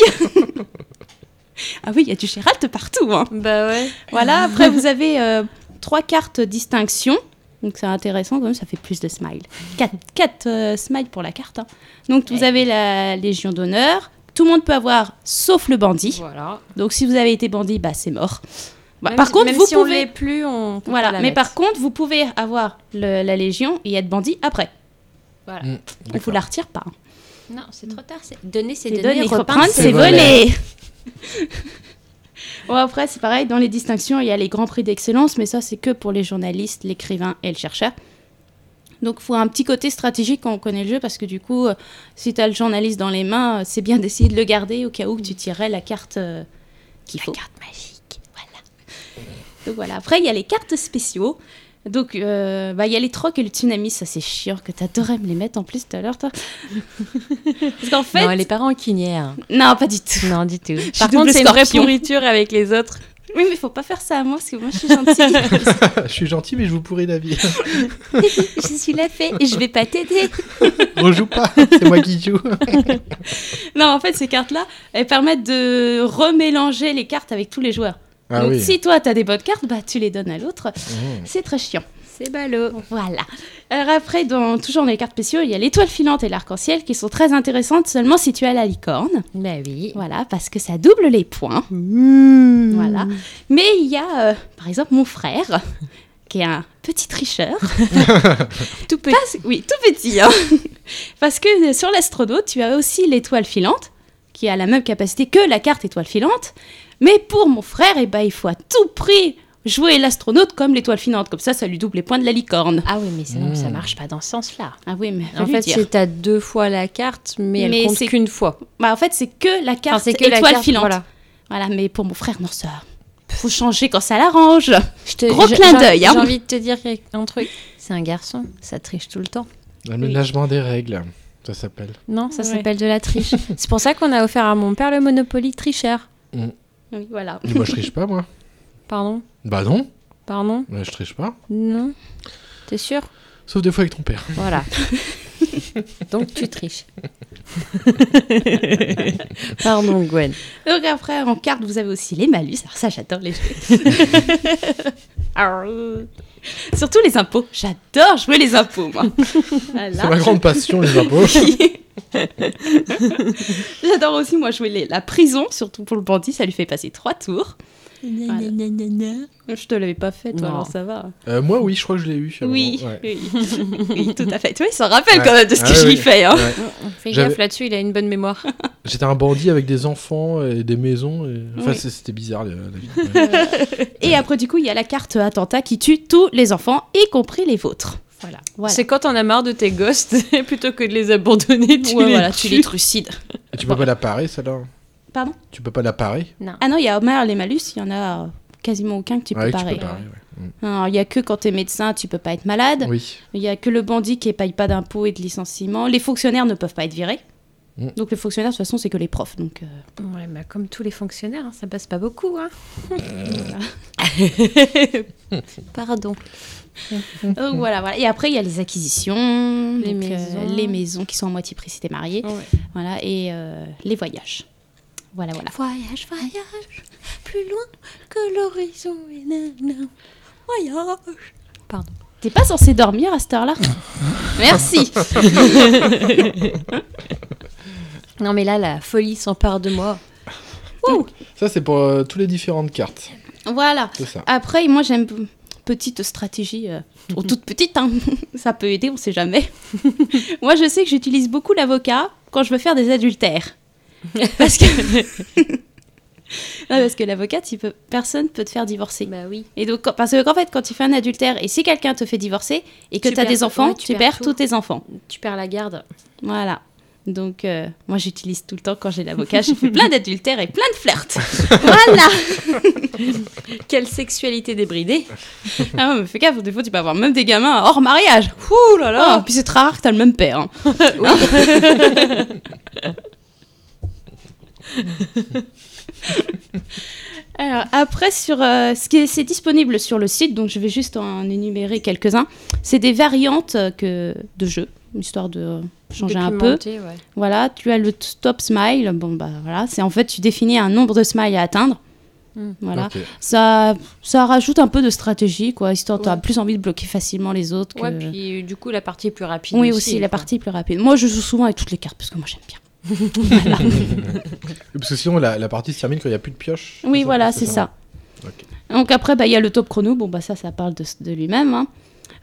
C: ah oui, il y a du Gérald partout. hein.
B: Bah ouais.
C: Voilà, après, vous avez euh, trois cartes distinction. Donc, c'est intéressant, quand même, ça fait plus de smiles. Quatre, quatre euh, smiles pour la carte. hein. Donc, vous avez la Légion d'honneur. Tout le monde peut avoir, sauf le bandit.
B: Voilà.
C: Donc, si vous avez été bandit, bah, c'est mort. Bah,
B: Même
C: par
B: si-
C: contre,
B: même
C: vous
B: si on
C: pouvez...
B: l'est plus, on. peut pas
C: Voilà,
B: la
C: mais
B: mettre.
C: par contre, vous pouvez avoir le- la Légion et être bandit après.
B: Voilà.
A: Mm,
C: On vous la retire pas.
D: non, c'est trop tard. c'est- Donner, c'est
C: C'est donné,
D: donner. repeindre,
C: reprendre,
D: c'est
C: c'est
A: volé.
C: volé. Bon, après, c'est pareil, dans les distinctions, il y a les grands prix d'excellence, mais ça, c'est que pour les journalistes, l'écrivain et le chercheur. Donc, il faut un petit côté stratégique quand on connaît le jeu, parce que du coup, euh, si tu as le journaliste dans les mains, euh, c'est bien d'essayer de le garder au cas où que tu tirais la carte euh, qu'il faut. La carte magique, voilà. Donc, voilà. Après, il y a les cartes spéciaux. Donc, euh, bah, il y a les trocs et le tsunami, ça c'est chiant que t'adorais me les mettre en plus tout à l'heure, toi. Parce qu'en fait.
B: Non, elle est pas rancunière.
C: Non, pas du tout.
B: Non, du tout.
C: suis
B: Par contre,
C: double
B: c'est une vraie
C: scorpion.
B: pourriture avec les autres.
C: Oui, mais faut pas faire ça à moi parce que moi je suis gentille.
A: Bah, Je suis gentil, mais je vous pourris la vie.
D: Je suis la fée et je vais pas t'aider.
A: Rejoue pas, c'est moi qui joue.
C: non, en fait, ces cartes-là, elles permettent de remélanger les cartes avec tous les joueurs.
A: Ah
C: Donc
A: oui.
C: si toi t'as des bonnes cartes, bah tu les donnes à l'autre.
A: Mmh.
C: C'est très chiant.
D: C'est ballot.
C: Voilà. Alors après, dans, toujours dans les cartes spéciaux, il y a l'étoile filante et l'arc-en-ciel qui sont très intéressantes seulement si tu as la licorne.
D: Bah oui.
C: Voilà, parce que ça double les points. Voilà. Mais il y a, euh, par exemple, mon frère, qui est un petit tricheur. tout petit. oui, tout petit. hein. Parce que euh, sur l'astronaute, tu as aussi l'étoile filante, qui a la même capacité que la carte étoile filante. Mais pour mon frère, eh ben, il faut à tout prix jouer l'astronaute comme l'étoile filante. Comme ça, ça lui double les points de la licorne.
B: Ah oui, mais sinon,
A: Mm.
B: ça marche pas dans ce sens-là.
C: Ah oui, mais
B: En fait,
C: dire.
B: c'est à deux fois la carte, mais,
C: Mais
B: elle compte
C: c'est-
B: qu'une fois.
C: Bah, en fait, c'est que la
B: Enfin,
C: carte
B: c'est que la
C: étoile
B: carte,
C: filante. Voilà.
B: voilà.
C: mais pour mon frère, non, ça... Faut changer quand ça l'arrange.
B: Je te-
C: Gros
B: je-
C: clin
B: j'ai-
C: d'œil, hein.
B: J'ai envie de te dire un truc. C'est un garçon, ça triche tout le temps.
A: L'aménagement des règles, ça s'appelle.
B: Non, ça
C: Ouais.
B: s'appelle de la triche. c'est pour ça qu'on a offert à mon père le Monopoly tricheur.
C: Oui, voilà.
A: Mais moi, je triche pas, moi.
B: Pardon
A: Bah non,
B: Pardon
A: bah, je triche pas.
B: Non T'es sûr
A: Sauf des fois avec ton père.
B: Voilà. Donc tu triches. Pardon Gwen.
C: Donc après, en carte, vous avez aussi les malus. Alors ça, j'adore les jeux.
F: Arrgh.
C: Surtout les impôts. J'adore jouer les impôts, moi.
A: C'est
C: Voilà.
A: ma grande passion, les impôts.
C: J'adore aussi, moi, jouer les- la prison, surtout pour le bandit. Ça lui fait passer trois tours. Voilà. Je te l'avais pas fait, toi,
B: Non.
C: alors ça va.
A: Euh, moi, oui, je crois que je l'ai eu. à un
C: Oui,
A: moment, ouais.
C: oui. Oui, tout à fait. Tu vois, il s'en rappelle
A: Ouais.
C: quand même de ce
A: Ah
C: que
A: oui,
C: je lui
A: oui.
C: fais. hein.
A: Ouais.
B: Fais
A: J'avais-
B: gaffe là-dessus, il a une bonne mémoire.
A: J'étais un bandit avec des enfants et des maisons. et- Enfin,
C: Oui.
A: c'est- c'était bizarre. la- la vie. Ouais.
C: Et après, du coup, il y a la carte attentat qui tue tous les enfants, y compris les vôtres. Voilà. voilà.
B: C'est quand on a marre de tes ghosts, plutôt que de les abandonner, tu
C: Ouais,
B: les
C: voilà, tu
B: tues.
C: les trucides.
A: Et tu peux pas la parer, celle-là
C: Pardon
A: Tu peux pas la parer
C: Ah non, il y a Homer, les malus, il y en a euh, quasiment aucun que tu
A: Ouais,
C: peux parer.
A: ouais. Mm.
C: Alors, Il y a que quand t'es médecin, tu peux pas être malade.
A: Oui.
C: Il y a que le bandit qui ne paye pas d'impôts et de licenciements. Les fonctionnaires ne peuvent pas être virés.
A: Mm.
C: Donc les fonctionnaires, de toute façon, c'est que les profs. Donc, euh,
B: Ouais, bah, comme tous les fonctionnaires, hein, ça passe pas beaucoup. Hein.
D: Pardon.
C: donc voilà, voilà. Et après, il y a les acquisitions,
B: Mm. Les
C: donc, euh,
B: maisons.
C: les maisons qui sont à moitié prix si t'es marié.
B: Ouais.
C: Voilà, et euh, les voyages. Voilà, voilà.
D: Voyage, voyage, plus loin que l'horizon. et nan, nan. Voyage.
C: T'es pas censé dormir à cette heure-là Merci
B: Non, mais là, la folie s'empare de moi.
A: Ça, c'est pour euh, tous les différentes cartes.
C: Voilà.
A: C'est ça.
C: Après, moi, j'aime p- petite stratégie, euh, ou toute petite, hein. ça peut aider, on sait jamais. moi, je sais que j'utilise beaucoup l'avocat quand je veux faire des adultères. Parce que. Non, parce que l'avocat, tu peux- personne peut te faire divorcer.
B: Bah oui.
C: Et donc, quand- parce que, en fait, quand tu fais un adultère et si quelqu'un te fait divorcer et que
B: Tu
C: tu as
B: perds
C: des
B: tout,
C: enfants,
B: ouais,
C: tu, perds tous
B: tout.
C: tes enfants.
B: Tu perds la garde.
C: Voilà. Donc, euh, moi, j'utilise tout le temps quand j'ai l'avocat. J'ai fait plein d'adultères et plein de flirts. voilà
B: Quelle sexualité débridée.
C: Ah, mais fais gaffe, des fois tu peux avoir même des gamins hors mariage. Ouh là là Oh, Puis c'est très rare que t'as le même père. hein. Alors après, sur euh, ce qui est, c'est disponible sur le site, donc je vais juste en énumérer quelques-uns. C'est des variantes euh, que, de jeux, histoire de euh, changer un peu.
B: Documentée, ouais.
C: Voilà, tu as le t- top smile. Bon, bah voilà, c'est en fait, tu définis un nombre de smiles à atteindre.
B: Mm.
C: Voilà,
A: Ok.
C: ça, ça rajoute un peu de stratégie, quoi, histoire tu as plus envie de bloquer facilement les autres.
B: Ouais,
C: que-
B: puis euh, du coup, la partie est plus rapide.
C: oui, aussi, la
B: quoi.
C: partie plus rapide. Moi, je joue souvent avec toutes les cartes, parce que moi, j'aime bien.
A: Parce que sinon, la, la partie se termine quand il n'y a plus de pioche.
C: Oui,
A: ça
C: voilà, c'est ça.
A: Ok.
C: Donc après, bah, il y a le top chrono. Bon, bah ça, ça parle de, de lui-même. hein.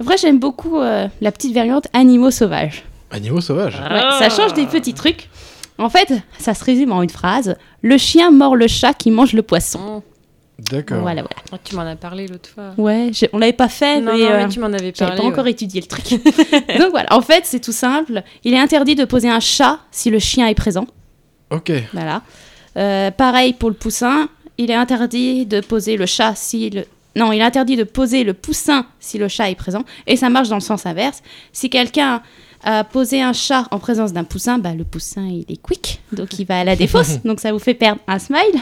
C: Après, j'aime beaucoup euh, la petite variante animaux sauvages.
A: Animaux sauvages.
C: Ouais, ça
B: Ah.
C: change des petits trucs. En fait, ça se résume en une phrase. Le chien mord le chat qui mange le poisson.
B: Oh,
A: D'accord.
C: Voilà, voilà.
B: oh, tu m'en as parlé l'autre fois.
C: Ouais, j'ai- on l'avait pas fait,
B: Non,
C: mais,
B: non,
C: euh,
B: mais tu m'en avais
C: j'avais
B: parlé.
C: pas encore
B: ouais.
C: étudié le truc. Donc voilà, en fait, c'est tout simple. Il est interdit de poser un chat si le chien est présent.
A: Ok.
C: Voilà. Euh, pareil pour le poussin. Il est interdit de poser le chat si le non, il est interdit de poser le poussin si le chat est présent. Et ça marche dans le sens inverse. Si quelqu'un a posé un chat en présence d'un poussin, bah, le poussin il est quick, donc il va à la défausse. donc ça vous fait perdre un smile.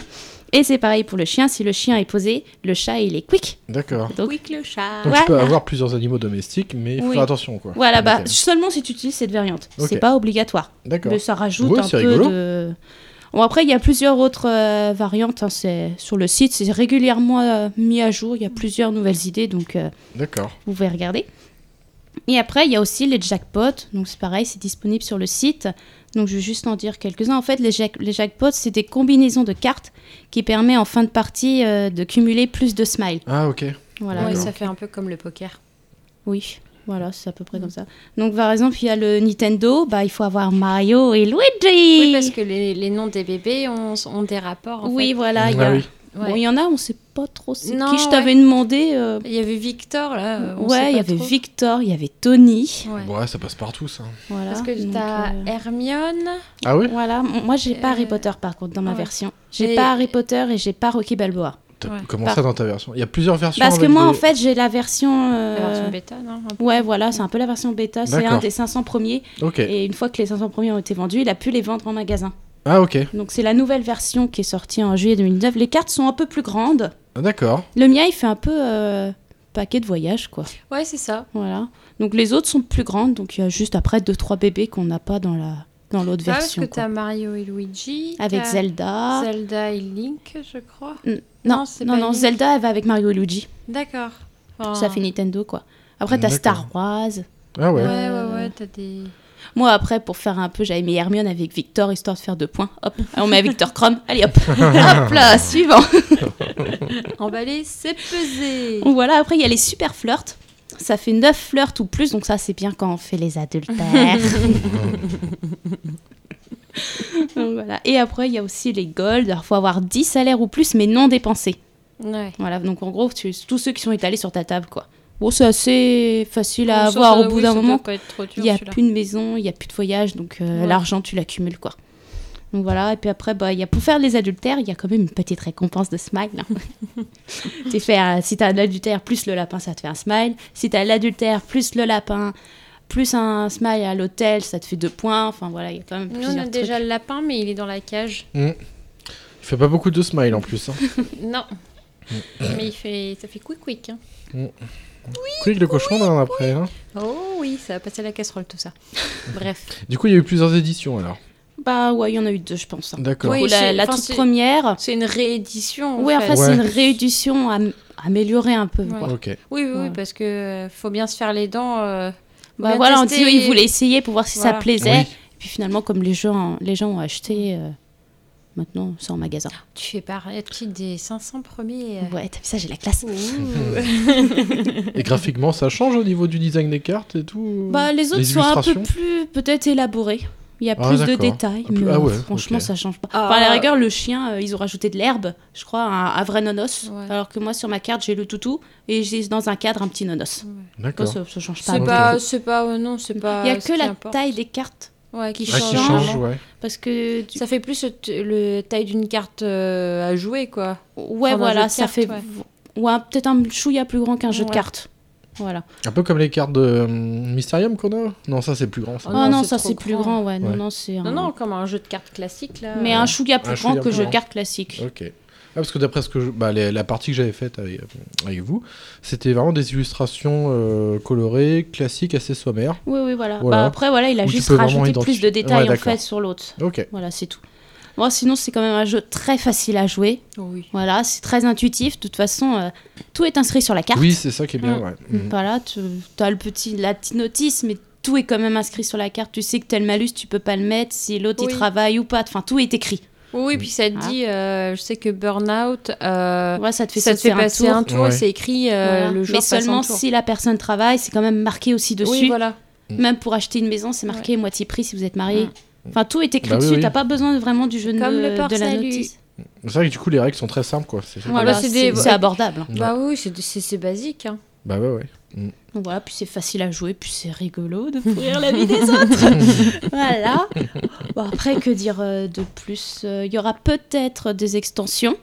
C: Et c'est pareil pour le chien. Si le chien est posé, le chat il est quick.
A: D'accord.
C: Donc-
B: Oui, que le chat.
A: Donc
C: Ah. Ouais.
A: tu peux avoir plusieurs animaux domestiques, mais il faut
C: Oui.
A: faire attention quoi.
C: Voilà, bah,
A: Ok.
C: seulement si tu utilises cette variante.
A: Ok.
C: C'est pas obligatoire.
A: D'accord.
C: Mais ça rajoute
A: Ouais,
C: un
A: c'est
C: peu
A: rigolo.
C: de. Bon, après, il y a plusieurs autres euh, variantes. hein, c'est sur le site, c'est régulièrement euh, mis à jour. Il y a plusieurs nouvelles idées, donc euh,
A: D'accord.
C: vous pouvez regarder. Et après, il y a aussi les jackpots. Donc c'est pareil, c'est disponible sur le site. Donc je vais juste en dire quelques-uns. En fait, les, jack- les jackpots, c'est des combinaisons de cartes qui permettent en fin de partie euh, de cumuler plus de smiles.
A: Ah ok.
C: Voilà.
B: Ouais,
A: D'accord.
B: ça fait un peu comme le poker.
C: Oui, voilà, c'est à peu près comme ça. Donc, par exemple, il y a le Nintendo, bah, il faut avoir Mario et Luigi.
B: Oui, parce que les, les noms des bébés ont, ont des rapports. En
C: Oui,
B: fait.
C: voilà. Il y,
A: Ah
C: a-
A: oui.
C: Bon,
B: Ouais.
C: il y en a, on sait pas trop c'est
B: Non,
C: qui. Je t'avais demandé. euh,
B: Il y avait Victor là. euh, on sait
C: ouais, il
B: pas
C: y avait
B: trop.
C: Victor, il y avait Tony.
B: Ouais.
A: Ouais, ça passe partout ça.
C: Voilà.
B: Parce que
C: donc,
B: t'as
C: euh,
B: Hermione.
A: Ah oui
C: Voilà, M- moi j'ai pas Harry
B: Euh,
C: Potter par contre dans ma
B: ouais.
C: version. J'ai
B: Et-
C: pas Harry Potter et j'ai pas Rocky Balboa.
A: T'as-
B: Ouais.
A: Comment
C: Par-
A: ça dans ta version Il y a plusieurs versions.
C: Bah. Parce que
A: avec
C: moi en
A: des-
C: fait j'ai la version. euh,
B: La version bêta, non un peu.
C: Ouais, voilà, c'est un peu la version bêta. C'est
A: D'accord.
C: un des 500 premiers.
A: Ok.
C: Et une fois que les 500 premiers ont été vendus, il a pu les vendre en magasin.
A: Ah ok.
C: Donc c'est la nouvelle version qui est sortie en juillet 2009. Les cartes sont un peu plus grandes.
A: Ah, D'accord.
C: Le mien, il fait un peu euh, paquet de voyage, quoi.
B: Ouais, c'est ça.
C: Voilà. Donc les autres sont plus grandes. Donc il y a juste après deux trois bébés qu'on n'a pas dans la dans l'autre
B: Ah, parce
C: version.
B: que
C: quoi.
B: t'as Mario et Luigi.
C: Avec
B: t'as
C: Zelda.
B: Zelda et Link, je crois.
C: Non,
B: non, c'est
C: non,
B: pas Ah.
C: non,
B: Link.
C: Zelda, elle va avec Mario et Luigi.
B: D'accord.
C: Ça fait Nintendo, quoi. Après, t'as
A: D'accord.
C: Star Wars.
A: Ah ouais.
B: Ouais, ouais, ouais, t'as des.
C: Moi, après, pour faire un peu, j'avais mis Hermione avec Victor, histoire de faire deux points. Hop, Ah, on met Victor Crumb. Allez, hop. hop là, suivant.
B: Emballé, c'est pesé.
C: Donc voilà, après, il y a les super flirts. Ça fait 9 flirts ou plus, donc ça, c'est bien quand on fait les adultères. donc voilà. Et après, il y a aussi les gold. Il faut avoir 10 salaires ou plus, mais non dépensés.
B: Ouais.
C: Voilà, donc en gros, tu- tous ceux qui sont étalés sur ta table, quoi. Bon, c'est assez facile à
B: Ça,
C: avoir
B: ça,
C: au bout
B: oui,
C: d'un
B: ça doit
C: moment.
B: pas être trop dur,
C: Il n'y a
B: celui-là.
C: plus de maison, il n'y a plus de voyage, donc euh,
B: Ouais.
C: l'argent, tu l'accumules, quoi. Donc voilà, et puis après, bah, il y a, pour faire les adultères, il y a quand même une petite récompense de smile. hein. tu fais un- si t'as un adultère plus le lapin, ça te fait un smile. Si t'as l'adultère plus le lapin plus un smile à l'hôtel, ça te fait deux points. Enfin voilà, il y a quand même
B: Nous,
C: plusieurs
B: on a
C: trucs.
B: déjà le lapin, mais il est dans la cage.
A: Il fait pas beaucoup de smiles en plus. Hein.
B: Non. mais il fait... ça fait quick quick. hein.
A: Quick le cochon là, après. hein.
B: Oh oui, ça va passer à la casserole tout ça. Bref.
A: Du coup, il y a eu plusieurs éditions alors.
C: Bah ouais, il y en a eu deux, je pense. hein.
A: D'accord.
B: Oui.
C: Ou la,
B: c'est-
C: la
B: enfin,
C: toute
B: c'est-
C: première.
B: C'est une réédition. En
C: Oui,
B: fait.
C: enfin,
A: Ouais.
C: c'est une réédition am- améliorée un peu.
B: Ouais.
C: quoi.
A: Ok.
B: Oui, oui, oui,
C: Ouais.
B: parce que euh, faut bien se faire les dents. euh,
C: Bah
B: bien
C: voilà, on
B: tester.
C: dit oui, ils voulaient essayer pour voir si
B: Voilà.
C: ça plaisait.
A: Oui.
C: Et puis finalement, comme les gens, les gens ont acheté, euh, maintenant c'est en magasin.
B: Tu fais partie des 500 premiers. euh.
C: Ouais, t'as vu ça, j'ai la classe.
A: Et graphiquement, ça change au niveau du design des cartes et tout
C: Bah, les autres
A: Les
C: sont un peu
A: illustrations
C: plus peut-être élaborés. Il y a
A: Ah,
C: plus de
A: d'accord.
C: détails,
A: Ah, plus-
C: mais
A: ah ouais,
C: franchement,
A: ok.
C: ça change pas.
B: Ah.
C: Enfin, à la rigueur, le chien, euh, ils ont rajouté de l'herbe, je crois, un, un vrai nonos.
B: Ouais.
C: Alors que moi, sur ma carte, j'ai le toutou et j'ai dans un cadre un petit nonos. Moi,
A: D'accord.
C: ça, ça change pas.
B: C'est
A: ok.
B: pas, c'est pas, euh, non, c'est pas.
C: Il y a
B: ce
C: que
B: qui
C: la
B: importe.
C: taille des cartes.
B: Ouais, qui
A: Ah,
B: change.
A: qui change, ouais.
C: Parce que du
B: Ça fait plus le t- le taille d'une carte euh, à jouer, quoi.
C: Ouais,
B: Enfin, d'un jeu
C: voilà,
B: de
C: ça
B: cartes,
C: fait.
B: ouais.
C: Ouais, peut-être un chouïa plus grand qu'un jeu de
B: Ouais.
C: cartes. Voilà.
A: Un peu comme les cartes de euh, Mysterium qu'on a Non, ça c'est plus grand. Ça.
B: Oh
C: Oh,
B: non,
C: non,
B: c'est
C: ça
B: trop
C: c'est plus
B: grand. euh,
C: grand, ouais.
A: Ouais.
C: Non, non, c'est.
B: Non,
C: un-
B: non, comme un jeu de cartes classique, là.
C: Mais un chouïa
A: Un
C: plus
A: chouïa
C: grand que
A: plus
C: jeu de
A: grand.
C: cartes classique.
A: Ok. Ah, parce que d'après ce que je- bah, les- la partie que j'avais faite avec, euh, avec vous, c'était vraiment des illustrations euh, colorées, classiques, assez sommaires.
C: Oui, oui, voilà.
A: Voilà.
C: Bah, après, voilà, il a
A: Où tu
C: juste
A: peux vraiment
C: rajouté plus
A: identifier.
C: de détails
A: Ouais,
C: en fait
A: d'accord.
C: sur l'autre.
A: Ok.
C: Voilà, c'est tout. Bon, sinon, c'est quand même un jeu très facile à jouer.
B: Oh Oui.
C: Voilà, c'est très intuitif. De toute façon, euh, tout est inscrit sur la carte.
A: Oui, c'est ça qui est bien.
C: Mm.
A: Ouais. Mhm.
C: Voilà, tu as le petit, la petite notice, mais tout est quand même inscrit sur la carte. Tu sais que tel malus, tu peux pas le mettre, si l'autre
B: Oui.
C: il travaille ou pas. Enfin, tout est écrit.
B: Oh Oui, puis ça te
C: Ah.
B: dit, euh, je sais que Burnout, euh,
C: Voilà, ça te fait
B: ça te
C: sauter
B: fait passer un tour,
A: Ouais.
B: c'est écrit euh,
C: Voilà.
B: le joueur
C: Mais seulement
B: passe un tour.
C: si la personne travaille, c'est quand même marqué aussi dessus.
B: Oui, voilà.
C: Même pour acheter une maison, c'est marqué moitié prix si vous êtes marié.
B: Mm.
C: Enfin, tout est écrit
A: Bah oui,
C: dessus.
A: oui.
C: T'as pas besoin vraiment du jeu de-
B: Comme le
C: de la
B: port-salut.
C: notice.
A: C'est vrai que du coup, les règles sont très simples. quoi. Ah C'est-
C: Voilà,
B: bah, c'est
C: c'est
B: des-
C: c'est abordable.
A: Ouais.
B: Bah oui, c'est- c'est c'est basique. hein.
A: Bah ouais, ouais.
C: Donc voilà, puis c'est facile à jouer, puis c'est rigolo de pourrir la vie des autres. voilà. Bon, après, que dire euh, de plus Euh, Il y aura peut-être des extensions,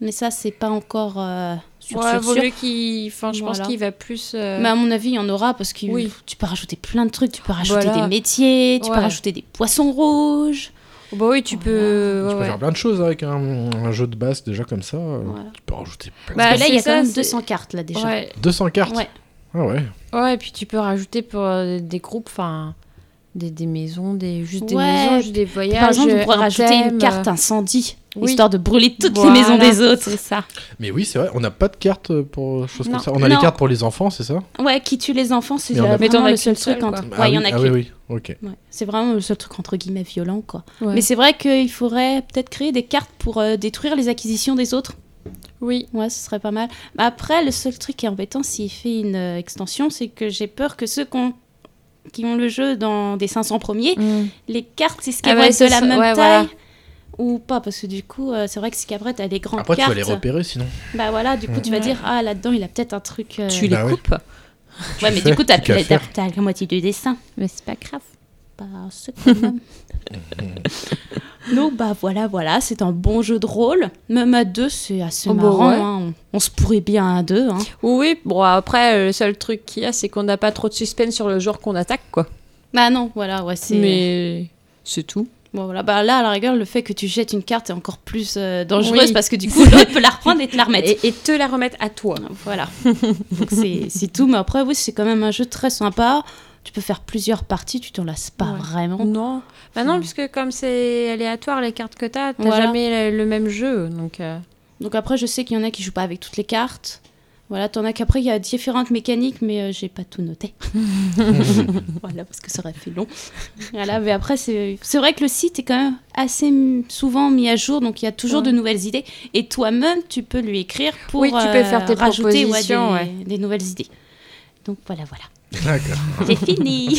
C: mais ça, c'est pas encore euh, sûr,
B: Ouais,
C: sûr,
B: vaut
C: sûr.
B: mieux qu'il. Enfin, je pense
C: Voilà.
B: qu'il va plus. euh,
C: Mais à mon avis, il y en aura parce que
B: Oui.
C: tu peux rajouter plein de trucs. Tu peux rajouter
B: Voilà.
C: des métiers, tu
B: Ouais.
C: peux rajouter des poissons rouges.
B: Bah oui, tu peux.
A: Tu peux
B: ouais,
A: faire plein de choses avec un, un jeu de base déjà comme ça. euh,
C: Voilà.
A: Tu peux rajouter plein.
B: Bah,
C: Parce que là, il y a
B: c'est ça,
C: quand même
B: c'est-
C: 200 cartes là déjà.
B: ouais.
A: 200 cartes
C: Ouais.
A: Ah ouais.
B: Ouais, et puis tu peux rajouter pour euh, des groupes, enfin. Des, des maisons, des, juste des
C: Ouais,
B: maisons, juste des voyages. euh,
C: Par exemple, on pourrait
B: un
C: rajouter
B: thème,
C: une carte incendie,
B: oui.
C: histoire de brûler toutes
B: Voilà,
C: les maisons des autres.
B: C'est ça.
A: Mais oui, c'est vrai, on n'a pas de cartes euh, pour choses
C: Non.
A: comme ça. On a les
C: Non.
A: cartes pour les enfants, c'est ça
C: Ouais, qui tue les enfants, c'est
A: Mais on a-
C: euh,
B: Mais t'en
C: vraiment
B: as
C: le
B: qu'une
C: seul
B: seule,
C: truc. entre-
B: quoi.
C: Ouais,
A: ah,
C: il y
A: oui,
C: en a
A: ah
C: qu'une.
A: oui, oui, ok.
C: Ouais, c'est vraiment le seul truc entre guillemets violent quoi.
B: euh, Ouais.
C: Mais c'est vrai qu'il faudrait peut-être créer des cartes pour euh, détruire les acquisitions des autres.
B: Oui.
C: Ouais, ce serait pas mal. Mais après, le seul truc qui est embêtant s'il fait une euh, extension, c'est que j'ai peur que ceux qui ont, qui ont le jeu dans des 500 premiers, les cartes, c'est ce
B: Mm. Ah
C: qu'elles
B: ouais,
C: vont être
B: c'est
C: de la
B: ça,
C: même
B: ouais,
C: taille. Ou pas, parce que du coup, euh, c'est vrai que si qu'après t'as des grandes
A: Après, tu
C: cartes,
A: vas les repérer sinon.
C: bah voilà, du coup tu vas dire, ah là-dedans il a peut-être un truc. euh,
B: Tu les
A: Bah ouais.
B: coupes.
A: Tu
C: Ouais, mais
A: fais
C: du coup t'as
A: ce qu'il y a à
C: t'as-
A: faire.
C: t'as la moitié du dessin.
B: Mais c'est pas grave.
C: Parce que quand même. Donc bah voilà, voilà, c'est un bon jeu de rôle. Même à deux, c'est assez
B: Oh, bah
C: marrant.
B: ouais.
C: hein. On, on se pourrait bien à deux. hein.
B: Oui, bon après, euh, le seul truc qu'il y a, c'est qu'on n'a pas trop de suspense sur le joueur qu'on attaque, quoi.
C: Bah non, voilà, ouais, c'est.
B: Mais c'est tout.
C: Bon, voilà, bah là, à la rigueur, le fait que tu jettes une carte est encore plus euh, dangereuse
B: Oui.
C: parce que du coup, l'autre peut la reprendre et te la remettre.
B: Et, et te la remettre à toi.
C: Voilà. Donc c'est c'est tout. Mais après, oui, c'est quand même un jeu très sympa. Tu peux faire plusieurs parties, tu t'en lasses pas
B: Ouais.
C: vraiment.
B: Non. Bah non, puisque comme c'est aléatoire les cartes que t'as, t'as
C: Voilà.
B: jamais le, le même jeu, donc. euh,
C: Donc après, je sais qu'il y en a qui jouent pas avec toutes les cartes. Voilà, t'en as qu'après, il y a différentes mécaniques, mais euh, j'ai pas tout noté. voilà, parce que ça aurait fait long. voilà, mais après, c'est c'est vrai que le site est quand même assez m- souvent mis à jour, donc il y a toujours de nouvelles idées. Et toi-même, tu peux lui écrire pour euh,
B: Oui, tu peux faire tes
C: rajouter ouais, des,
B: propositions, ouais.
C: des nouvelles idées. Donc voilà, voilà.
A: D'accord.
C: C'est fini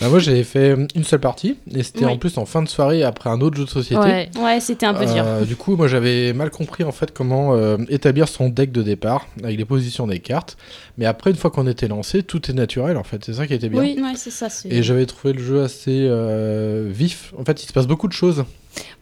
A: Bah, moi, j'avais fait une seule partie et c'était
C: Oui.
A: en plus en fin de soirée après un autre jeu de société.
B: Ouais.
C: Ouais, c'était un peu dur.
A: Euh, du coup, moi j'avais mal compris en fait comment euh, établir son deck de départ avec les positions des cartes. Mais après, une fois qu'on était lancé, tout est naturel en fait. C'est ça qui était bien.
C: Oui, ouais, c'est ça. c'est-
A: Et j'avais trouvé le jeu assez euh, vif. En fait, il se passe beaucoup de choses.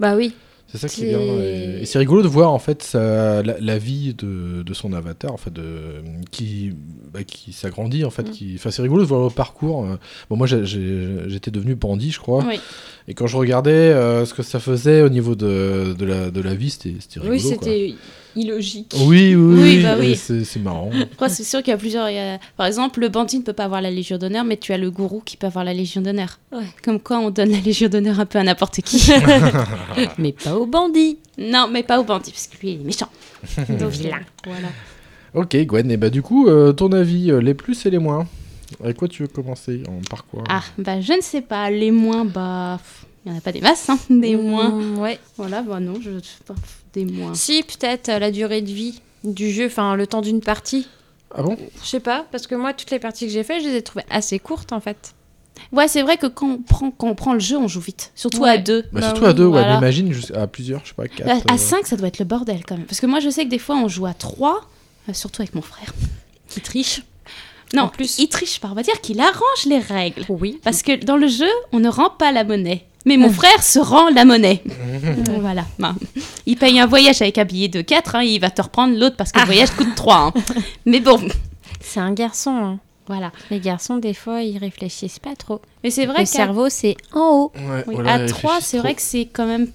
B: Bah oui.
A: C'est ça qui
B: C'est-
A: est bien. Et, et c'est rigolo de voir en fait sa- la, la vie de, de son avatar, en fait, de, qui, bah, qui s'agrandit en fait.
B: Mm.
A: Qui, enfin, c'est rigolo de voir le parcours. euh. Bon, moi, j'ai- j'ai- j'étais devenu bandit, je crois.
C: Oui.
A: Et quand je regardais euh, ce que ça faisait au niveau de, de la, de la vie, c'était c'était rigolo.
B: Oui,
A: quoi.
B: c'était illogique.
A: Oui, oui,
C: Oui,
A: oui,
C: bah
A: et
C: oui.
A: C'est c'est marrant.
C: Après, c'est sûr qu'il y a plusieurs. il y a- Par exemple, le bandit ne peut pas avoir la Légion d'honneur, mais tu as le gourou qui peut avoir la Légion d'honneur.
B: Ouais.
C: Comme quoi, on donne la Légion d'honneur un peu à n'importe qui.
B: Mais pas aux bandits.
C: non, mais pas au bandit, parce que lui, il est méchant.
B: Donc, Voilà.
A: ok, Gwen, et bah du coup, euh, ton avis, euh, les plus et les moins Avec quoi tu veux commencer En par quoi
C: Ah, bah je ne sais pas. Les moins, bah. pff, Il n'y en a pas des masses, hein. Des moins.
B: Mm, Ouais.
C: Voilà, bah non, je. pff, Des moins.
B: Si, peut-être euh, la durée de vie du jeu, enfin le temps d'une partie.
A: Ah bon
B: Je sais pas, parce que moi, toutes les parties que j'ai faites, je les ai trouvées assez courtes en fait.
C: Ouais, c'est vrai que quand on, prend, quand on prend le jeu, on joue vite. Surtout
B: Ouais.
C: à deux.
A: bah,
C: Bah
A: Surtout
C: oui,
A: à deux, ouais,
C: voilà.
A: m'imagine jusqu'- à plusieurs, je sais pas, quatre.
C: À-
A: euh,
C: À 5, ça doit être le bordel quand même. Parce que moi, je sais que des fois, on joue à 3, surtout avec mon frère.
B: Qui triche
C: Non,
B: En plus.
C: il triche pas. On va dire qu'il arrange les règles.
B: Oui.
C: Parce que dans le jeu, on ne rend pas la monnaie. Mais mon frère se rend la monnaie. Donc voilà. Ben, il paye un voyage avec un billet de 4, hein, il va te reprendre l'autre parce que le voyage coûte 3. Mais bon,
D: C'est un garçon. hein.
C: voilà.
D: Les garçons, des fois, ils réfléchissent pas trop.
C: Mais c'est vrai
D: Le
C: qu'à
D: cerveau, c'est en haut.
A: ouais,
C: oui,
A: voilà,
C: à 3,
A: réfléchis
C: c'est
A: trop.
C: vrai que c'est quand même.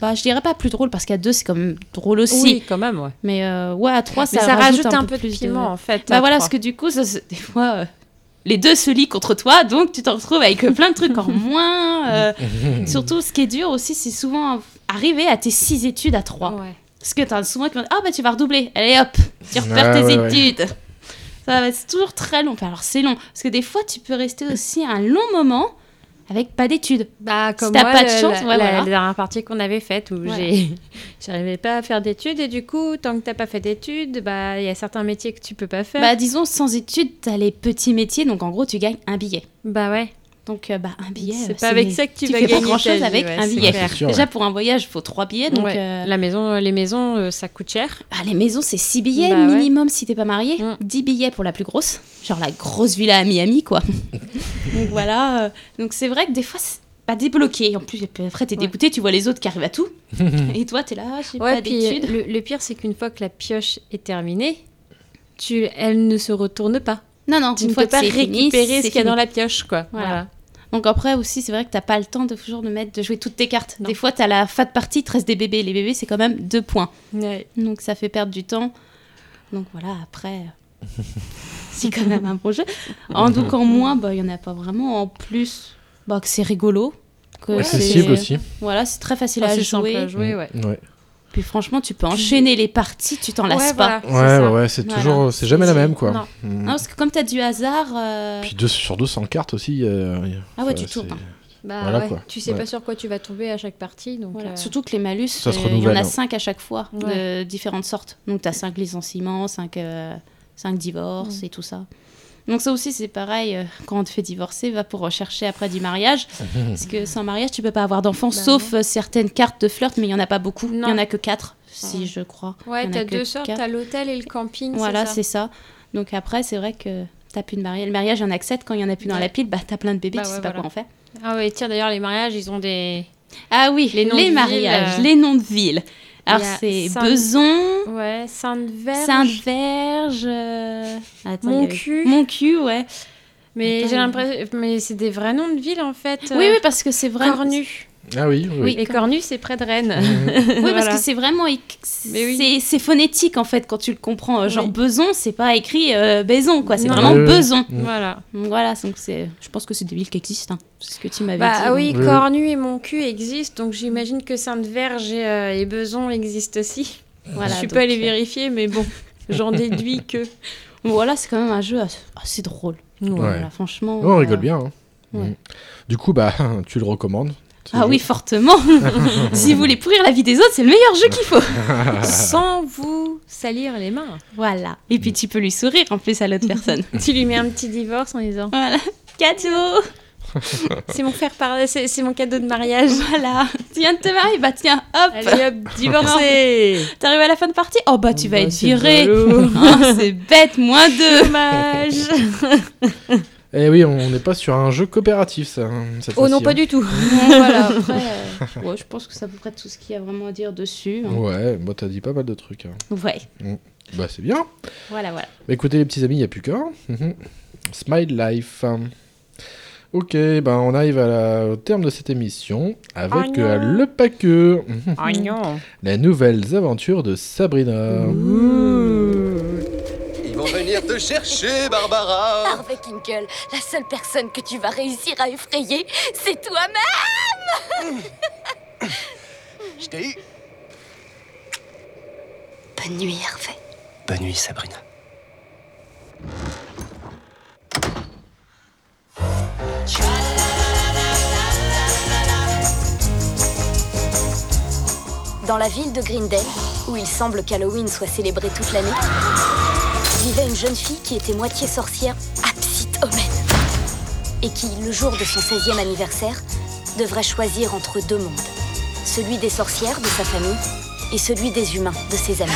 C: Bah, je dirais pas plus drôle parce qu'à 2, c'est quand même drôle aussi.
B: Oui, quand même, ouais.
C: Mais euh, ouais, à 3, ça,
B: Mais ça rajoute, un,
C: peu
B: peu de
C: plus
B: piment en fait.
C: Bah
B: à
C: voilà,
B: trois.
C: parce que du coup, ça, se- des fois, euh, les deux se lient contre toi, donc tu te retrouves avec euh, plein de trucs en moins. euh, surtout, ce qui est dur aussi, c'est souvent arriver à tes six études à trois.
B: Ouais.
C: Parce que t'as souvent qui vont dire, ah bah tu vas redoubler, allez hop, tu repères
A: Ouais,
C: tes
A: ouais, ouais.
C: études. Ça va être toujours très long. Enfin, alors c'est long, parce que des fois, tu peux rester aussi un long moment avec pas d'études.
B: Bah, comme
C: t'as
B: moi,
C: pas de
B: le-
C: chance,
B: la,
C: ouais,
B: la-
C: voilà.
B: la dernière partie qu'on avait faite où
C: Voilà.
B: j'ai, j'arrivais pas à faire d'études et du coup, tant que t'as pas fait d'études, bah il y a certains métiers que tu peux pas faire.
C: Bah disons, sans études, t'as les petits métiers, donc en gros, tu gagnes un billet.
B: Bah ouais.
C: Donc euh, bah, un billet, euh,
B: c'est pas avec ça que tu, vas
C: fais
B: gagner
C: pas grand chose
B: ta vie,
C: avec
B: ouais,
C: un
B: c'est
C: billet.
B: clair.
A: C'est sûr,
C: Déjà
A: ouais.
C: pour un voyage, faut trois billets, donc
B: Ouais.
C: euh,
B: La maison, les maisons, euh, ça coûte cher.
C: Ah, les maisons, c'est 6 billets
B: Bah ouais.
C: minimum si t'es pas marié.
B: Mm.
C: 10 billets pour la plus grosse. Genre la grosse villa à Miami, quoi. Donc voilà. euh, Donc c'est vrai que des fois, c'est pas débloqué. En plus, après, t'es
B: Ouais.
C: dégoûté, tu vois les autres qui arrivent à tout. Et toi, t'es là, j'ai
B: Ouais,
C: pas
B: puis euh,
C: d'études.
B: le, le pire, c'est qu'une fois que la pioche est terminée, tu, elle ne se retourne pas.
C: Non, non,
B: Tu
C: une
B: ne
C: fois
B: peux
C: que
B: pas
C: c'est fini,
B: récupérer ce
C: c'est
B: qu'il y a
C: fini.
B: dans la pioche, quoi.
C: Voilà. Donc après aussi, c'est vrai que t'as pas le temps de toujours de mettre, de jouer toutes tes cartes.
B: Non.
C: Des fois, t'as la fin de partie, te reste des bébés. Les bébés, c'est quand même deux points.
B: Voilà.
C: Donc ça fait perdre du temps. Donc voilà, après, euh, c'est quand même un bon jeu. En donc en moins, bah, il n'y en a pas vraiment. En plus, bah, que c'est rigolo. Que
A: Accessible
C: c'est-
A: aussi.
C: Voilà, c'est très facile
B: Ah,
C: à
B: c'est simple
C: jouer.
B: à jouer, ouais.
A: Ouais,
C: Puis franchement, tu peux enchaîner les parties, tu t'en lasses
B: Ouais, voilà,
C: pas.
A: ouais,
B: c'est ça.
A: ouais, ouais, c'est
C: Voilà.
A: toujours. C'est jamais la même, quoi.
B: Non.
A: Mm.
C: Non, Ah parce que comme tu as du hasard, euh,
A: Puis deux, sur 200 cartes aussi. euh, y a-
C: ah ouais,
A: enfin,
C: tu tournes.
A: c'est-
C: hein.
B: Bah
A: Voilà,
B: ouais,
A: quoi.
B: tu sais
A: Ouais.
B: pas sur quoi tu vas tomber à chaque partie, donc
C: Voilà.
B: euh,
C: Surtout que les malus,
A: Ça
C: euh,
A: se
C: il y en
A: renouvelle,
C: a
A: hein.
C: 5 à chaque fois, de différentes sortes. Donc tu as 5 licenciements, 5, divorces
B: Mm.
C: et tout ça. Donc ça aussi c'est pareil, euh, quand on te fait divorcer, va pour rechercher après du mariage. parce que sans mariage, tu peux pas avoir d'enfants, sauf euh, certaines cartes de flirt, mais il y en a pas beaucoup. Il y
B: Bah Non. Ah
C: en a que 4, si
B: Ouais.
C: je crois. Il y
B: ouais,
C: en a
B: t'as
C: que
B: deux sortes,
C: quatre.
B: t'as l'hôtel et le camping.
C: Voilà,
B: c'est
C: c'est ça. Donc après, c'est vrai que t'as plus de mariage. Le mariage, il y en a que 7. Quand il y en a plus dans
B: Ouais.
C: la pile, bah, t'as plein de bébés,
B: Bah
C: tu sais
B: ouais,
C: pas
B: voilà.
C: quoi en faire.
B: ça. Ah ouais, tiens d'ailleurs les mariages, ils ont des
C: Ah oui, les,
B: Les noms de villes,
C: mariages,
B: euh,
C: les noms de villes. Alors
B: il y a
C: c'est
B: Saint-
C: Beson,
B: ouais Sainte-Verge.
C: Sainte-Verge. euh, attends,
B: Mon
C: il y avait-
B: cul.
C: Mon cul, ouais.
B: Mais
C: Attends,
B: j'ai
C: il y a-
B: l'impression, mais c'est des vrais noms de villes en fait.
C: Oui,
B: euh,
C: oui, parce que c'est vraiment.
B: Cornu.
A: Ah oui, oui.
C: Oui.
B: Et Cornu, c'est près de Rennes.
C: Oui,
B: Voilà.
C: parce que c'est vraiment. éc-
B: Mais oui.
C: C'est c'est phonétique en fait quand tu le comprends. Euh, Genre
B: Oui.
C: Beson, c'est pas écrit euh, Baison, quoi. C'est
B: Non.
C: vraiment
A: Ouais, ouais.
C: Beson.
A: Mm.
B: Voilà.
C: Donc Voilà, donc c'est. Je pense que c'est des villes qui existent. hein. C'est ce que tu m'avais dit.
B: Bah
C: donc.
B: oui,
A: Oui.
B: Cornu et mon cul existent, donc j'imagine que Sainte-Verge et, euh, et Beson existent aussi.
C: Voilà,
B: je suis
C: donc,
B: pas allée
C: euh,
B: vérifier, mais bon, j'en déduis que.
C: Voilà, c'est quand même un jeu assez, assez drôle. Voilà, franchement.
A: Ouais, on
C: euh,
A: rigole bien. hein.
C: ouais.
A: Mm. Du coup, bah, tu le recommandes. ce
C: Ah
A: jeu.
C: oui, fortement. si vous voulez pourrir la vie des autres, c'est le meilleur jeu qu'il faut.
B: Sans vous salir les mains.
C: Voilà. Et puis tu peux lui sourire en plus à l'autre personne.
B: Tu lui mets un petit divorce en disant
C: Voilà. Cadeau.
B: C'est mon, faire par... c'est, c'est mon cadeau de mariage.
C: Voilà. Tu viens de te marier Bah tiens, hop.
B: Allez hop, divorcé
C: T'arrives à la fin de partie Oh bah tu vas être
B: c'est
C: viré.
B: ballot.
C: Hein, c'est bête, moins deux.
B: Dommage
A: Eh oui, on n'est pas sur un jeu coopératif, ça. hein, cette
B: Oh
A: fois-ci,
B: non,
A: hein.
B: pas du tout.
C: Bon, voilà, après, euh, ouais, je pense que c'est à peu près tout ce qu'il y a vraiment à dire dessus. hein.
A: Ouais, moi t'as dit pas mal de trucs. hein.
C: Ouais,
A: Bah c'est bien.
C: voilà, voilà.
A: Bah écoutez les petits amis, il n'y a plus qu'un. Mhm. Smile Life. Ok, ben on arrive à la- au terme de cette émission
C: Ah
A: avec
F: Oh non.
A: euh, le paqueux, Mhm.
F: Oh non.
A: les nouvelles aventures de Sabrina.
I: Ils vont venir te chercher, Barbara
J: Harvey Kinkle, la seule personne que tu vas réussir à effrayer, c'est toi-même
I: Je t'ai eu
J: Bonne nuit, Harvey.
I: Bonne nuit, Sabrina.
J: Dans la ville de Greendale, où il semble qu'Halloween soit célébré toute l'année, vivait une jeune fille qui était moitié sorcière, absite omen, et qui, le jour de son 16e anniversaire, devrait choisir entre deux mondes, celui des sorcières de sa famille et celui des humains de ses amis.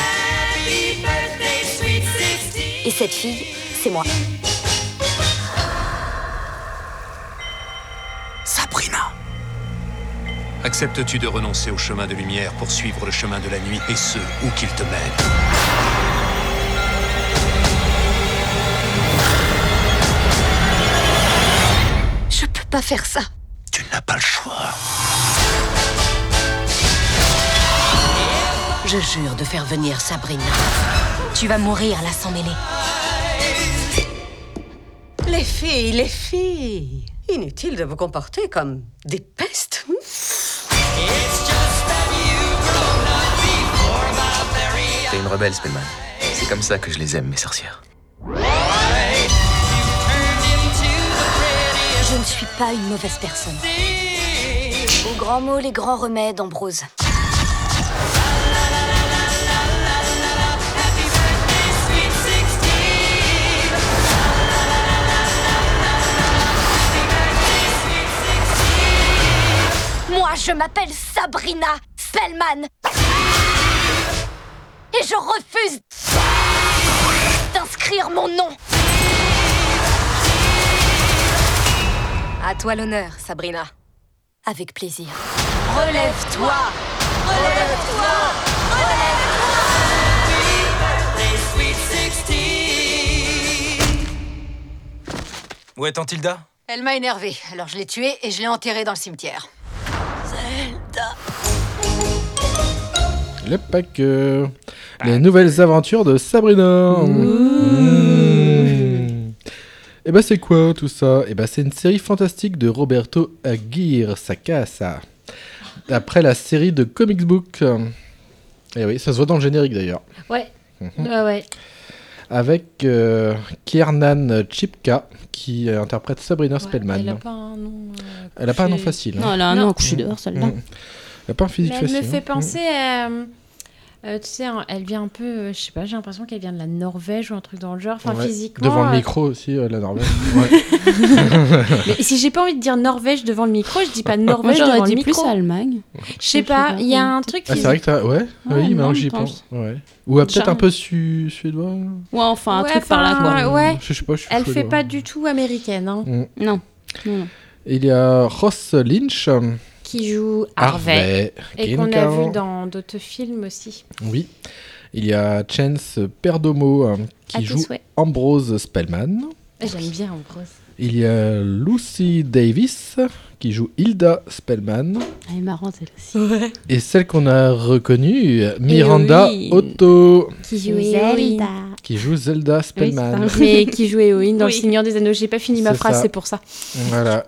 J: Et cette fille, c'est moi.
I: Sabrina Acceptes-tu de renoncer au chemin de lumière pour suivre le chemin de la nuit, et ce, où qu'il te mène
J: Je peux pas faire ça.
I: Tu n'as pas le choix.
J: Je jure de faire venir Sabrina. Tu vas mourir là sans mêler.
D: Les filles, les filles Inutile de vous comporter comme des pestes. hmm
I: T'es une rebelle, Spellman. C'est comme ça que je les aime, mes sorcières.
J: Je ne suis pas une mauvaise personne. Aux grands mots, les grands remèdes, Ambrose. Moi, je m'appelle Sabrina Spellman. Et je refuse d'inscrire mon nom. À toi l'honneur, Sabrina. Avec plaisir. Relève-toi Relève-toi
I: Où est Antilda
J: Elle m'a énervée, alors je l'ai tuée et je l'ai enterrée dans le cimetière.
A: Le paqueux, les nouvelles aventures de Sabrina. Et bah c'est quoi tout ça Et bah c'est une série fantastique de Roberto Aguirre Sacasa. Après la série de comics book. Et oui, ça se voit dans le générique d'ailleurs.
B: Ouais. Ah Ouais, ouais.
A: avec euh, Kiernan Chipka qui euh, interprète Sabrina Spellman.
B: Elle a pas un nom. euh,
A: Elle a pas un nom
B: couché.
A: facile. hein.
C: Non, là,
B: Non.
C: non, couché dehors, celle-là.
A: Mm. Elle a pas un physique
B: Mais elle
A: facile.
B: me fait
A: hein.
B: penser à. euh, tu sais, hein, elle vient un peu, euh, je sais pas, j'ai l'impression qu'elle vient de la Norvège ou un truc dans le genre. Enfin,
A: Ouais.
B: physiquement.
A: Devant le
B: euh,
A: micro aussi, euh, la Norvège. Ouais.
B: mais si j'ai pas envie de dire Norvège devant le micro, je dis pas
C: Moi,
B: Norvège
C: j'aurais
B: devant
C: dit
B: le micro.
C: plus Allemagne.
B: Je sais pas, il y a un truc
A: Ah, c'est vrai que t'as. Ouais, oui,
C: non,
A: maintenant que
C: je
A: j'y pense.
C: pense.
A: Ouais. Ou euh, peut-être
C: Charme.
A: un peu su- suédois. hein.
C: Ouais, enfin, un
B: Ouais,
C: truc par là, quoi.
B: enfin, ouais.
A: Je sais pas, je suis
B: Elle fait
A: suédois.
B: pas du tout américaine, hein,
C: Non. non, non.
A: Il y a Ross Lynch,
B: qui joue
A: Ah,
B: Harvey.
A: Harvey,
B: Et qu'on a
A: Kincaid.
B: vu dans d'autres films aussi.
A: Oui. Il y a Chance Perdomo euh,
B: À
A: qui
B: tes
A: joue
B: souhaits.
A: Ambrose Spellman.
B: J'aime bien Ambrose.
A: Il y a Lucy Davis qui joue Hilda Spellman.
C: Elle est marrante, elle aussi.
B: Ouais.
A: Et celle qu'on a reconnue,
B: Eh
A: Miranda
C: oui.
A: Otto,
B: Qui joue Héloïne.
A: qui joue Zelda Spellman.
B: Mais qui joue Héloïne dans
C: Oui.
B: Le Seigneur des Anneaux. J'ai pas fini ma
A: C'est
B: phrase,
A: ça.
B: c'est pour ça.
A: voilà.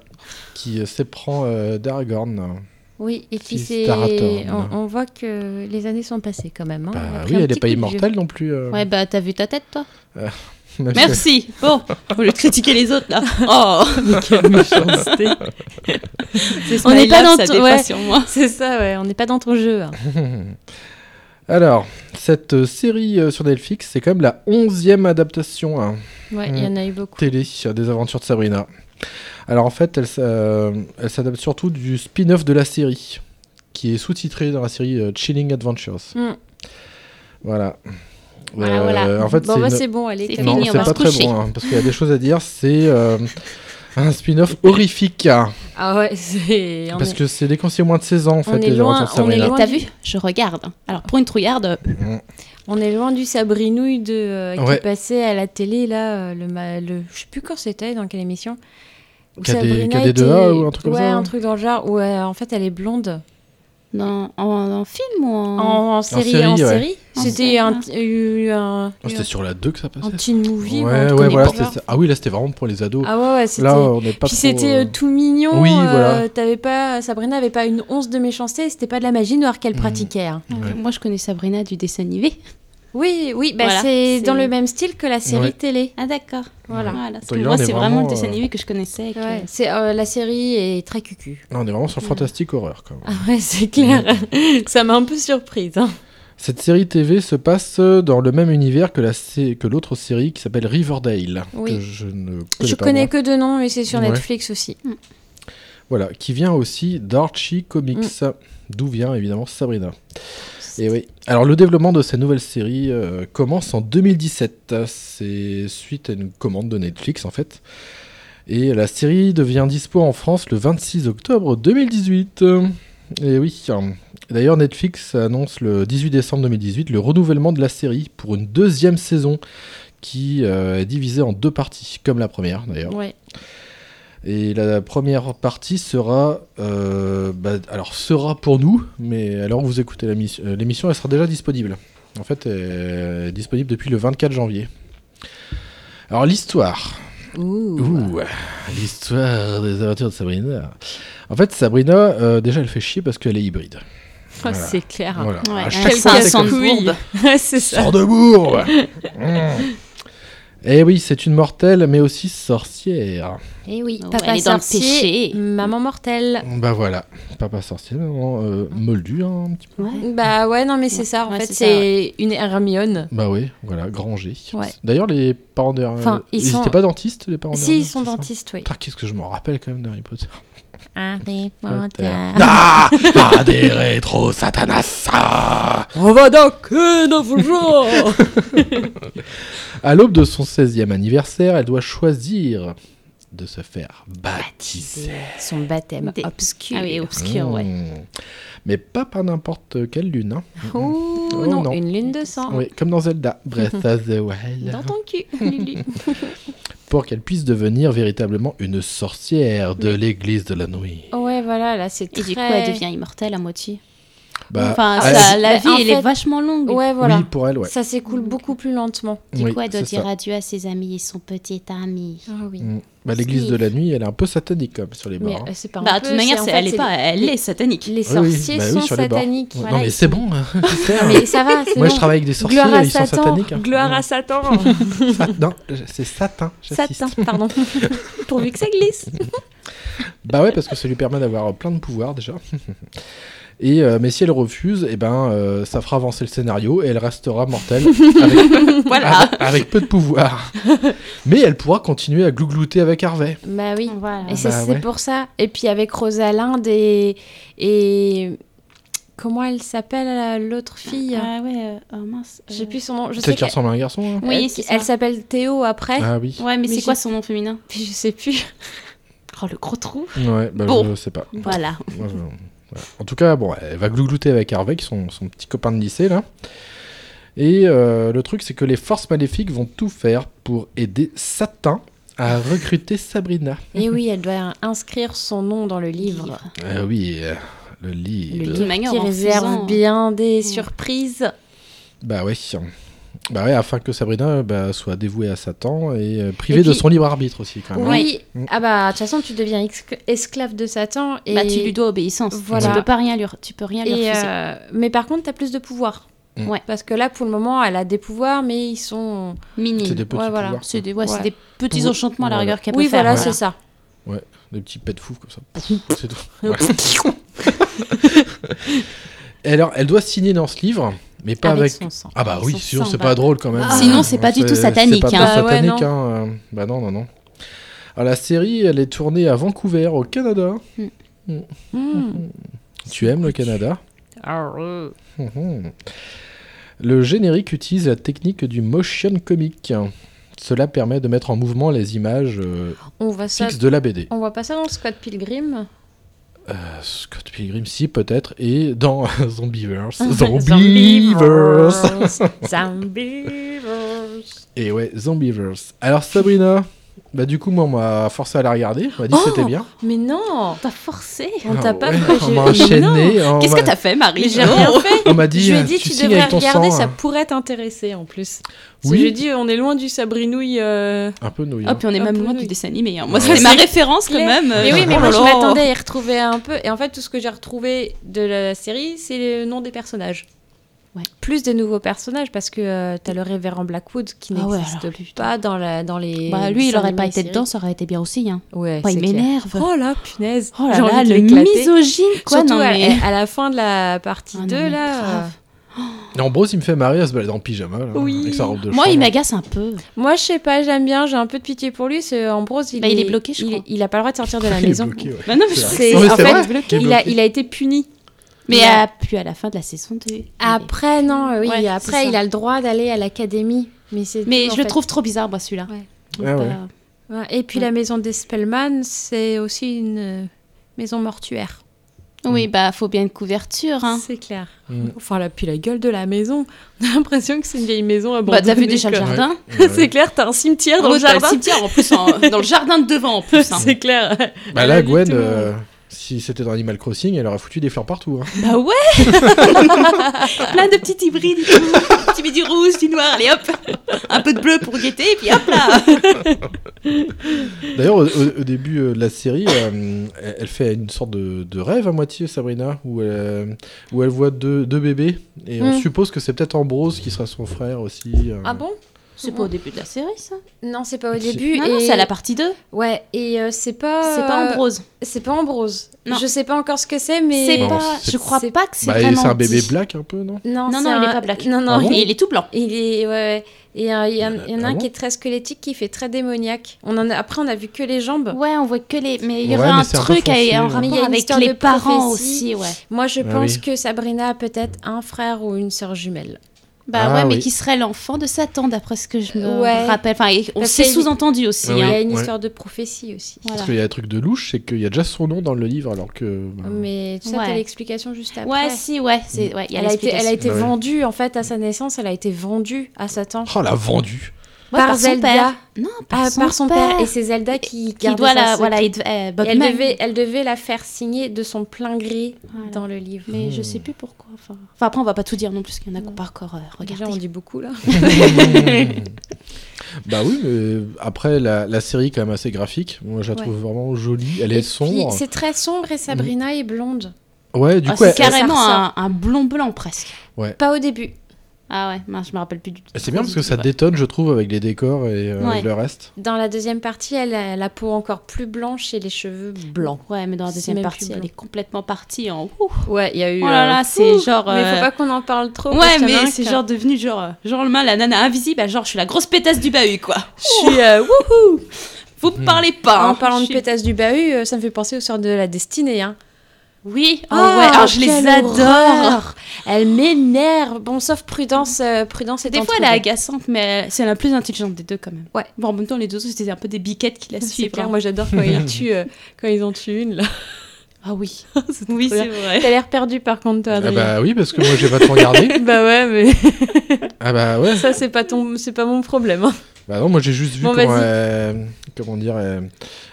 A: Qui euh, s'éprend euh, d'Aragorn.
B: Oh, Oui, et puis
A: Si
B: c'est.
A: Starathorn.
B: On, on voit que les années sont passées quand même. hein.
A: Bah
B: a pris
A: oui,
B: un
A: elle n'est
B: petit
A: pas
B: coup de
A: immortelle non plus. euh,
C: Ouais, bah, t'as vu ta tête, toi
A: même si-
C: Merci Bon, au lieu de critiquer les autres, là. Oh Mais quelle méchanceté On n'est pas dans
B: ça
C: ton...
B: dépasse
C: Ouais. sur moi.
B: vieux. C'est ça, ouais, on n'est pas dans ton jeu. hein.
A: Alors, cette euh, série euh, sur Netflix, c'est quand même la onzième adaptation hein,
B: Ouais, il y en a eu beaucoup.
A: télé euh, des aventures de Sabrina. Alors en fait, elle, s- euh, elle s'adapte surtout du spin-off de la série, qui est sous-titré dans la série euh, Chilling Adventures.
B: Mm.
A: Voilà. Euh,
B: Voilà, Hmm. voilà.
A: En fait,
B: Bon,
A: c'est
B: bah,
A: une-
B: c'est bon, allez,
C: C'est
A: Non,
C: fini, on
A: c'est
C: va se
A: pas très
C: coucher.
A: bon, hein, parce qu'il y a des choses à dire. C'est euh, un spin-off horrifique. hein,
B: Ah ouais, c'est. on
A: parce
B: est-
A: que c'est dès qu'on s'est moins de 16 ans, en fait,
B: on est
A: les
B: loin,
A: aventures de
B: on est
A: Sabrina.
B: loin.
C: T'as vu Je regarde. Alors, pour une trouillarde, euh,
B: On est loin du sabrinouille de, euh,
A: Ouais.
B: qui passait à la télé, là, euh, le, ma- le... je sais plus quand c'était, dans quelle émission. Où
A: KD
B: Sabrina
A: KD2A
B: était-
A: ou un truc comme
B: ouais,
A: ça,
B: un
A: ouais.
B: truc dans le genre, où euh, en fait elle est blonde.
C: dans, en, en film ou en...
B: En, en série,
A: série,
B: en
A: ouais. Oh,
B: série
C: En
B: C'était
C: série,
B: un,
C: ouais.
B: eu un,
G: Ah, C'était sur la 2 que ça
B: un
G: passait
B: teen movie. ou un
A: Ouais,
B: truc
A: ouais,
B: comme
A: voilà.
B: ça.
A: c'était- Ah oui, là, c'était vraiment pour les ados.
B: Ah ouais, ouais, c'était.
A: là, on n'est pas
B: Puis
A: trop,
B: c'était
A: euh,
B: euh, tout mignon.
A: Oui,
B: euh,
A: voilà.
B: t'avais pas, Sabrina avait pas une once de méchanceté, c'était pas de la magie noire qu'elle
A: Mm.
B: pratiquait. hein.
A: Ouais.
C: Moi, je connais Sabrina du dessin animé.
B: Oui, oui, bah
C: Voilà,
B: c'est
C: c'est-
B: dans le même style que la série
A: Ouais.
B: télé.
C: Ah, d'accord.
B: Voilà.
C: parce
A: Toi,
C: que
A: là,
C: moi,
A: on est
C: c'est vraiment le
A: vraiment,
C: dessin
A: euh,
C: animé que je connaissais. et que-
B: Ouais, c'est euh, la série est très cucu.
A: Non, on est vraiment sur le fantastique horreur. Quand même.
B: euh, Ah ouais, c'est clair. Ça m'a un peu surprise. hein.
A: Cette série TV se passe euh, dans le même univers que la sé- que l'autre série qui s'appelle Riverdale.
B: Oui.
A: Que je ne connais
B: Je
A: pas,
B: connais
A: moi.
B: que deux noms, mais c'est sur
A: Ouais.
B: Netflix aussi.
A: Voilà, qui vient aussi d'Archie Comics,
B: Mm.
A: d'où vient évidemment Sabrina. Et Eh oui. Alors le développement de cette nouvelle série euh, commence en 2017. C'est suite à une commande de Netflix en fait. Et la série devient dispo en France le 26 octobre 2018. Et Eh oui. hein. D'ailleurs Netflix annonce le 18 décembre 2018 le renouvellement de la série pour une deuxième saison qui euh, est divisée en deux parties, comme la première d'ailleurs.
B: Ouais.
A: Et la première partie sera, euh, bah, alors sera pour nous, mais alors vous écoutez la mission- euh, l'émission, elle sera déjà disponible. En fait, elle est disponible depuis le 24 janvier. Alors l'histoire.
B: Oh,
A: Ouh, l'histoire des aventures de Sabrina. En fait, Sabrina, euh, déjà, elle fait chier parce qu'elle est hybride.
B: Ah,
A: Voilà.
B: C'est clair.
A: Voilà.
C: Ouais,
A: À
C: elle
A: chaque
C: s'en
A: fois, c'est
C: sent
A: comme-
C: de bourbe.
B: Ouais, c'est ça.
A: Sors de bourre Et Eh oui, c'est une mortelle, mais aussi sorcière.
B: Et oui,
C: Ouais,
B: papa
C: elle est dans le
B: sorcier,
C: péché.
B: maman mortelle.
A: Bah voilà, papa sorcière, maman euh, moldue hein, un petit peu.
B: Bah ouais, non mais c'est ça. En
C: Ouais,
B: fait,
C: c'est ça,
B: c'est une Hermione.
A: Bah oui, voilà, Granger.
B: Ouais.
A: D'ailleurs, les parents d'Hermione,
B: Enfin, ils
A: ils
B: sont-
A: étaient pas dentistes, les parents
B: Si,
A: d'Hermione,
B: ils sont
A: c'est ça
B: dentistes, oui.
A: Putain, Qu'est-ce que je m'en rappelle quand même d'Harry Potter.
D: Harry
A: Potter.
D: Potter.
A: Ah, ah, des rétro satanas ah
B: On va donc toujours
A: À l'aube de son 16e anniversaire, elle doit choisir de se faire baptiser.
B: Son baptême
C: Des-
B: Mm. obscur.
C: Ah oui, obscur, ouais.
A: Mmh. Mais pas par n'importe quelle lune. hein.
B: Oh,
A: Oh,
B: non,
A: non.
B: une lune de sang.
A: Oui, comme dans Zelda, Breath of the Wild.
B: Ah. Dans ton cul, Lulu.
A: Pour qu'elle puisse devenir véritablement une sorcière de l'église de la nuit.
B: ouais, voilà, là c'est
C: Et
B: très...
C: du coup, elle devient immortelle à moitié.
A: Bah,
C: enfin,
A: elle-
C: ça- la
B: Mais
C: vie,
B: en
C: elle
B: fait-
C: est vachement longue.
B: Ouais, voilà.
A: Oui, pour elle, ouais.
B: Ça s'écoule beaucoup plus lentement.
C: Du
A: Oui,
C: coup, elle doit
A: c'est ça.
C: dire adieu à ses amis et son petit ami.
B: Ah oui.
A: Mm. Bah, l'église de la nuit, elle est un peu satanique quand même sur les
B: Mais
A: bords. hein.
B: euh, c'est pas
C: Bah,
B: un
C: de toute
B: peu,
C: manière,
B: en
C: c'est-
B: fait,
C: elle est
B: c'est
C: pas, elle
B: les-
C: est satanique.
B: Les
A: Oui, oui,
B: sorciers
A: bah oui,
B: sont
A: sur les bords.
B: sataniques.
A: Ouais,
B: voilà,
A: non mais
B: ils
A: c'est
B: sont-
A: bon, hein, c'est clair.
B: Mais ça va, c'est
A: Moi je
B: bon.
A: travaille avec des sorciers,
B: Gloire à
A: ils sont
B: Satan.
A: sataniques. hein.
B: Gloire à Satan.
A: Sat- Non, je- c'est satin. j'insiste.
B: Satan, pardon. Pourvu que ça glisse.
A: Bah ouais, parce que ça lui permet d'avoir euh, plein de pouvoirs déjà. Et euh, mais si elle refuse, eh ben euh, ça fera avancer le scénario et elle restera mortelle avec,
C: Voilà.
A: avec- avec peu de pouvoir. Mais elle pourra continuer à glouglouter avec Harvey.
B: Bah oui.
C: Voilà.
B: Et c'est
A: Bah
B: c'est
A: ouais.
B: pour ça. Et puis avec Rosalinde et. et... Comment elle s'appelle euh, l'autre fille
C: Ah ouais, euh, oh mince. euh,
B: J'ai plus son nom. Je sais Eh.
A: Celle qui
B: qu'elle
A: ressemble à un garçon. hein.
C: Oui,
B: elle-
C: c'est ça.
B: elle s'appelle Théo après.
A: Ah oui.
C: Ouais, mais
B: Mais
C: c'est
B: je-
C: quoi son nom féminin
B: Puis je sais plus.
C: Oh, le gros trou.
A: Ouais, bah
C: Bon.
A: je sais pas. Euh,
C: Voilà.
A: Ouais, ouais, ouais. En tout cas, bon, elle va glouglouter avec Harvey, qui est son, son petit copain de lycée, là. Et euh, le truc, c'est que les forces maléfiques vont tout faire pour aider Satan à recruter Sabrina.
B: Et oui, elle doit inscrire son nom dans le livre.
A: Ah oui, euh, le livre.
C: Le livre. De manière
B: qui
C: en
B: réserve
C: faisant-
B: bien des surprises.
A: Bah ouais. Bah ouais, afin que Sabrina euh, bah, soit dévouée à Satan et euh, privée de
B: puis-
A: son libre arbitre aussi, quand même.
B: Oui.
A: Mm.
B: Ah bah, de toute façon, tu deviens escl- esclave de Satan. Et...
C: Bah, tu lui dois obéissance.
B: Voilà.
C: Tu peux pas rien lui, re- tu peux rien lui
B: Et,
C: refuser.
B: euh, mais par contre, t'as plus de pouvoir.
A: Mm.
C: Ouais.
B: Parce que là, pour le moment, elle a des pouvoirs, mais ils sont.
A: C'est
C: Minime.
A: des petits
B: Ouais, voilà.
A: pouvoirs,
C: C'est
A: quoi.
C: des, ouais, c'est
B: Ouais.
C: des petits
A: Pour-
C: enchantements à la
A: voilà.
C: rigueur qu'elle
B: Oui,
C: peut faire.
B: voilà, c'est ça.
A: Des petits pets fous comme ça. C'est tout. Voilà. Et alors, elle doit signer dans ce livre, mais pas avec.
B: son sang.
A: Ah bah
C: Avec
A: oui,
C: son
A: sinon
C: sang,
A: c'est
C: bah.
A: pas drôle quand même.
C: Sinon, c'est pas du tout satanique,
A: C'est pas
C: hein.
B: Bah
A: trop
B: Ah. ouais,
A: satanique,
B: non.
A: hein, euh, Bah non, non, non. Alors, la série, elle est tournée à Vancouver, au Canada.
C: Mm.
B: Mm.
A: Tu aimes le Canada
F: Arrgh.
A: Hum, hum. Le générique utilise la technique du motion comic. Cela permet de mettre en mouvement les images euh,
B: On voit ça.
A: fixes de la BD.
B: On voit pas ça dans Scott Pilgrim.
A: Euh, Scott Pilgrim, si, peut-être. Et dans Zombieverse. Zombieverse
B: Zombievers. Zombievers.
A: Et ouais, Zombieverse. Alors, Sabrina, bah, du coup, moi, on m'a forcé à la regarder. On m'a dit que c'était
B: Oh
A: bien.
B: Mais non,
C: T'as forcé
B: on t'a pas
A: Ouais,
B: fait.
A: on m'a enchaîné. on
C: Qu'est-ce
A: m'a-
C: que t'as fait, Marie
B: Mais j'ai rien fait.
A: On m'a dit,
B: je lui ai
A: euh,
B: dit tu,
A: tu signes
B: devrais
A: avec ton
B: regarder,
A: sang,
B: ça
A: hein.
B: pourrait t'intéresser en plus.
A: Oui.
B: Oui. J'ai dit on est loin du sabrinouille. euh,
A: Un peu nouille.
C: Hop, et on est
B: Un
C: même
B: peu
C: loin
B: nouille.
C: du dessin animé. hein. Moi,
A: Ouais.
C: c'était ma
B: C'est
C: référence quand
B: clair.
C: même.
B: Mais oui, mais
C: Oh
B: moi
C: là
B: je
C: là.
B: m'attendais à y retrouver un peu. Et en fait, tout ce que j'ai retrouvé de la série, c'est le nom des personnages.
C: Ouais.
B: Plus des nouveaux personnages, parce que euh, t'as le révérend Blackwood qui
C: Ah ouais,
B: n'existe
C: alors, putain.
B: pas dans, la, dans les.
C: Bah, lui, il
B: dessins
C: aurait pas été
B: animés
C: dedans, ça aurait été bien aussi. Hein.
B: séries. Ouais,
C: Bah,
B: c'est
C: il
B: clair.
C: m'énerve.
B: Oh là, punaise.
C: Oh là
B: J'ai
C: là,
B: envie de
C: le
B: l'éclater.
C: misogyne, quoi.
B: Surtout
C: non,
B: à-
C: mais...
B: à, la fin de la partie
C: Ah, non,
B: 2,
C: mais
B: là.
C: grave.
A: Et En Ambrose, il me fait marrer à se balader en pyjama. là,
B: Oui.
A: Avec sa robe de
C: Moi,
A: chambre.
C: il m'agace un peu.
B: Moi, je sais pas, j'aime bien, j'ai un peu de pitié pour lui. C'est Ambrose, il,
C: Bah, il est bloqué, je
B: il,
C: crois.
B: Il a pas le droit de sortir de la
A: Il est
B: maison.
A: bloqué, ouais.
C: Bah non, mais
A: C'est
C: je
A: vrai.
C: trouve
B: C'est-
A: Non, mais
B: en
A: c'est
B: fait,
A: vrai, il est
B: il, a,
A: bloqué.
B: il a été puni.
C: Mais
B: Il a-
C: à- puis à la fin de la saison 2. il est-
B: Après, non, euh, oui,
C: Ouais, c'est ça.
B: après, il a le droit d'aller à l'académie. Mais, c'est
C: Mais
B: tout, en
C: je le
B: fait.
C: trouve trop bizarre, moi, celui-là.
B: Ouais.
C: Donc,
A: Ah ouais.
C: euh,
B: Ouais, Et puis,
C: Ouais.
B: la maison des Spellman, c'est aussi une euh, maison mortuaire.
C: Oui, bah, faut bien une couverture. Hein.
B: C'est clair.
A: Mm.
B: Enfin, là, puis la gueule de la maison. On a l'impression que c'est une vieille maison
C: Bah,
B: abandonnée.
C: t'as vu déjà le
B: quoi.
A: Ouais.
C: jardin
B: C'est clair, t'as un cimetière dans
C: Oh,
B: le
C: t'as
B: jardin.
C: cimetière en plus, hein, dans le jardin de devant en plus. hein.
B: C'est clair.
A: Bah
B: Elle
A: là,
B: a dit
A: Gwen,
B: tout.
A: euh, si c'était dans Animal Crossing, elle aurait foutu des fleurs partout. hein.
C: Bah ouais Plein de petits hybrides. tu mets du rouge, du noir, allez hop Un peu de bleu pour guetter, et puis hop là
A: D'ailleurs, au, au- au début euh, de la série, euh, elle elle fait une sorte de, de rêve à moitié, Sabrina, où elle, euh, où elle voit deux, deux bébés. Et on
B: Mm.
A: suppose que c'est peut-être Ambrose qui sera son frère aussi. euh.
B: Ah bon
C: C'est pas au début de la série, ça
B: Non, c'est pas au
A: Si.
B: début.
C: Non, non,
B: et-
C: c'est à la partie 2.
B: Ouais, et euh, c'est pas.
C: C'est pas
B: euh,
C: Ambrose.
B: C'est pas Ambrose.
C: Non.
B: Je sais pas encore ce que c'est, mais.
C: C'est
A: Non,
C: pas...
A: c'est-
C: Je crois
B: c'est-
C: pas que c'est
A: Bah, et
C: vraiment
A: c'est un bébé
C: dit.
A: black un peu, non
B: Non,
C: Non,
B: c'est
C: non, il
B: un-
C: est pas black.
B: Non, non,
A: Ah bon
C: Et
B: il...
C: il est tout blanc.
B: il est. ouais, Ouais. Et euh, il y, en- il y en a
A: Ah
B: un
A: bon
B: qui est très squelettique qui fait très démoniaque. On en a... Après, on a vu que les jambes.
C: Ouais, on voit que les... Mais il y
A: Ouais,
C: aurait
A: mais
C: un
A: c'est un peu
C: truc
A: foncé,
C: à- en
A: ouais.
C: rapport
B: Mais il y a une
C: avec
B: histoire
C: les
B: de
C: parents
B: prophétie.
C: aussi, ouais.
B: Moi, je
A: Ah
B: pense
A: oui.
B: que Sabrina a peut-être un frère ou une sœur jumelle.
C: Bah
A: Ah
C: ouais, mais
A: oui.
C: qui serait l'enfant de Satan, d'après ce que je me
B: Ouais.
C: rappelle. Enfin, et on
B: Parce
C: s'est
B: qu'il-
C: sous-entendu aussi.
A: Ah oui.
B: Il y
C: hein.
B: a une
A: ouais.
B: histoire de prophétie aussi.
C: Voilà.
A: Parce qu'il y a un truc de louche, c'est qu'il y a déjà son nom dans le livre, alors que. bah,
B: Mais tu sais,
C: Ouais.
B: t'as l'explication juste après.
C: Ouais, si, ouais. c'est- ouais, il y a
B: elle, a été, elle a
C: l'explication.
B: été
A: Ouais.
B: vendue, en fait, à sa naissance, elle a été vendue à Satan.
A: Bah Oh, la vendue
C: Ouais,
B: par
C: par son
B: Zelda.
C: père. Non, par
B: Ah,
C: son,
B: par son père. Et c'est Zelda qui,
C: qui
B: gardait
C: doit
B: ça
C: la...
B: secret.
C: Voilà, il dev- euh,
B: Et elle,
C: Bogman.
B: devait, elle devait la faire signer de son plein gré
C: Voilà.
B: dans le livre.
C: Mais
A: Hmm.
C: je sais plus pourquoi. Enfin, enfin, après, on va pas tout dire non plus, qu'il y en a qui n'ont pas encore euh, regardé.
B: Déjà, on dit beaucoup là.
A: Bah oui, mais après, la, la série est quand même assez graphique. Moi, je la
B: Ouais.
A: trouve vraiment jolie. Elle est
B: Et puis,
A: sombre. Hmm.
B: C'est très sombre et Sabrina est blonde.
A: Ouais, du
C: Ah,
A: coup, elle-
C: c'est carrément
B: ça
C: un, un blond blanc presque.
B: Pas au début.
C: Ah ouais, mince, je me rappelle plus du tout.
A: c'est bien parce que ça
C: Ouais.
A: détonne, je trouve, avec les décors et euh,
C: Ouais.
A: le reste.
B: Dans la deuxième partie, elle a la peau encore plus blanche et les cheveux blancs.
C: Ouais, mais dans la
B: C'est
C: deuxième
B: même
C: partie,
B: plus
C: elle
B: blanc.
C: est complètement partie en. Ouh.
B: Ouais, il y a eu.
C: Oh là
B: euh,
C: là, c'est
B: ouh,
C: genre,
B: Mais
C: euh,
B: faut pas qu'on en parle trop. parce
C: Ouais,
B: qu'il y en a
C: mais
B: un
C: c'est
B: qui-
C: genre devenu genre, euh, genre le mal, la nana invisible, ah, genre je suis la grosse pétasse du bahut quoi.
B: Je suis. euh, wouh
C: Vous me parlez pas. hein,
B: en parlant
C: je
B: de
C: suis-
B: pétasse du bahut, euh, ça me fait penser aux sœurs de la destinée. Hein.
C: Oui, oh,
B: Ah,
C: ouais, alors je les
B: quelle
C: adore.
B: horreur. Elle m'énerve. Bon, sauf Prudence. euh, Prudence est
C: Des
B: en
C: fois,
B: trou
C: elle est
B: d'air.
C: agaçante, mais c'est la plus intelligente des deux quand même.
B: Ouais.
C: Bon, en même temps, les deux autres, c'était un peu des biquettes qui la
B: C'est
C: suivent.
B: clair,
C: hein.
B: moi j'adore quand ils tuent, euh, quand ils en tuent une là.
C: Ah oui. oui,
B: trop
C: c'est vrai.
B: T'as l'air perdu par contre toi,
A: Ah
B: Adrien.
A: bah oui, parce que moi, j'ai pas trop regardé.
B: bah... ouais, mais
A: Ah bah ouais.
B: ça c'est pas ton, c'est pas mon problème. hein.
A: Bah non, moi, j'ai juste vu
B: Bon,
A: comment,
B: vas-y.
A: elle, comment dire, elle,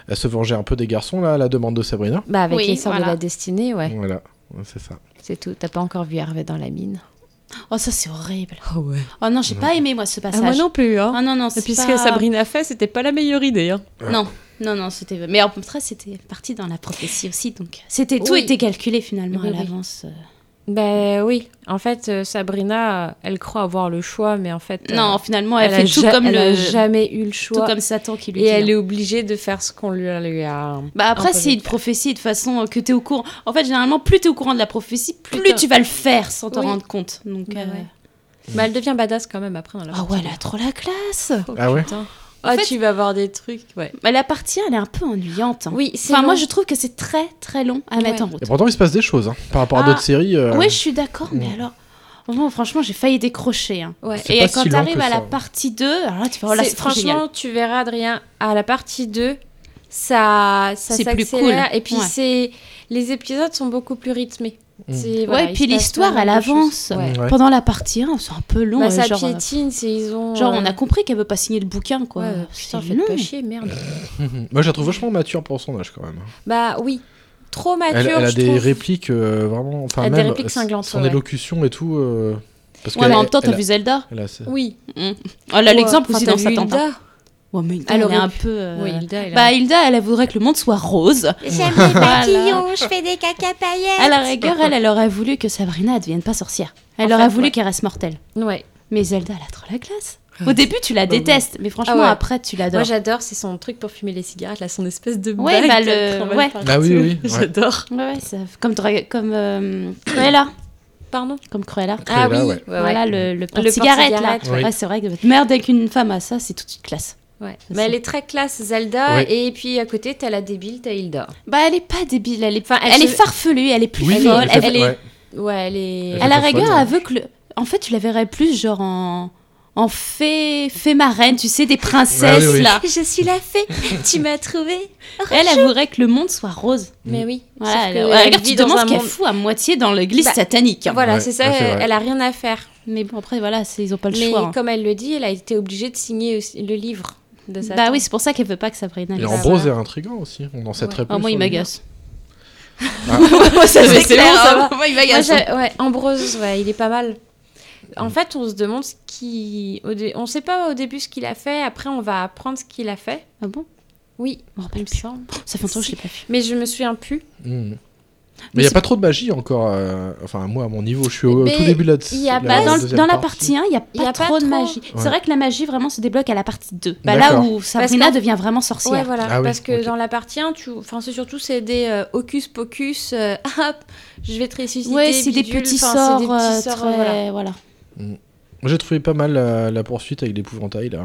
A: elle se vengeait un peu des garçons, là, à la demande de Sabrina.
B: Bah avec
C: Oui,
B: les sœurs
C: voilà.
B: de la destinée, ouais,
A: Voilà, Ouais, c'est ça.
B: c'est tout. T'as pas encore vu Hervé dans la mine.
C: Oh, ça, c'est horrible.
B: Ah ouais.
C: Oh non, j'ai pas aimé, moi, ce passage.
B: moi non plus hein.
C: Ah non, non,
B: Et
C: c'est
B: puis ce
C: pas-
B: que Sabrina fait, c'était pas la meilleure idée. Hein.
C: Non, non, non, c'était. Mais en contraire, c'était parti dans la prophétie aussi, donc. C'était tout
B: Oui.
C: était calculé finalement
B: Oui,
C: à
B: oui.
C: l'avance. euh.
B: Ben oui, en fait, euh, Sabrina, euh, elle croit avoir le choix, mais en fait, euh,
C: Non, finalement, elle,
B: a
C: fait tout
B: ja-
C: comme
B: elle a
C: le.
B: jamais eu le
C: Tout
B: choix.
C: comme Satan qui lui
B: Et
C: dit.
B: elle
C: hein.
B: est obligée de faire ce qu'on lui a. lui a-
C: Bah après,
B: imposé
C: c'est
B: de
C: une prophétie de façon euh, que t'es au courant. En fait, généralement, plus t'es au courant de la prophétie, plus,
B: Plus t'as-
C: tu vas le faire sans t'en
B: Oui.
C: rendre compte. Donc.
B: Bah
C: euh,
B: ouais. Mais Bah, elle devient badass quand même après dans la
C: Ah ouais, elle a trop la classe.
B: Oh,
A: Ah ouais
B: putain.
C: En
B: Ah,
C: fait-
B: tu vas voir des trucs, ouais.
C: Mais Bah, la partie, elle est un peu ennuyante. hein.
B: Oui, c'est
C: Enfin, moi,
B: long.
C: je trouve que c'est très très long à mettre
B: Ouais.
C: en route.
A: Et pourtant, il se passe des choses, hein, par rapport à
C: Ah.
A: d'autres séries. euh,
C: Oui, je suis d'accord, mais
A: Mm.
C: alors. Bon, franchement, j'ai failli décrocher. hein.
B: Ouais.
C: Et
B: C'est pas
C: quand
B: si
C: tu
B: long
C: arrives
B: que
C: à la
B: ça.
C: partie 2, alors là, tu fais oh là,
B: C'est-
C: c'est trop
B: franchement,
C: génial.
B: tu verras, Adrien, à la partie 2, ça, ça
C: C'est plus
B: s'accélère.
C: cool.
B: Et puis,
C: Ouais.
B: c'est les épisodes sont beaucoup plus rythmés.
C: Mm.
B: C'est-
C: Ouais,
B: voilà,
C: et
B: il
C: puis
B: se passe
C: l'histoire,
B: plein
C: elle
B: de choses.
C: avance.
B: Ouais.
C: Pendant la partie 1, c'est un peu long.
B: Bah,
C: euh,
B: ça
C: genre, euh,
B: piétine, c'est- ils ont.
C: genre, on
B: euh,
C: a compris qu'elle veut pas signer le bouquin, quoi.
B: Ouais,
C: C'est
B: putain, faites
C: long.
B: pas chier, merde.
A: Moi, je la trouve vachement mature pour son âge quand même.
B: bah oui, trop mature.
A: elle, elle a
B: je
A: des
B: trouve.
A: répliques euh, vraiment. Enfin,
B: Elle a des
A: même
B: répliques cinglantes,
A: Son
B: ouais.
A: élocution et tout. euh, parce
C: Ouais,
A: qu'elle-
C: mais en même temps, t'as
A: elle a-
C: vu Zelda
A: elle a assez-
B: Oui.
C: Mm. Elle
B: Ou,
C: a
B: euh,
C: l'exemple
B: enfin,
C: aussi
B: t'as
C: dans
B: vu
C: sa tante. hein.
B: Hilda
C: Ouais, mais Hilda,
B: Elle
C: elle, est
B: aurait
C: un
B: pu.
C: peu. euh,
B: Oui, Hilda, elle a-
C: bah, Hilda, elle, elle voudrait que le monde soit rose.
J: J'aime
C: Voilà.
J: les papillons, je fais des caca paillettes.
C: À la rigueur, elle, elle aurait voulu que Sabrina ne devienne pas sorcière. Elle
B: En
C: aurait
B: fait,
C: voulu
B: ouais.
C: qu'elle reste mortelle.
B: Ouais.
C: Mais Zelda, elle a trop la classe. Au début, tu la détestes, mais franchement,
B: Bah, Ah ouais.
C: après, tu l'adores.
B: Moi, j'adore, c'est son truc pour fumer les cigarettes, là, son espèce de
C: Ouais,
B: bague
C: bah,
B: qu'elle
C: le-
B: prend mal
C: ouais.
B: partout.
C: Bah oui, oui, ouais.
B: J'adore.
C: Ouais, ouais, ça- comme, Dra- comme euh, Cruella.
B: Pardon
C: Comme Cruella.
B: Ah Cruella, oui, ouais. ouais,
C: Voilà
B: ouais.
C: le, le
B: Le
C: cigarette, là.
B: porte-cigarette, ouais.
C: Ouais, c'est vrai que merde avec une femme à ça, c'est tout de suite classe.
B: Ouais. Mais elle est très classe, Zelda,
C: Ouais.
B: et puis à côté, t'as la débile, t'as Hilda.
C: Bah, elle est pas débile, elle est,
B: Enfin, elle
C: elle est
B: se-
C: farfelue, elle est plus
B: Oui,
C: folle.
B: elle
C: Elle,
B: fait-
C: elle est...
B: ouais. Ouais, elle est.
C: À la rigueur, elle veut que le- En fait, tu la verrais plus genre en. En fée, fée marraine, tu sais, des princesses
B: Ouais, oui, oui.
C: là.
B: Ah, Je suis la fée, tu m'as trouvée.
C: Elle, elle voudrait que le monde soit rose.
B: Mais oui.
C: Voilà,
B: sauf
C: elle-
B: que
C: ouais, regarde,
B: vit
C: tu
B: dans
C: demandes
B: un
C: ce qu'elle
B: monde-
C: fout à moitié dans l'église
B: Bah,
C: satanique. hein.
B: Voilà, c'est ça, elle a rien à faire.
C: Mais bon, après, voilà, c'est- ils ont pas le
B: Mais
C: choix. hein.
B: comme elle le dit, elle a été obligée de signer aussi le livre de sa
C: Bah
B: tante.
C: oui, c'est pour ça qu'elle veut pas que Sabrina.
A: Et
C: lise.
A: Ambrose est intriguant aussi. On en sait très peu.
C: Ah,
A: sur
C: moi, il
A: lui.
C: m'agace.
A: Ah.
C: Moi, ça,
B: C'est
C: c'est
B: clair,
C: bon, ça
B: hein.
C: va. Bah, Moi, il m'agace.
B: Moi, j'ai- ouais, Ambrose, ouais, il est pas mal. En fait, on se demande ce qui. au dé- On sait pas au début ce qu'il a fait, après, on va apprendre ce qu'il a fait.
C: Ah bon
B: Oui. il me semble.
C: Ça fait longtemps que je l'ai pas vu.
B: Mais je me souviens plus.
A: Mm. Mais il n'y a pas trop de magie encore. euh, Enfin, moi, à mon niveau, je suis au
C: Mais
A: tout début de la.
C: il y a
A: la
C: pas- Bah, dans,
A: deuxième
C: dans la partie 1, il n'y a pas
B: Il y a pas
C: trop de
B: trop.
C: magie.
A: Ouais.
C: C'est vrai que la magie vraiment se débloque à la partie 2. Bah, là
A: D'accord.
C: où
B: Parce
C: Sabrina
B: qu'en-
C: devient vraiment sorcière.
B: Ouais, voilà.
C: Ah oui,
B: Parce que
C: ok.
B: dans la partie 1, tu... enfin, c'est surtout c'est des euh, hocus pocus, euh, hop, je vais te ressusciter.
C: Ouais, c'est des
B: bidule,
C: petits
B: enfin, c'est des
C: sorts,
B: petits
C: euh,
B: sorts,
C: très-
B: voilà.
C: voilà.
A: Mm. J'ai trouvé pas mal la, la poursuite avec l'épouvantail là.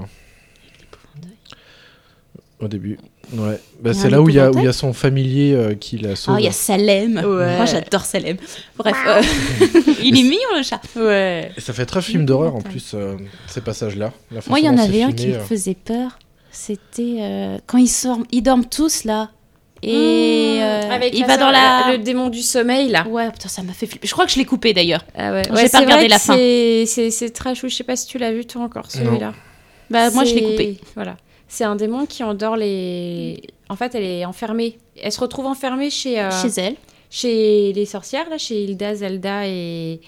A: Au début. Ouais. Bah,
C: Il y a
A: c'est
C: un
A: là où il y, a- où il y a
C: épouvantail
A: son familier euh, qui la
C: Ah,
A: sauve.
C: il y a Salem.
B: Ouais.
C: Moi, j'adore Salem. Bref, euh, il est mignon le chat.
B: Ouais.
A: Et ça fait très film d'horreur en plus, euh, ces passages-là. La façon
C: Moi, il y en
A: dont c'est
C: avait un
A: filmé,
C: qui me
A: euh.
C: faisait peur. C'était euh, quand ils, sortent- ils dorment tous là. Et
B: Mmh,
C: euh,
B: avec
C: il
B: la
C: va
B: sor-
C: dans la.
B: le démon du sommeil là.
C: Ouais, putain, ça m'a fait flipper. Je crois que Ah je l'ai coupé d'ailleurs. J'ai
B: Ouais,
C: pas
B: c'est
C: regardé
B: vrai
C: la
B: que
C: fin.
B: c'est- C'est c'est trash, je sais pas si tu l'as vu toi encore celui-là.
C: Bah, moi, je l'ai
B: C'est-
C: coupé.
B: Voilà. C'est un démon qui endort les. En fait, elle est enfermée. Elle se retrouve enfermée chez. euh,
C: Chez elle.
B: Chez les sorcières, là, chez Hilda, Zelda et.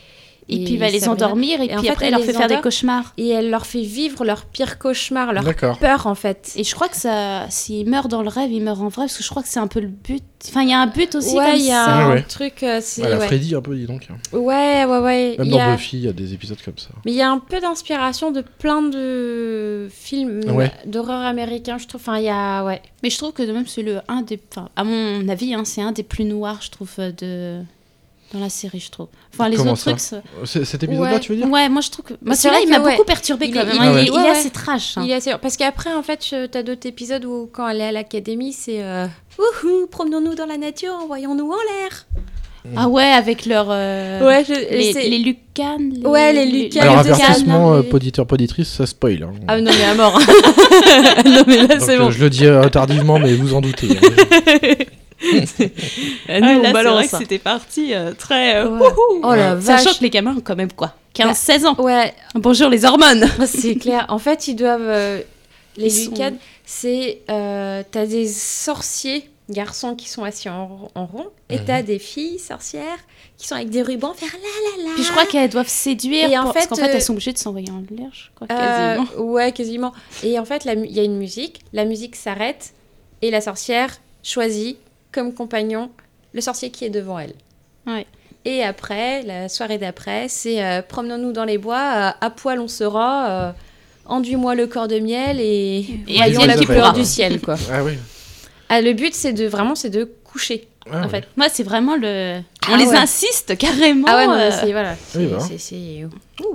C: Et puis, il va les
B: Sabrina.
C: endormir, et puis après, elle leur fait
B: les
C: faire des
B: endort,
C: cauchemars.
B: Et elle leur fait vivre leurs pires cauchemars, leur
A: D'accord.
B: peur en fait.
C: Et je crois que ça, s'il meurt dans le rêve, il meurt en vrai, parce que je crois que c'est un peu le but. Enfin, il y a un but aussi
B: ouais,
C: comme
B: il y a
C: ça.
B: un
A: Ouais, ouais.
B: truc. euh, c'est-
A: Ouais, la
B: ouais.
A: Freddy un peu, dis donc. hein.
B: Ouais, ouais, ouais.
A: Même
B: il
A: dans
B: y a-
A: Buffy, il y a des épisodes comme ça.
B: Mais il y a un peu d'inspiration de plein de films
A: Ouais.
B: d'horreur américains, je trouve. Enfin, il y a. Ouais.
C: Mais je trouve que de même, c'est le un des. Enfin, à mon avis, hein, c'est un des plus noirs, je trouve, euh, de dans la série, je trouve. Enfin, les
A: Comment
C: autres
A: ça
C: trucs. ça-
A: Euh, C'est- Cet épisode-là,
B: Ouais.
A: tu veux dire
C: Ouais, moi je trouve que. Moi,
B: Bah, C'est
C: celui-là,
B: vrai
C: il
B: que,
C: m'a
B: ouais,
C: beaucoup perturbé
B: il
C: quand
B: est-
C: même.
B: il
C: hein,
B: est-
C: Il, il
B: ouais,
C: est
B: ouais.
C: assez trash. hein.
B: Il est assez- Parce qu'après, en fait, je- t'as d'autres épisodes où, quand elle est à l'académie, c'est euh, Wouhou, promenons-nous dans la nature, envoyons-nous en l'air.
C: Ah ouais, avec leur. euh,
B: Ouais, je-
C: les,
B: c'est-
C: les lucanes.
B: Ouais, les lucanes,
A: Alors,
B: de
A: avertissement,
B: Cannes,
A: euh,
B: les-
A: poditeur, poditrice, ça spoil. hein.
B: Ah non, mais à mort. non, mais là,
C: bah,
A: Donc,
B: c'est
A: euh,
B: bon.
A: Je le dis euh, tardivement, mais vous en doutez. hein.
C: Ah,
B: nous, on
C: là, c'est
B: balance,
C: vrai que
B: hein.
C: c'était parti euh, très. euh,
B: Ouais.
C: wouhou.
B: Oh la vache.
C: Sachant
B: Bah, oh.
C: que les gamins ont quand même quoi 15-16 ans.
B: Ouais,
C: Bonjour les hormones.
B: c'est clair. En fait, ils doivent. euh, les
C: Ils sont-
B: Lucades, c'est. euh, t'as des sorciers, garçons qui sont assis en, ro- en rond, et
C: Mhm.
B: t'as des filles sorcières qui sont avec des rubans faire la la la.
C: Puis je crois qu'elles doivent séduire.
B: Et en
C: pour-
B: fait,
C: parce qu'en fait,
B: euh,
C: elles sont obligées de s'envoyer en l'air, je crois,
B: Euh,
C: quasiment.
B: ouais, quasiment. Et en fait, la mu- il y a une musique, la musique s'arrête et la sorcière choisit comme compagnon le sorcier qui est devant elle.
C: Ouais.
B: Et après, la soirée d'après, c'est euh, promenons-nous dans les bois, euh, à poil on sera, euh, enduis-moi le corps de miel et,
C: Et
B: voyons
C: advienne
B: la
C: qui
B: couleur
C: pourra.
B: du ciel. Quoi.
A: Ah oui.
B: Ah, le but, c'est de vraiment, c'est de coucher.
A: Ah
B: en
A: ouais.
B: fait.
C: Moi, c'est vraiment le. On
B: Ah
C: les
B: ouais.
C: insiste carrément.
B: Ah ouais, non, mais
C: euh,
B: c'est voilà.
A: Oui, bah.
B: c'est- c'est-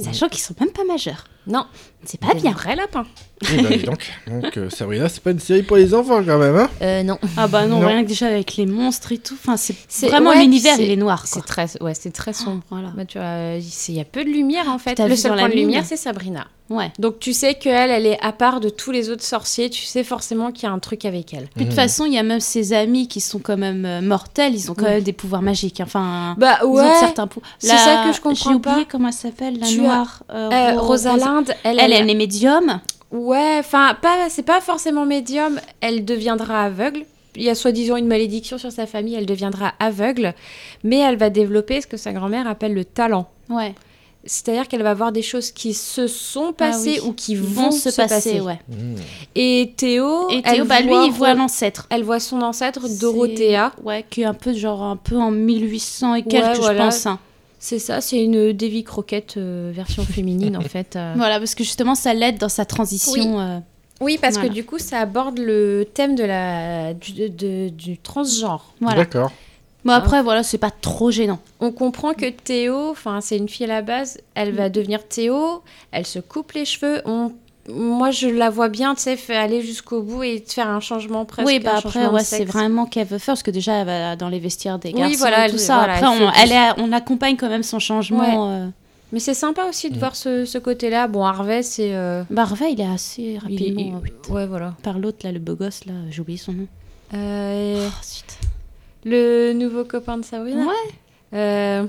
C: Sachant qu'ils sont même pas majeurs.
B: Non,
C: C'est pas bien.
B: Vrai lapin.
A: Eh ben, dis donc, donc euh, Sabrina, c'est pas une série pour les enfants quand même, hein
D: Euh, non.
C: Ah bah non,
A: Non.
C: rien que déjà avec les monstres et tout. Enfin, c'est
B: C'est-
C: vraiment
B: ouais,
C: l'univers,
B: c'est-
C: il est noir.
B: C'est
C: quoi.
B: très, ouais, c'est très sombre.
C: Voilà.
B: Bah, tu vois, euh, c'est- il y a peu de lumière en fait.
C: T'as
B: Le
C: vu
B: seul
C: dans la
B: point de
C: mine
B: lumière, c'est Sabrina.
C: Ouais.
B: Donc tu sais qu'elle, elle est à part de tous les autres sorciers. Tu sais forcément qu'il y a un truc avec elle.
C: Puis de toute façon, il y a même ses amis qui sont quand même euh, mortels. Ils ont quand
B: Ouais.
C: même des pouvoirs magiques. hein. Enfin,
B: Bah
C: ils ont certains pouvoirs.
B: Mmh. c'est ça que je comprends
C: J'ai oublié
B: pas.
C: comment elle s'appelle, la
B: Tu as-
C: noire. euh,
B: Euh,
C: Ro-
B: Rosalinde, elle,
C: Elle, elle est médium.
B: ouais, enfin pas, c'est pas forcément médium. Elle deviendra aveugle. Il y a soi-disant une malédiction sur sa famille. Elle deviendra aveugle, mais elle va développer ce que sa grand-mère appelle le talent.
C: Ouais.
B: C'est-à-dire qu'elle va voir des choses qui se sont passées
C: Ah oui.
B: ou qui
C: Ils
B: vont, se, passer.
C: ouais.
A: Mhm.
B: Et Théo,
C: Et
B: elle
C: Théo, bah, lui,
B: voit
C: il voit
B: Ro-
C: l'ancêtre.
B: elle voit son ancêtre
C: C'est-
B: Dorothea.
C: Ouais, qui est un peu genre un peu en 1800 et quelques, je
B: voilà.
C: pense. hein.
B: C'est ça, c'est une Davy Crockett euh, version féminine en fait. euh.
C: Voilà, parce que justement, ça l'aide dans sa transition.
B: Oui.
C: euh,
B: Oui, parce
C: Voilà.
B: que du coup, ça aborde le thème de la du, de- de- du transgenre.
C: voilà.
A: D'accord.
C: Bon, après, voilà, c'est pas trop gênant.
B: On comprend que Théo, enfin, c'est une fille à la base, elle va devenir Théo, elle se coupe les cheveux. On- moi, je la vois bien, tu sais, faire- aller jusqu'au bout et faire un changement presque.
C: oui, bah
B: un
C: après,
B: changement de
C: ouais, c'est
B: sexe.
C: vraiment qu'elle veut faire, parce que déjà, elle va dans les vestiaires des
B: Oui,
C: garçons
B: voilà,
C: et tout
B: elle-
C: ça.
B: voilà,
C: après,
B: elle fait
C: on,
B: tout
C: elle est- on accompagne quand même son changement. euh,
B: Mais c'est sympa aussi de
A: Mm.
B: voir ce, ce côté-là. Bon, Harvey, c'est. euh,
C: Bah, Harvey, il est assez
B: il est-
C: rapidement...
B: il-
C: euh, vite.
B: ouais, voilà.
C: Par l'autre, là, le beau gosse, là, j'ai oublié son nom.
B: Euh,
C: Oh, zut.
B: le nouveau copain de Sabrina. Euh,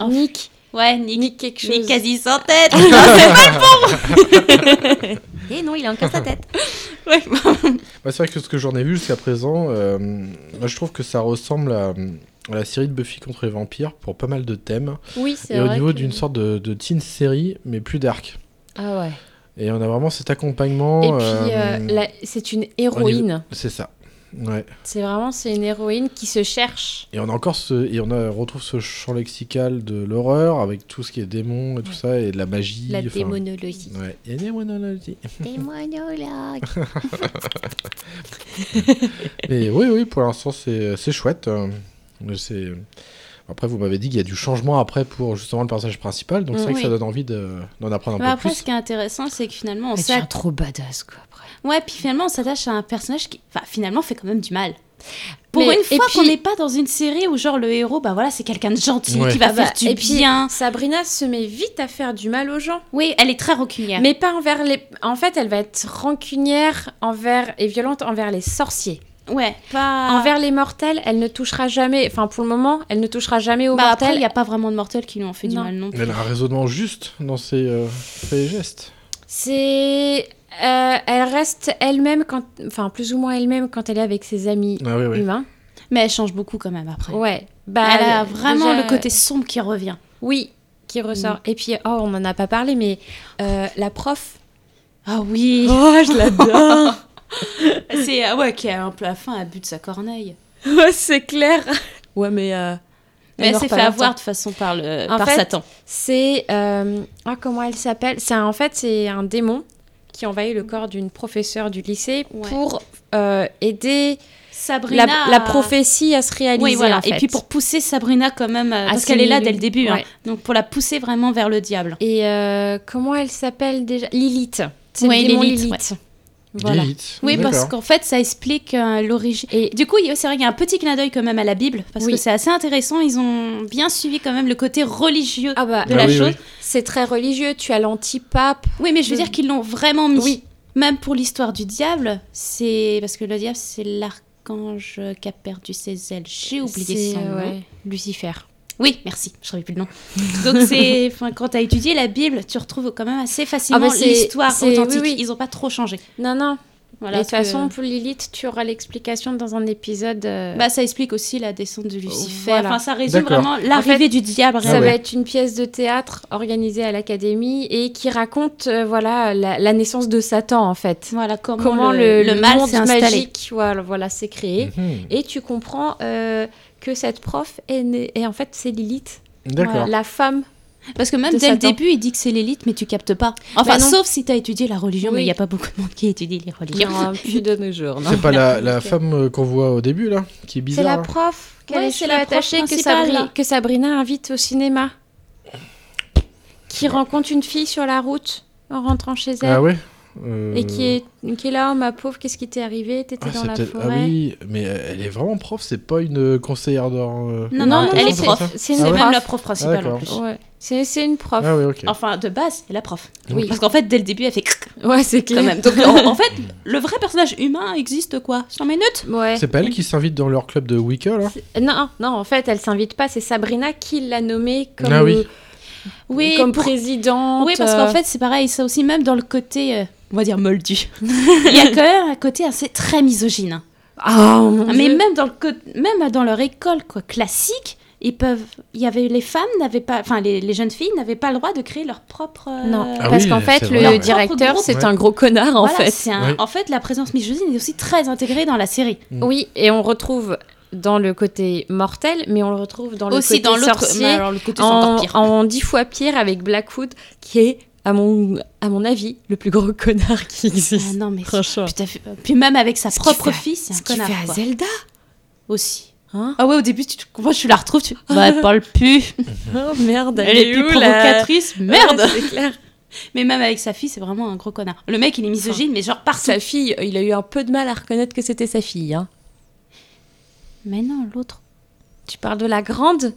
C: Oh.
B: Nick.
C: Ouais, Nick.
B: Nick quelque chose.
C: Nick quasi sans tête
D: Et non, il a encore sa tête.
C: Ouais,
A: Bah, c'est vrai que ce que j'en ai vu jusqu'à présent, euh, moi, je trouve que ça ressemble à, à la série de Buffy contre les vampires pour pas mal de thèmes.
B: Oui, c'est
A: Et au
B: vrai
A: niveau
B: que-
A: d'une sorte de, de teen série, mais plus dark.
B: Ah ouais.
A: Et on a vraiment cet accompagnement.
B: Et puis, euh,
A: euh,
B: la- c'est une héroïne.
A: C'est ça. Ouais.
B: C'est vraiment, c'est une héroïne qui se cherche.
A: Et on a encore ce, et on a- retrouve ce champ lexical de l'horreur avec tout ce qui est démon et tout ça et de la magie.
D: La
A: enfin,
D: démonologie.
A: Ouais. Et démonologie.
D: Démonologue.
A: Mais oui, oui, pour l'instant, c'est c'est chouette. euh, mais c'est- Après, vous m'avez dit qu'il y a du changement après pour justement le personnage principal, donc c'est vrai que
C: Oui.
A: ça donne envie de- d'en apprendre un
C: Bah,
A: peu
C: après, ce
A: plus.
C: qui est intéressant, c'est que finalement, on
B: Elle devient
C: s'attache...
B: trop badass, quoi, après.
C: Ouais, puis finalement, on s'attache à un personnage qui, enfin, finalement, fait quand même du mal. Pour
B: Mais-
C: une
B: et
C: fois qu'on
B: puis-
C: n'est pas dans une série où, genre, le héros, bah voilà, c'est quelqu'un de gentil
A: Ouais.
C: qui va
B: Ah bah,
C: faire du
B: et puis,
C: bien.
B: Sabrina se met vite à faire du mal aux gens.
C: Oui, elle est très rancunière.
B: Mais pas envers les... En fait, elle va être rancunière envers et violente envers les sorciers.
C: Ouais, pas...
B: Envers les mortels, elle ne touchera jamais... Enfin, pour le moment, elle ne touchera jamais aux
C: Bah, après, il
B: mortels.
C: n'y a pas vraiment de mortels qui lui ont fait du
B: Non.
C: mal non plus.
A: Mais Elle a un raisonnement juste dans ses, euh, ses gestes.
B: C'est... euh, elle reste elle-même quand... Enfin, plus ou moins elle-même quand elle est avec ses amis
A: Ah oui, oui.
B: humains.
C: Mais elle change beaucoup quand même après.
B: Ouais. Bah,
C: elle a
B: euh,
C: vraiment
B: déjà-
C: le côté sombre qui revient.
B: Oui, qui ressort. Et puis, oh, on n'en a pas parlé, mais euh, la prof...
C: Ah oui
B: Oh, je l'adore
C: C'est
B: euh,
C: ah ouais qui a un peu à la fin à but de sa corneille.
B: Ouais, c'est clair. Ouais, mais. euh,
C: Mais elle
B: meurt
C: s'est
B: pas
C: fait
B: longtemps.
C: avoir de toute façon par le
B: En
C: par
B: fait,
C: Satan.
B: C'est. euh, ah, comment elle s'appelle C'est un- En fait, c'est un démon qui envahit le corps d'une professeure du lycée
C: Ouais.
B: pour euh, aider
C: Sabrina
B: la, la
C: a-
B: prophétie à se réaliser.
C: Oui voilà
B: en fait.
C: et puis pour pousser Sabrina quand même euh,
B: À
C: parce
B: ses
C: qu'elle est là
B: milieux.
C: dès le début hein.
B: Ouais.
C: donc pour la pousser vraiment vers le diable.
B: Et euh, comment elle s'appelle déjà Lilith. C'est
C: Ouais,
B: le démon
C: Lilith,
B: Lilith. Voilà.
A: Lilith.
C: Oui parce
A: D'accord.
C: qu'en fait ça explique euh, l'origine. Et du coup il y a- c'est vrai qu'il y a un petit clin d'œil quand même à la Bible parce
B: Oui.
C: que c'est assez intéressant ils ont bien suivi quand même le côté religieux.
B: Ah bah,
C: de la
A: Ah oui,
C: chose.
A: oui.
B: c'est très religieux. Tu as l'antipape.
C: Oui, mais je veux
B: de-
C: dire qu'ils l'ont vraiment mis.
B: Mm. Oui.
C: Même pour l'histoire du diable, c'est parce que le diable c'est l'archange qui a perdu ses ailes. J'ai oublié
B: C'est,
C: son nom.
B: ouais, Lucifer.
C: Oui, merci. Je savais plus le nom. Donc c'est, enfin, quand t'as étudié la Bible, tu retrouves quand même assez
B: Ah
C: facilement
B: bah, c'est-
C: l'histoire
B: c'est- oui,
C: authentique.
B: oui.
C: Ils ont pas trop changé.
B: Non, non.
C: Voilà.
B: Et de toute
C: parce que-
B: façon, pour Lilith, tu auras l'explication dans un épisode. euh,
C: bah ça explique aussi la descente de Lucifer.
B: Voilà.
C: Enfin, ça résume
A: D'accord.
C: vraiment l'arrivée
B: En fait,
C: du diable.
A: Ah
B: ça
C: réellement.
B: va
A: ouais.
B: être une pièce de théâtre organisée à l'académie et qui raconte euh, voilà la, la naissance de Satan en fait.
C: Voilà comment,
B: Comment
C: le,
B: le,
C: le mal
B: mal
C: s'est installé.
B: magique voilà voilà s'est créé.
A: Mhm.
B: Et tu comprends euh, que cette prof est née- et en fait c'est Lilith,
A: D'accord.
B: la femme.
C: Parce que même
B: de
C: dès le
B: Satan.
C: début, il dit que c'est l'élite, mais tu captes pas. Enfin,
B: non.
C: sauf si t'as étudié la religion, mais
B: Oui.
C: il y a pas beaucoup de monde qui étudie les religions.
B: Non, plus de nos jours. non.
A: C'est pas la, la
B: Ok.
A: femme euh, qu'on voit au début là, qui est
B: C'est la
A: bizarre. hein.
B: prof qui a
C: Ouais,
B: les
C: c'est
B: cheveux
C: la prof
B: attachés que,
C: principale,
B: Sabri-
C: là.
B: que Sabrina invite au cinéma, qui rencontre une fille sur la route. en rentrant chez elle.
A: Ah ouais Euh,
B: Et qui est, qui est là, oh ma pauvre, qu'est-ce qui t'est arrivé T'étais
A: ah,
B: dans
A: c'est
B: la
A: peut-être- ah
B: forêt.
A: oui, mais elle est vraiment prof, c'est pas une conseillère dans. euh,
C: Non, non,
A: dans
C: elle est
A: ça,
C: prof.
A: ça
B: C'est
C: C'est
B: une
C: même
B: prof.
C: la prof principale en
A: Ah d'accord.
C: plus.
B: Ouais. C'est c'est une prof.
A: Ah oui, ok.
C: Enfin, de base, c'est la prof.
B: Oui.
C: Parce qu'en fait, dès le début, elle fait
B: Ouais, c'est clair.
C: Ah. quand même. Donc, en, en fait, le vrai personnage humain existe quoi Sur mes notes
B: Ouais. Euh,
A: C'est pas elle qui s'invite dans leur club de Wicca là
B: Non, non, en fait, elle s'invite pas. C'est Sabrina qui l'a nommée comme,
A: Ah oui.
C: Oui,
B: comme
C: pour-
B: présidente.
C: Oui, parce qu'en
B: euh,
C: fait, c'est pareil, ça aussi, même dans le côté, euh, on va dire, moldu. Il y a quand même un côté assez très misogyne. hein.
B: Ah, mon
C: Mais
B: Dieu.
C: même dans, le co- même dans leur école quoi, classique, ils peuvent. Il y avait les femmes n'avaient pas, enfin les, les jeunes filles n'avaient pas le droit de créer leur propre. euh,
B: Non,
A: Ah
B: parce
A: oui,
B: qu'en
A: c'est
B: fait,
A: vrai,
B: le
A: ouais.
B: directeur,
C: Propre
B: c'est
A: groupe.
B: un gros connard, en
C: voilà,
B: fait.
C: c'est un-
A: Oui.
C: En fait, la présence misogyne est aussi très intégrée dans la série.
B: Oui, et on retrouve dans le côté mortel, mais on le retrouve dans le côté
C: aussi dans l'autre.
B: sorcier,
C: mais alors, le côté c'est
B: en,
C: encore pire.
B: en dix fois pire avec Blackwood, qui est, à mon, à mon avis, le plus gros connard qui
C: Ah
B: existe.
C: non, mais c'est-
B: Franchement.
C: putain, fait- Euh, puis même avec sa
B: Ce qu'il
C: propre
B: fait à-
C: fille, c'est un
B: Ce qu'il
C: connard.
B: fait à
C: quoi.
B: Zelda
C: Aussi.
B: Hein
C: ah ouais, au début, tu, te- moi je la retrouve, tu bah, elle parle plus.
B: Oh merde,
C: Elle est plus
B: où, la-
C: provocatrice, merde
B: Ouais, c'est clair.
C: Mais même avec sa fille, c'est vraiment un gros connard. Le mec, il est misogyne, mais genre partout.
B: Ah, Sa fille, il a eu un peu de mal à reconnaître que c'était sa fille. hein.
C: Mais non, l'autre.
B: Tu parles de la grande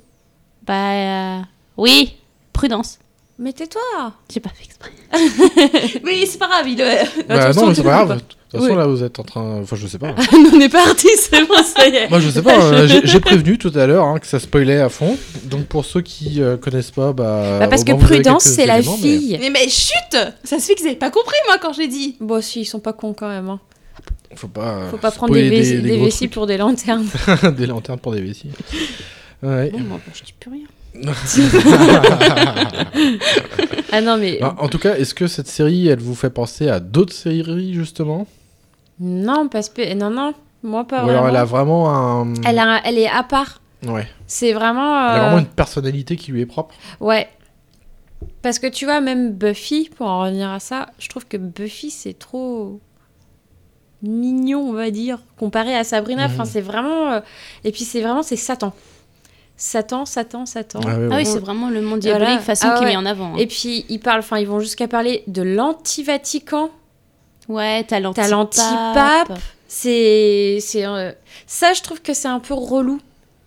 C: Bah. euh, Oui, prudence.
B: Mais tais-toi
C: J'ai pas fait exprès. oui, c'est pas grave, il. euh,
A: Bah
C: attention,
A: non, mais
C: tu
A: c'est pas
C: le fais
A: grave. De toute façon,
B: Oui.
A: là, vous êtes en train. Enfin, je sais pas. hein.
B: On est parti, c'est bon, ça y est
A: Moi, je sais pas. euh, j'ai- J'ai prévenu tout à l'heure hein, que ça spoilait à fond. Donc, pour ceux qui euh, connaissent pas, bah.
B: Bah, parce
A: au
B: que
A: moins, vous avez
B: Prudence,
A: quelques
B: c'est la
A: éléments, mais-
B: fille.
C: Mais, mais chut Ça se fait que vous avez pas compris, moi, quand j'ai dit.
B: Bon, si, ils sont pas cons quand même. hein.
A: Faut pas, euh,
B: Faut pas prendre
A: spoiler
B: des, vais- des
A: gros
B: vessies pour des lanternes.
A: trucs. des lanternes pour des vessies. Ouais.
C: Bon, moi, bah, je dis plus rien.
B: ah non, mais.
A: Bah, en tout cas, est-ce que cette série, elle vous fait penser à d'autres séries, justement
B: Non, parce que. Non, non, moi pas
A: Ou alors elle a
B: vraiment.
A: vraiment un.
B: Elle, a... elle est à part.
A: Ouais.
B: C'est vraiment.
A: Elle a
B: euh,
A: vraiment une personnalité qui lui est propre.
B: Ouais. Parce que tu vois, même Buffy, pour en revenir à ça, je trouve que Buffy, c'est trop mignon, on va dire, comparé à Sabrina.
A: Mhm.
B: Enfin, c'est vraiment. euh, Et puis, c'est vraiment, c'est Satan. Satan, Satan, Satan.
A: Ah ouais,
C: Ah
A: ouais.
C: oui, c'est vraiment le monde
B: Voilà.
C: diabolique façon
B: Ah
C: qui est
B: ouais.
C: mis en avant. hein.
B: Et puis, ils parlent, enfin, ils vont jusqu'à parler de l'anti-Vatican.
C: Ouais, t'as l'antipape.
B: T'as l'antipape. C'est. c'est euh, Ça, je trouve que c'est un peu relou.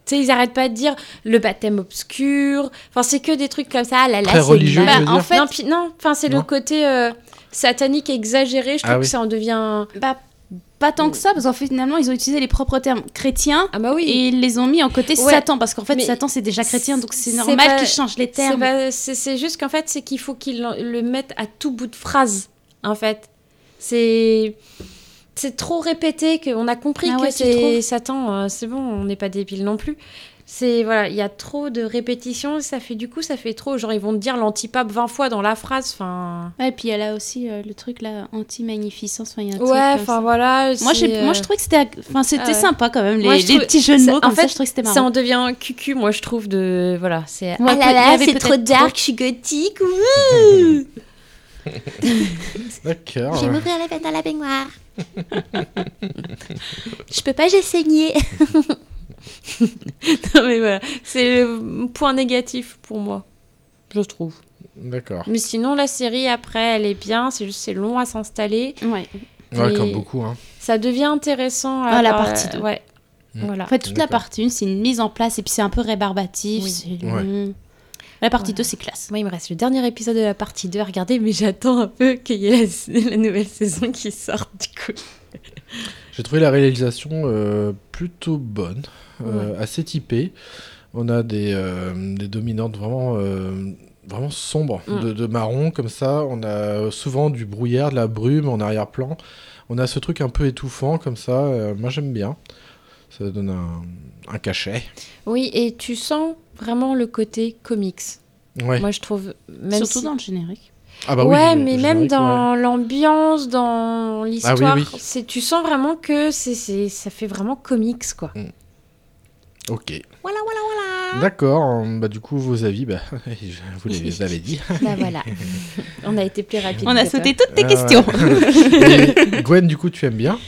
B: Tu sais, ils arrêtent pas de dire le baptême obscur. Enfin, c'est que des trucs comme ça. Ah là là,
A: Très
B: c'est
A: religieux,
B: mal.
A: tu veux
C: Bah, en
A: dire
C: fait-
B: Non, puis- non, enfin, c'est le
A: Non.
B: côté euh, satanique exagéré. Je trouve
A: Ah oui.
B: que ça en devient.
C: Bah, pas tant que ça, parce qu'en fait, finalement, ils ont utilisé les propres termes chrétiens.
B: Ah bah
C: Et
B: oui.
C: ils les ont mis en côté
B: Ouais.
C: Satan, parce qu'en fait,
B: Mais
C: Satan, c'est déjà chrétien, donc c'est
B: c'est
C: normal
B: pas-
C: qu'ils changent les
B: C'est
C: termes.
B: pas- c'est c'est juste qu'en fait, c'est qu'il faut qu'ils l'en- le mettent à tout bout de phrase. En fait, c'est. C'est trop répété qu'on a compris
C: Ah ouais,
B: que
C: tu trouves
B: c'est Satan. euh, c'est bon, on n'est pas débiles non plus. C'est voilà, il y a trop de répétitions et ça fait du coup ça fait trop. Genre ils vont te dire l'antipape 20 fois dans la phrase. Enfin.
C: Ouais, et puis elle a aussi euh, le truc là, anti-magnificence. enfin, il y a un truc euh,
B: Ouais,
C: comme ça.
B: enfin voilà. c'est,
C: Moi, j'ai- moi, je
B: euh,
C: trouvais que c'était ag- enfin, c'était
B: Ah ouais.
C: sympa quand même, les,
B: Moi, je
C: les
B: trouve-
C: petits jeux de
B: ça-
C: mots
B: en
C: comme ça,
B: fait,
C: je trouvais que c'était
B: ça
C: marrant.
B: en devient cucu. Moi je trouve de voilà c'est.
C: Ouais,
D: ah
C: peut- il y
D: là là,
C: avait
D: c'est
C: peut-être
D: trop dark, je suis gothique. ouh.
A: D'accord.
D: Je vais m'ouvrir la veine dans la baignoire. je peux pas, j'ai saigné.
B: Non, mais voilà, c'est le point négatif pour moi. Je trouve.
A: D'accord.
B: Mais sinon, la série, après, elle est bien. C'est juste, c'est long à s'installer.
C: Ouais.
A: Ouais,
B: Mais-
A: comme beaucoup. Hein.
B: Ça devient intéressant. À
C: Ah, la
B: par-
C: partie deux.
B: Ouais.
A: Mm.
B: Voilà.
C: En fait, toute la
A: D'accord.
C: partie 1, c'est une mise en place et puis c'est un peu rébarbatif.
B: Oui.
C: c'est long. La partie 2, c'est classe.
B: Moi, il me reste le dernier épisode de la partie 2 à regarder, mais j'attends un peu qu'il y ait la, la nouvelle saison qui sorte, du coup.
A: J'ai trouvé la réalisation euh, plutôt bonne, euh, assez typée. On a des, euh, des dominantes vraiment, euh, vraiment sombres,
B: Mm.
A: de, de marron comme ça. On a souvent du brouillard, de la brume en arrière-plan. On a ce truc un peu étouffant comme ça. euh, moi, j'aime bien. Ça donne un, un cachet.
B: Oui, et tu sens vraiment le côté comics.
A: Ouais.
B: Moi, je trouve, même
C: Surtout
B: si-
C: dans le générique.
A: Ah bah oui,
B: ouais,
A: le-
B: mais
A: le
B: même
A: générique, ouais. Ah
B: dans l'ambiance, dans l'histoire,
A: oui.
B: c'est tu sens vraiment que c'est c'est- ça fait vraiment comics, quoi.
A: Ok. D'accord. euh, Bah, du coup, vos avis, bah, je vous les vous avez dit.
B: bah voilà. On a été plus rapide.
C: On a
B: que
C: sauté toutes tes
A: Ah ouais.
C: questions.
A: Et Gwen, du coup, tu aimes bien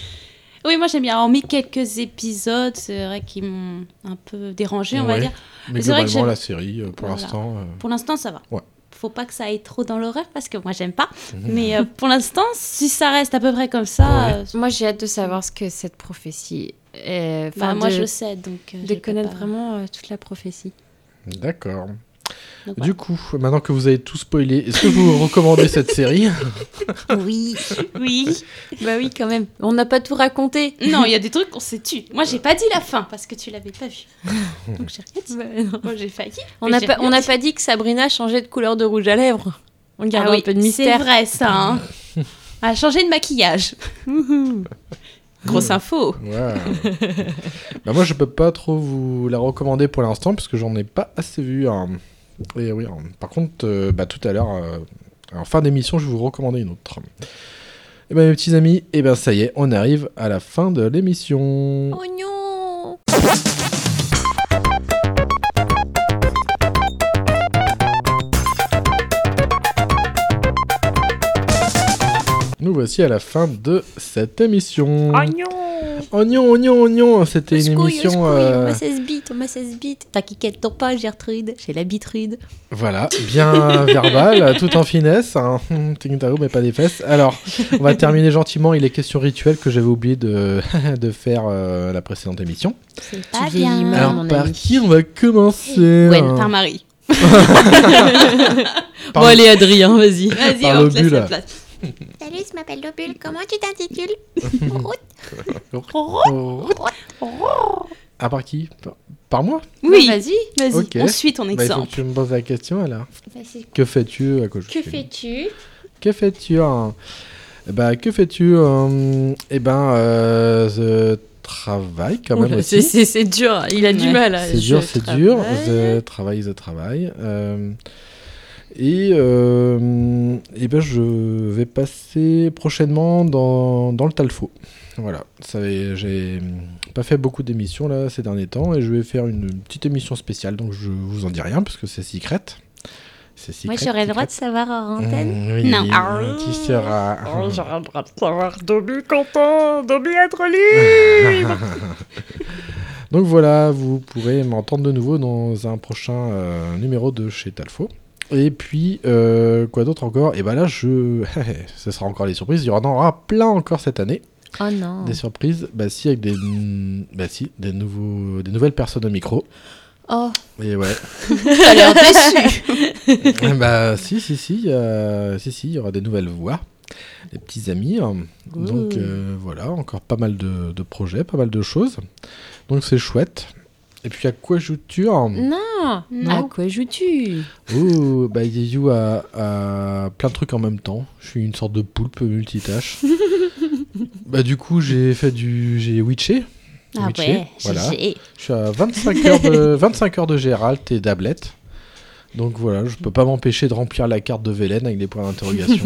C: oui, moi j'aime bien. Hormis quelques épisodes, c'est vrai qu'ils m'ont un peu dérangé, on va
A: Ouais.
C: dire.
A: Mais
C: C'est vrai que
A: globalement,
C: j'aime-
A: la série, euh, pour
C: Voilà.
A: l'instant. euh,
C: Pour l'instant, ça va.
A: Ouais. Mmh.
C: faut pas que ça aille trop dans l'horreur parce que moi j'aime pas. Mais euh, pour l'instant, si ça reste à peu près comme ça, euh,
B: Moi, j'ai hâte de savoir ce que cette prophétie est.
C: bah,
B: Enfin,
C: moi
B: de-
C: je sais donc. euh, je
B: De
C: peux
B: connaître
C: pas-
B: vraiment euh, toute la prophétie.
A: D'accord.
C: Donc,
A: Du coup, maintenant que vous avez tout spoilé, est-ce que vous recommandez cette série
B: Oui.
C: Oui.
B: bah oui, quand même. On n'a pas tout raconté.
C: Non, il y a des trucs qu'on s'est tu. Moi j'ai pas dit la fin parce que tu l'avais pas vu. Donc j'ai rien dit. Moi j'ai failli.
B: Bah, On
C: mais
B: n'a
C: j'ai
B: pas,
C: rien
B: on n'a
C: dit.
B: pas dit que Sabrina changeait de couleur de rouge à lèvres. On garde
C: Ah oui,
B: un peu de mystère.
C: C'est vrai ça.
A: Mmh.
C: Hein. à changer de maquillage. Wouhou. Grosse info.
A: Ouais. bah moi, je peux pas trop vous la recommander pour l'instant parce que j'en ai pas assez vu. hein. Et oui, hein. Par contre, euh, bah, tout à l'heure, euh, en fin d'émission, je vais vous recommander une autre. Et ben mes petits amis, et ben ça y est, on arrive à la fin de l'émission.
B: Oignon
A: Nous voici à la fin de cette émission.
F: Oignon
A: Oignon, oignon, oignon, c'était une
D: Scouille,
A: émission.
D: scouille,
A: euh,
D: On m'a 16 bites, on m'a 16 bites. T'inquiète donc pas, Gertrude, j'ai la bitrude.
A: Voilà, bien verbal, tout en finesse. Hein. Tingtao, mais pas des fesses. Alors, on va terminer gentiment. Il est question rituelle que j'avais oublié de, de faire euh, la précédente émission.
B: C'est
D: pas bien.
C: Ah,
B: mal,
A: Alors,
B: mon
A: par
B: ami.
A: qui on va commencer
C: Gwen,
A: hein
C: par Marie.
A: Par-
B: Adrien, vas-y.
C: Vas-y,
A: Par
C: on
A: le
C: te laisse
A: bulle.
C: la place.
J: Salut, je m'appelle Lobule, comment tu t'intitules
A: Oh. Ah, par qui par, par moi
C: Oui,
B: Vas-y.
C: vas-y.
A: Ok.
C: On suit ton
A: Bah, Il faut
C: exemple.
A: que tu me poses la question alors. Que fais-tu à quoi je
B: Que
A: suis
B: fais-tu
A: Que fais-tu hein Eh ben, que fais-tu euh, Eh ben, euh, je travaille quand même
B: Oula,
A: aussi.
B: c'est- C'est c'est dur, il a du
C: Ouais.
B: mal. hein,
A: C'est dur, c'est dur. The travail, the travail. Euh, et, euh, eh ben, je vais passer prochainement dans, dans le Talfo. Voilà, ça va- j'ai pas fait beaucoup d'émissions là ces derniers temps et je vais faire une petite émission spéciale. Donc je vous en dis rien parce que c'est secret. C'est secret.
D: Moi, j'aurais le droit de
A: secret.
D: savoir en antenne.
A: Mmh, oui,
C: Non.
A: tu seras-
F: Oh, j'aurais le droit de savoir Dobby content, Dobby être libre
A: Donc voilà, vous pourrez m'entendre de nouveau dans un prochain euh, numéro de chez Talfo. Et puis, euh, quoi d'autre encore Et ben là, je... ce sera encore les surprises. Il y en aura plein encore cette année.
D: Oh non.
A: Des surprises, bah si, avec des, mm, bah si, des, nouveaux, des nouvelles personnes au micro.
C: Oh.
A: Et ouais.
C: T'as l'air déçu.
A: bah si, si, si, euh, si, si, il y aura des nouvelles voix. Des petits amis. hein. Donc euh, voilà, encore pas mal de, de projets, pas mal de choses. Donc c'est chouette. Et puis à quoi joues-tu hein
B: Non,
C: Non.
B: À quoi joues-tu
A: Ouh, bah je joue à, à plein de trucs en même temps. Je suis une sorte de poulpe multitâche. bah du coup, j'ai fait du j'ai witché.
C: Ah
A: Witché,
C: ouais,
A: voilà.
C: GG.
A: Je suis à 25 heures de 25 heures de Gérald et d'Ablette. Donc voilà, je peux pas m'empêcher de remplir la carte de Vélène avec des points d'interrogation.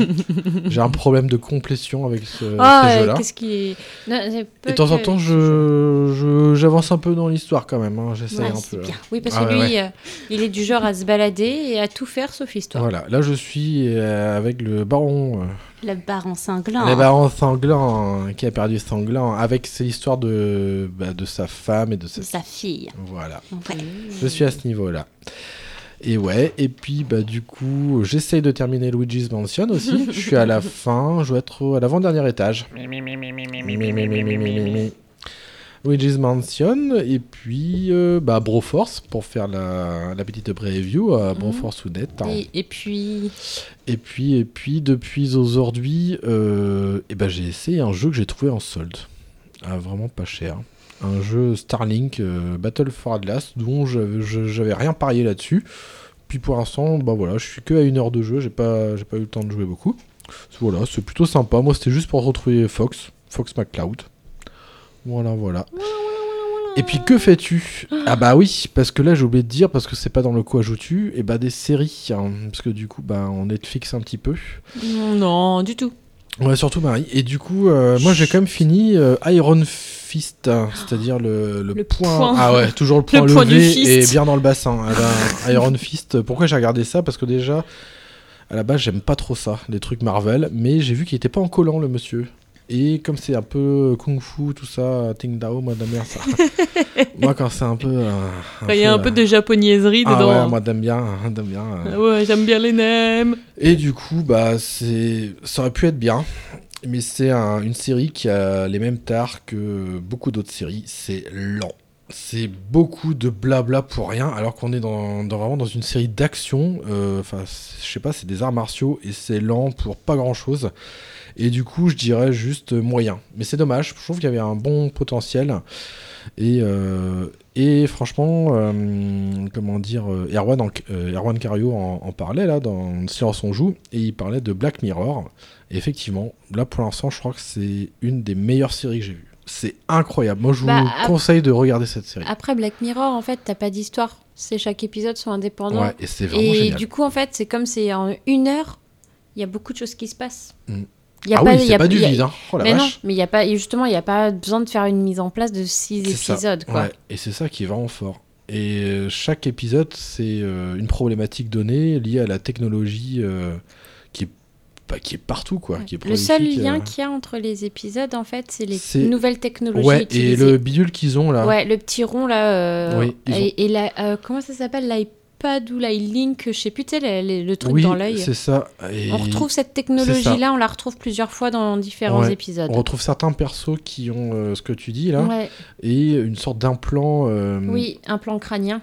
A: j'ai un problème de complétion avec ce,
B: Ah,
A: ce
B: euh,
A: jeu-là.
B: qu'est-ce qu'il est. Non, c'est peu
A: Et de temps en
B: que-
A: temps, je je- j'avance un peu dans l'histoire quand même. hein. J'essaie
C: Ouais,
A: un
C: c'est
A: peu.
C: bien.
B: Oui, parce
A: Ah,
B: que
A: ouais,
B: lui, euh, il est du genre à se balader et à tout faire sauf histoire.
A: Voilà, là je suis euh, avec le baron. euh,
C: Le baron cinglant.
A: Le baron sanglant hein, qui a perdu sanglant avec c'est l'histoire de bah, de sa femme et de sa
C: de sa fille.
A: voilà.
C: Ouais.
A: Je suis à ce niveau là. Et ouais, et puis bah du coup, j'essaye de terminer Luigi's Mansion aussi. je suis à la fin, je dois être au- à l'avant-dernier étage. Luigi's Mansion et puis euh, bah Broforce pour faire la, la petite preview à Broforce ou Net. hein.
B: Et, et puis.
A: Et puis, et puis depuis aujourd'hui, euh, eh ben, j'ai essayé un jeu que j'ai trouvé en solde. Ah, vraiment pas cher. Un jeu Starlink euh, Battle for Atlas, dont j'avais je- j'avais rien parié là-dessus. Puis pour l'instant, bah voilà, je suis que à une heure de jeu, j'ai pas, j'ai pas eu le temps de jouer beaucoup. Voilà, c'est plutôt sympa. Moi, c'était juste pour retrouver Fox, Fox McCloud. Voilà, voilà. Et puis que fais-tu Ah bah oui, parce que là j'ai oublié de dire, parce que c'est pas dans le quoi joues-tu, et bah des séries, hein, parce que du coup bah on Netflix un petit peu.
B: Non, du tout.
A: Ouais, surtout Marie. Et du coup, euh, moi j'ai quand même fini euh, Iron Fist, hein, c'est-à-dire le, le
B: Le
A: point.
B: point.
A: Ah ouais, toujours le point
B: Le
A: levé
B: point du
A: et
B: fist.
A: bien dans le bassin. Ah ben, Iron Fist, pourquoi j'ai regardé ça Parce que déjà, à la base j'aime pas trop ça, les trucs Marvel, mais j'ai vu qu'il était pas en collant le monsieur. Et comme c'est un peu Kung Fu, tout ça, Ting Dao, moi, j'aime bien ça. moi, quand c'est un peu. euh,
K: Il y a un peu de japonaiserie
A: Ah
K: dedans.
A: ouais, moi, j'aime bien. J'aime bien. euh.
K: Ah ouais, j'aime bien les nems.
A: Et du coup, bah, c'est, ça aurait pu être bien, mais c'est un- une série qui a les mêmes tares que beaucoup d'autres séries. C'est lent. C'est beaucoup de blabla pour rien, alors qu'on est dans, dans- vraiment dans une série d'action. euh, Enfin, c'est- je sais pas, c'est des arts martiaux et c'est lent pour pas grand chose. Et du coup, je dirais juste moyen. Mais c'est dommage, je trouve qu'il y avait un bon potentiel. Et, euh, et franchement, euh, comment dire, euh, Erwan, en- euh, Erwan Cario en, en parlait là dans Silence on joue, et il parlait de Black Mirror. Et effectivement, là pour l'instant, je crois que c'est une des meilleures séries que j'ai vues. C'est incroyable. Moi, je
B: Bah,
A: vous
B: ap-
A: conseille de regarder cette série.
B: Après Black Mirror, en fait, t'as pas d'histoire. C'est chaque épisode sont indépendants.
A: Ouais, et c'est vraiment génial.
B: du coup, en fait, c'est comme c'est en une heure, il y a beaucoup de choses qui se passent.
A: Mm.
B: Y a
A: Ah oui, c'est
B: y a-
A: pas du
B: y a-
A: vide, hein. Oh la
B: mais non,
A: vache.
B: mais y a pas, et justement, il n'y a pas besoin de faire une mise en place de six
A: C'est ça.
B: épisodes. Quoi.
A: Ouais, et c'est ça qui est vraiment fort. Et euh, chaque épisode, c'est euh, une problématique donnée liée à la technologie euh, qui, est, bah, qui est partout, quoi. qui est
B: Le seul
A: prolifique,
B: lien
A: euh.
B: qu'il y a entre les épisodes, en fait, c'est les
A: C'est-
B: nouvelles technologies.
A: Ouais, et
B: utilisées.
A: le bidule qu'ils ont là.
B: Ouais, le petit rond là. euh,
A: Oui, ils
B: et, et la- euh, comment ça s'appelle L'iPad ou l'iLink, je sais plus, tu sais, le, le- le truc
A: Oui,
B: dans l'œil.
A: c'est ça. Et-
B: On retrouve cette
A: c'est ça.
B: technologie-là, on la retrouve plusieurs fois dans différents
A: Ouais.
B: épisodes.
A: On retrouve certains persos qui ont euh, ce que tu dis là.
B: Ouais.
A: Et une sorte d'implant. euh,
B: Oui, un plan crânien.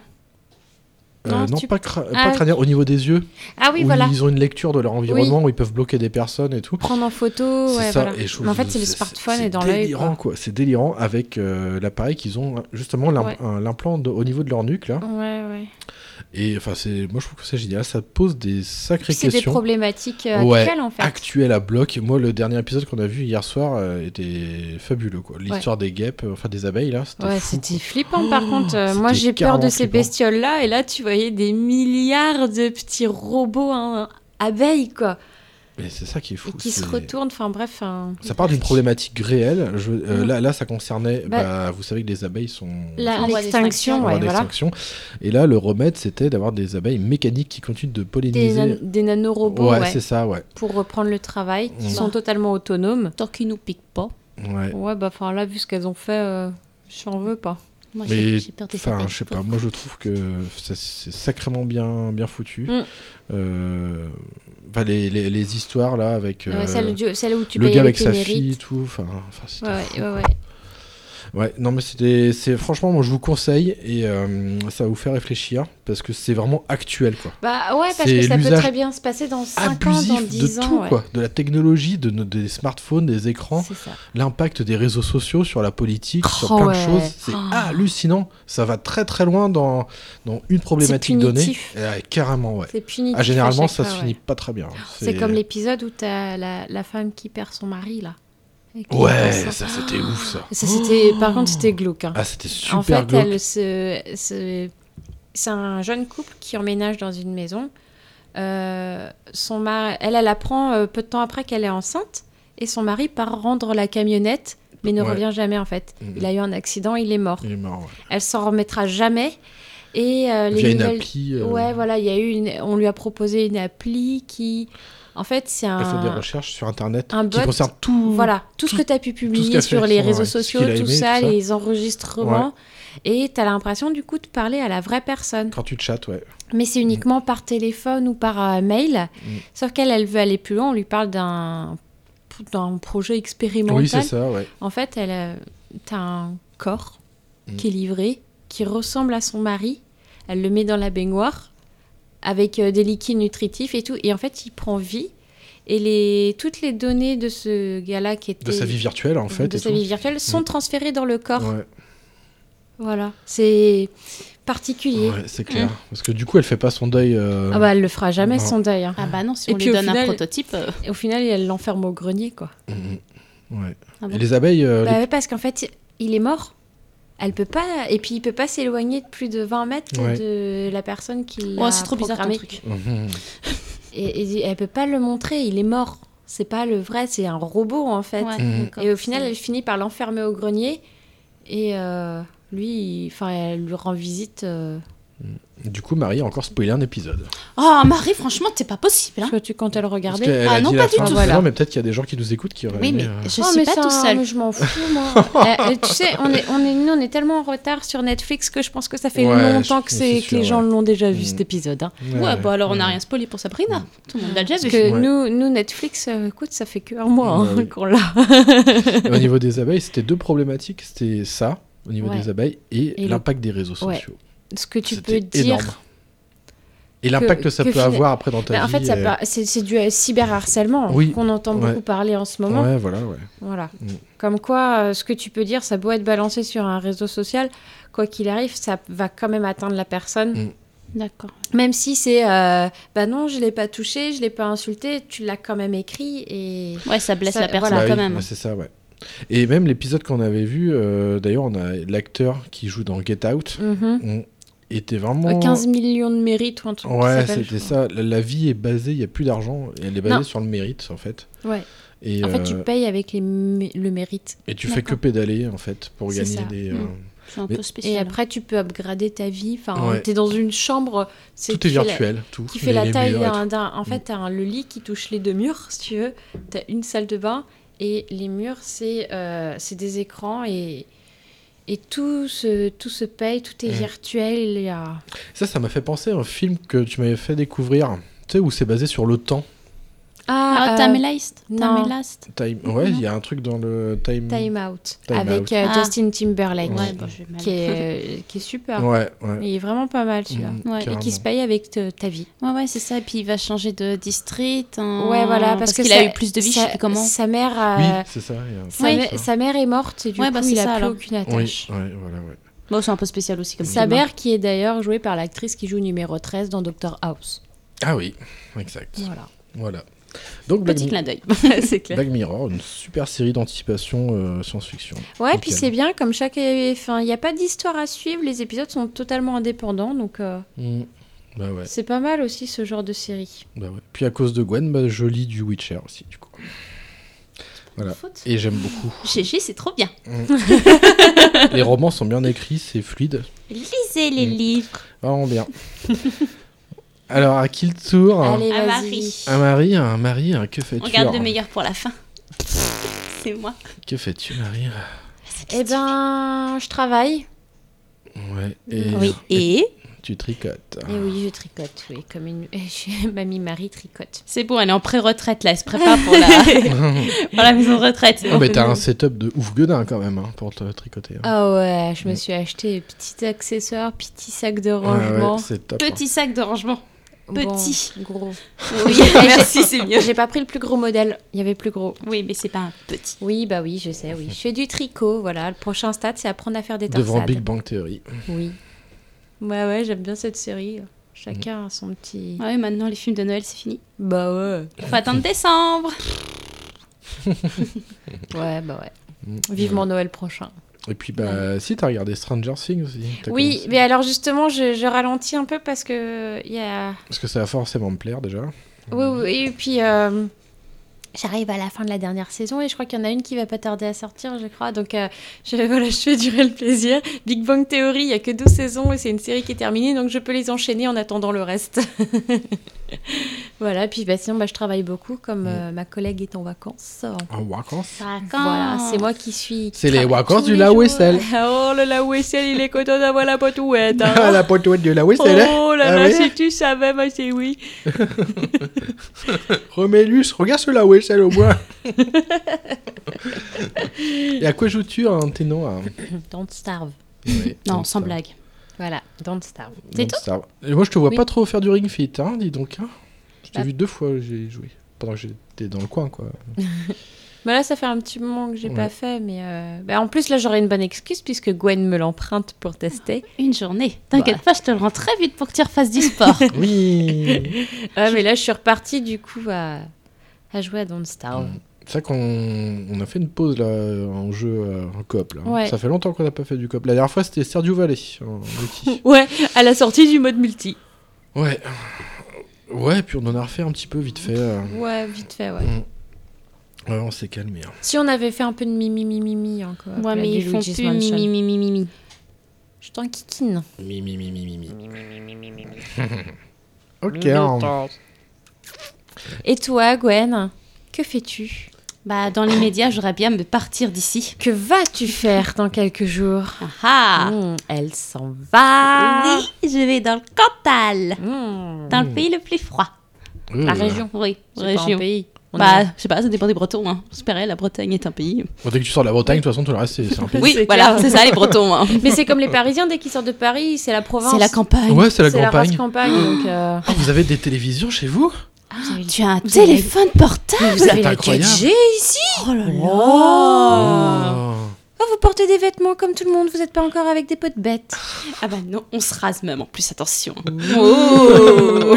A: euh,
B: non,
A: non,
B: tu-
A: pas, cra-
B: Ah,
A: pas crânien, au niveau des yeux.
B: Ah oui,
A: où
B: voilà.
A: Ils ont une lecture de leur environnement, où ils peuvent bloquer des personnes et tout.
B: Prendre en photo.
A: C'est
B: ouais,
A: ça,
B: voilà.
A: et je trouve
B: Mais en
A: que
B: fait, c'est le
A: c'est-
B: smartphone
A: c'est
B: et dans l'œil.
A: délirant,
B: quoi.
A: quoi. C'est délirant avec euh, l'appareil qu'ils ont, justement, l'im-
B: Ouais.
A: un- l'implant de- au niveau de leur nuque, là.
B: Ouais, ouais.
A: Et enfin, c'est, moi, je trouve que c'est génial. Ça pose des sacrées
B: Puis c'est des
A: questions.
B: problématiques euh,
A: Ouais,
B: actuelles, en fait.
A: actuelles à bloc. Moi, le dernier épisode qu'on a vu hier soir euh, était fabuleux, quoi. L'histoire des guêpes, euh, enfin des abeilles, là. C'était
B: Ouais,
A: fou,
B: c'était
A: quoi.
B: flippant par contre. Euh,
A: c'était
B: Moi j'ai peur de
A: carrément
B: ces
A: flippant.
B: bestioles-là et là tu voyais des milliards de petits robots hein, abeilles quoi,
A: Mais c'est ça qui est fou.
B: qui se
A: c'est-
B: retournent. Enfin bref, hein. un-
A: Ça part d'une problématique réelle. Je, euh,
B: Mm.
A: là, là, ça concernait.
B: Bah,
A: bah, vous savez que les abeilles sont.
B: la-
A: sont
B: l'extinction,
A: en
B: ouais,
A: voie
B: voilà.
A: d'extinction. Et là, le remède, c'était d'avoir des abeilles mécaniques qui continuent de
B: Des,
A: polliniser.
B: nan- des nanorobots
A: Ouais,
B: ouais,
A: c'est ça, ouais.
B: pour reprendre le travail, qui
A: Mm.
B: sont totalement autonomes. Tant qu'ils nous piquent pas.
A: Ouais.
B: Ouais, bah enfin là, vu ce qu'elles ont fait, euh, j'en veux pas.
A: Mais, enfin, je sais pas, moi je trouve que ça- c'est sacrément bien, bien foutu.
B: Mm.
A: Euh, enfin, les, les- les histoires là avec
B: Ouais,
A: euh,
B: celle du- celle où tu
A: le
B: payais
A: gars avec
B: avec tes
A: sa fille,
B: mérites.
A: tout. Enfin, enfin, c'était
B: Ouais,
A: fou,
B: ouais, ouais,
A: quoi.
B: ouais.
A: Ouais, non, mais c'était, c'est franchement, moi je vous conseille et euh, ça va vous faire réfléchir parce que c'est vraiment actuel quoi.
B: Bah ouais, parce
A: C'est
B: que ça peut
A: l'usage
B: très bien se passer dans 5 ans,
A: abusif
B: dans
A: de
B: 10 ans.
A: tout
B: ouais.
A: quoi, de la technologie, de nos- des smartphones, des écrans, l'impact des réseaux sociaux sur la politique, sur
B: Oh
A: plein
B: ouais.
A: de choses, c'est
B: Oh.
A: hallucinant. Ça va très très loin dans, dans une problématique donnée.
B: punitif.
A: Et, ouais, carrément ouais.
B: C'est punitif
A: Ah, généralement
B: à chaque
A: ça se
B: fois,
A: finit
B: ouais.
A: pas très bien. hein.
B: C'est comme l'épisode où t'as la, la femme qui perd son mari, là. Et qui est
A: Ouais,
B: enceinte.
A: ça c'était ouf ça.
B: Ça, c'était, par contre, c'était glauque. hein.
A: Ah, c'était
B: En
A: super
B: fait,
A: glauque.
B: elle se- se- c'est un jeune couple qui emménage dans une maison. Euh, son mari, elle, elle apprend euh, peu de temps après qu'elle est enceinte et son mari part rendre la camionnette, mais ne
A: Ouais.
B: revient jamais en fait.
A: Mhm.
B: Il a eu un accident, il est mort.
A: Il est mort, ouais.
B: Elle s'en remettra jamais. Et euh, les
A: Via une
B: nouvelles-
A: appli, euh.
B: Ouais, voilà, il y a eu une... on lui a proposé une appli qui, en fait, c'est un
A: Elle fait des recherches sur internet
B: un
A: qui
B: bot,
A: concernent tout.
B: voilà, tout ce que tu as pu
A: tout ce
B: publier
A: qu'a fait
B: sur les
A: son-
B: réseaux
A: ouais, ce
B: sociaux,
A: qu'il a
B: tout,
A: aimé, tout
B: ça,
A: ça.
B: les enregistrements. Et tu as l'impression, du coup, de parler à la vraie personne.
A: Quand tu chattes, ouais.
B: Mais c'est uniquement par téléphone ou par euh, mail.
A: Mm.
B: Sauf qu'elle, elle veut aller plus loin. On lui parle d'un d'un projet expérimental.
A: Oui, c'est ça, ouais.
B: En fait, elle a un corps
A: Mm.
B: qui est livré, qui ressemble à son mari. Elle le met dans la baignoire avec euh, des liquides nutritifs et tout. Et en fait, il prend vie. Et les, toutes les données de ce gars-là qui était...
A: De sa vie virtuelle, en fait,
B: De
A: et
B: sa
A: tout.
B: vie virtuelle sont
A: Mm.
B: transférées dans le corps.
A: Ouais.
B: Voilà. C'est particulier.
A: Ouais, c'est clair.
B: Mm.
A: Parce que du coup, elle fait pas son deuil. euh,
B: Ah bah, elle le fera jamais,
A: non.
B: son deuil. hein.
C: Ah bah non, si
B: Et
C: on lui
B: puis, au
C: donne un
B: final-
C: prototype. euh,
B: Et au final, elle l'enferme au grenier, quoi.
A: Mhm. Ouais.
B: Ah bon
A: Et les abeilles. euh,
B: Bah
A: les-
B: ouais, parce qu'en fait, il est mort. Elle peut pas, et puis il peut pas s'éloigner de plus de 20 mètres
A: Ouais.
B: de la personne qui l'a
C: c'est trop bizarre ton
B: programmé.
C: truc.
A: Mhm.
B: Et, et elle peut pas le montrer, il est mort. C'est pas le vrai, c'est un robot en fait.
C: Ouais, Mhm. d'accord.
B: Et au final, elle finit par l'enfermer au grenier et euh, lui, il- enfin, elle lui rend visite euh,
A: Du coup, Marie a encore spoilé un épisode.
C: Oh, Marie, franchement, c'est pas possible. Hein.
B: tu comptes le
A: Parce
B: regarder
A: qu'elle
C: Ah
A: a
C: non,
A: dit
C: pas
A: la
C: du
A: fin,
C: tout.
A: non,
C: Voilà.
A: mais peut-être qu'il y a des gens qui nous écoutent qui auraient
C: Oui,
A: aimé,
C: mais
A: euh,
C: je
B: Oh,
C: suis
B: mais
C: pas
B: ça,
C: tout seul.
B: mais je m'en fous, moi. Eh, eh, tu sais, on est, on est, nous, on est tellement en retard sur Netflix que je pense que ça fait
A: Ouais,
B: longtemps
A: je-
B: que,
A: je
B: c'est,
A: suis
B: que
A: sûr,
B: les gens
A: ouais. Mm.
B: l'ont déjà vu cet épisode. hein.
A: euh,
C: Ouais, bah alors on a rien spoilé pour Sabrina. Tout le monde l'a déjà
B: Parce
C: vu.
B: que
A: Ouais.
B: nous, nous, Netflix, euh, écoute, ça fait que un mois hein,
A: Ouais, oui.
B: qu'on l'a.
A: Et au niveau des abeilles, c'était deux problématiques. C'était ça, au niveau
B: Ouais.
A: des abeilles, et,
B: Et le-
A: l'impact des réseaux
B: Ouais.
A: sociaux.
B: Ce que tu peux
A: C'était
B: dire.
A: énorme. Et l'impact que, ça peut
B: fina-
A: avoir après dans ta
B: Bah,
A: vie.
B: En fait, ça
A: euh,
B: par- c'est c'est du euh, cyberharcèlement
A: Oui,
B: qu'on entend
A: ouais.
B: beaucoup parler en ce moment.
A: Ouais, voilà, ouais.
B: Voilà.
A: Mm.
B: Comme quoi, euh, ce que tu peux dire, ça doit être balancé sur un réseau social. Quoi qu'il arrive, ça va quand même atteindre la personne.
A: Mm.
C: D'accord.
B: Même si c'est, euh, bah non, je l'ai pas touché, je l'ai pas insulté, tu l'as quand même écrit et
C: Ouais, ça blesse la personne
B: voilà.
A: Bah
C: quand
A: oui,
C: même.
A: bah c'est ça, ouais. Et même l'épisode qu'on avait vu, euh, d'ailleurs, on a l'acteur qui joue dans Get Out.
B: Mhm.
A: On était vraiment.
B: Euh, 15 millions de mérites ou un truc. qui
A: Ouais,
B: s'appelle,
A: c'était
B: je
A: ça. La, la vie est basée, il n'y a plus d'argent. Elle est basée
B: Non.
A: sur le mérite, en fait.
B: crois. Ouais.
A: Et,
B: En fait, tu
A: euh,
B: payes avec les mé- le mérite.
A: et tu fais que
B: D'accord.
A: pédaler, en fait, pour
B: C'est
A: gagner
B: ça.
A: des.
B: Mm.
A: euh,
C: C'est un
A: Mais-
C: peu
B: Et
C: spécial.
B: après, tu peux upgrader ta vie. Enfin,
A: Ouais.
B: t'es dans une chambre. c'est-
A: Tout
B: qui
A: est
B: fait la-
A: virtuel, tout.
B: Qui
A: Les-
B: fait la
A: les
B: taille hein.
A: murs et tout.
B: d'un. d'un- En fait, t'as un- le lit qui touche les deux murs, si tu veux. T'as une salle de bain et les murs, c'est euh, c'est des écrans et. Et tout se, tout se paye, tout est
A: Mm.
B: virtuel. Il y a...
A: Ça, ça m'a fait penser à un film que tu m'avais fait découvrir, tu sais, où c'est basé sur le temps.
C: Ah,
B: euh,
C: Tamelast.
B: non.
C: Tamelast.
A: Time...
B: Mm-hmm.
A: Ouais, il y a un truc dans le time.
B: Time Out
A: Time
B: avec
A: Out.
B: euh,
C: Ah.
B: Justin Timberlake
C: Ouais, bah, j'ai mal.
B: qui, est, euh, qui est super.
A: Ouais, ouais.
B: Il est vraiment pas mal celui-là.
A: Mm,
C: Ouais, et qui
B: Et
A: carrément.
B: qui se paye avec te- ta vie.
C: Ouais, ouais, c'est ça. Et puis il va changer de district. hein,
B: Ouais, voilà, parce, que
C: qu'il
B: sa-
C: a eu plus de vie, je
B: sa-
C: sais plus comment.
B: Sa mère,
A: Oui,
B: euh,
A: c'est ça. il y a un
B: sa,
A: truc
B: mè-
A: comme ça.
B: sa mère est morte et du
C: Ouais,
B: coup,
C: bah, c'est
B: il a
C: ça,
B: plus
C: alors.
B: aucune
A: Oui,
B: attache.
A: ouais, voilà, ouais.
C: Bon, c'est un peu spécial aussi comme
B: Sa
C: film, hein.
B: mère qui est d'ailleurs jouée par l'actrice qui joue numéro 13 dans Doctor House.
A: Ah oui, exact.
B: Voilà.
A: Voilà. Donc, Black,
C: Petit
A: Mi-
C: clin d'œil. c'est clair.
A: Black Mirror, une super série d'anticipation euh, science-fiction.
B: Ouais,
A: Nickel.
B: puis c'est bien, comme chaque... Enfin, il n'y a pas d'histoire à suivre, les épisodes sont totalement indépendants, donc euh,
A: Mm. Bah ouais,
B: c'est pas mal aussi ce genre de série.
A: bah ouais. Puis à cause de Gwen, bah, je lis du Witcher aussi, du coup. Voilà.
C: Faute.
A: Et j'aime beaucoup.
C: GG, c'est trop bien.
A: Les romans sont bien écrits, c'est fluide.
C: Lisez les
A: Mm.
C: livres.
A: Vraiment bien. Alors, à qui le tour
B: Allez,
C: à
B: vas-y.
A: À
C: Ah, Marie.
A: Marie, hein, Marie, hein, que
C: On
A: fais-tu
C: garde le
A: alors
C: meilleur pour la fin. C'est moi.
A: Que fais-tu, Marie
B: Eh ben, je travaille.
A: Ouais. Et,
C: Oui. Et
A: tu tricotes.
B: Et Eh oui, je tricote, oui, comme une... Mamie Marie tricote.
C: c'est bon, elle est en pré-retraite là. Elle se prépare pour la, pour la maison de retraite.
A: Oh, mais t'as un setup de ouf gueudin quand même hein, pour te tricoter. hein.
B: Ah ouais, je me suis acheté petit accessoire, petit sac de
A: Ouais, ouais,
B: rangement.
A: c'est top. hein.
C: Petit sac de rangement.
B: Bon,
C: Petit.
B: gros.
C: Oui, merci, c'est mieux.
B: J'ai pas pris le plus gros modèle, il y avait plus gros.
C: Oui, mais c'est pas un petit.
B: Oui, bah oui, je sais, oui. Je fais du tricot, voilà. Le prochain stade, c'est apprendre à faire des torsades.
A: Devant Big Bang Theory.
B: Oui. Ouais, ouais, j'aime bien cette série. Chacun a son petit...
C: Ah oui, maintenant les films de Noël, c'est fini.
B: Bah ouais.
C: Faut attendre décembre.
B: Ouais, bah ouais.
A: Mm.
B: Vivement Noël prochain.
A: Et puis,
C: Mm.
A: bah, si t'as regardé Stranger Things aussi. t'as
B: Oui,
A: commencé.
B: mais alors justement, je, je ralentis un peu parce que il y a...
A: Parce que ça va forcément me plaire déjà.
B: Oui, oui, et puis euh, j'arrive à la fin de la dernière saison et je crois qu'il y en a une qui va pas tarder à sortir, je crois. Donc euh, je, voilà, je fais durer le plaisir. Big Bang Theory, il y a que 12 saisons et c'est une série qui est terminée, donc je peux les enchaîner en attendant le reste. voilà, puis bah, sinon, bah, je travaille beaucoup
A: Mm.
B: comme euh, ma collègue est en vacances.
A: En vacances.
B: Voilà, c'est moi qui suis. qui
A: Ah. C'est les
B: travaille
A: vacances
B: tous
A: du
B: les
A: la
B: jours.
A: Wessel.
K: Oh là là, Wessel, il est content d'avoir la potouette. hein.
A: Ah, la potouette de la Wessel. hein.
K: Oh là
A: Ah
K: là,
A: oui.
K: si tu savais, moi c'est oui.
A: Romélus, regarde ce la Wessel au bois. Et à quoi joues-tu un ténor hein
B: Don't starve.
A: Ouais,
C: Non,
A: donc
C: sans
A: ça.
C: blague.
B: Voilà, don't starve.
C: C'est
A: Donc ça va. Et moi, je te vois
B: Oui.
A: pas trop faire du ring fit, hein, dis donc. hein. Je t'ai
B: Bah.
A: vu deux fois, j'ai joué. Pendant que j'étais dans le coin, quoi.
B: Bah là, ça fait un petit moment que j'ai
A: Ouais.
B: pas fait, mais euh, bah, en plus là, j'aurais une bonne excuse puisque Gwen me l'emprunte pour tester.
C: Une journée.
A: Bah.
C: T'inquiète pas, je te le rends très vite pour que tu refasses du sport.
A: Oui
B: Ah, mais là, je suis repartie du coup à, à jouer à Don't Starve.
A: C'est vrai qu'on on a fait une pause, là, en jeu euh, en coop, là.
B: Ouais.
A: Ça fait longtemps qu'on n'a pas fait du coop. La dernière fois, c'était Sergio Valley, en multi.
B: Ouais, à la sortie du mode multi.
A: ouais. Ouais, puis on en a refait un petit peu, vite fait. euh.
B: Ouais, vite fait, ouais.
A: Mm. Ouais, on s'est calmé. hein.
B: Si on avait fait un peu de mimi mimi mimi encore.
C: Ouais, mais ils font plus mimi, mimi, mimi, mimi.
D: Je t'en kikine.
A: Mi, mi, mi, mi, mi, mi.
D: Ok.
A: Ok. hein.
D: Et toi, Gwen, que fais-tu
C: Bah, dans l'immédiat, j'aurais bien me partir d'ici.
D: Que vas-tu faire dans quelques jours
C: Ah
D: Mmh, Elle s'en va
C: Oui, je vais dans le Cantal, dans le pays le plus froid.
A: Euh.
D: Mmh.
A: Hmm.
D: La région.
C: Oui,
D: C'est
C: Hmm. région.
D: pas un pays. On
C: bah,
D: est-
C: je sais pas, ça dépend des Bretons. Hein. Je dirais, la Bretagne est un pays.
A: Bon, dès que tu sors de la Bretagne, de toute façon, tout le reste, c'est c'est un pays.
C: Oui, voilà, c'est ça, les Bretons, hein.
B: Mais c'est comme les Parisiens, dès qu'ils sortent de Paris, c'est la province.
C: C'est la campagne.
A: Ouais, c'est la
B: race
A: campagne.
B: campagne, donc, euh,
A: Ah, vous avez des télévisions chez vous
C: tu as un
B: avez-
C: téléphone portable
B: Vous avez
A: C'est
B: la
A: incroyable.
B: 4G ici
C: Oh là là
D: Oh, vous portez des vêtements comme tout le monde, vous n'êtes pas encore avec des pots de bête.
C: Ah bah non, on se rase même en plus, attention.
D: Oh.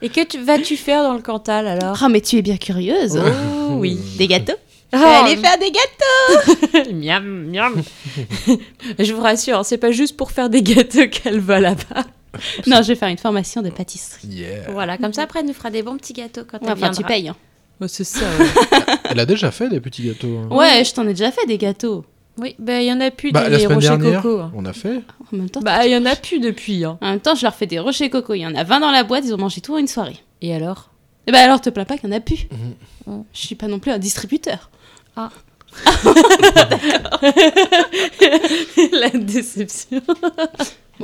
B: Et que tu- vas-tu faire dans le Cantal alors
C: Ah mais tu es bien curieuse. hein.
B: Oh
C: oui. Des gâteaux
B: Oh.
C: Je vais aller faire des gâteaux
B: Miam, miam Je vous rassure, c'est pas juste pour faire des gâteaux qu'elle va là-bas.
C: Non, je vais faire une formation de pâtisserie.
D: Voilà, comme ça après elle nous fera des bons petits gâteaux quand
C: Ouais,
D: elle
C: enfin,
D: viendra.
C: tu payes. hein.
B: Oh, c'est ça.
A: Elle a déjà fait des petits gâteaux. hein.
C: Ouais, je t'en ai déjà fait des gâteaux.
B: Oui, bah il y en a plus
A: Bah,
B: des
A: la
B: les
A: semaine
B: rochers
A: dernière,
B: coco. hein.
A: on a fait.
C: En même temps,
B: Bah il y en a plus depuis. hein.
C: en même temps, je leur fais des rochers coco. Il y en a 20 dans la boîte, ils ont mangé tout en une soirée.
B: Et alors
C: Et bah alors, te plains pas qu'il y en a plus. Euh,
A: Mhm.
C: Je suis pas non plus un distributeur.
B: Ah.
C: La déception.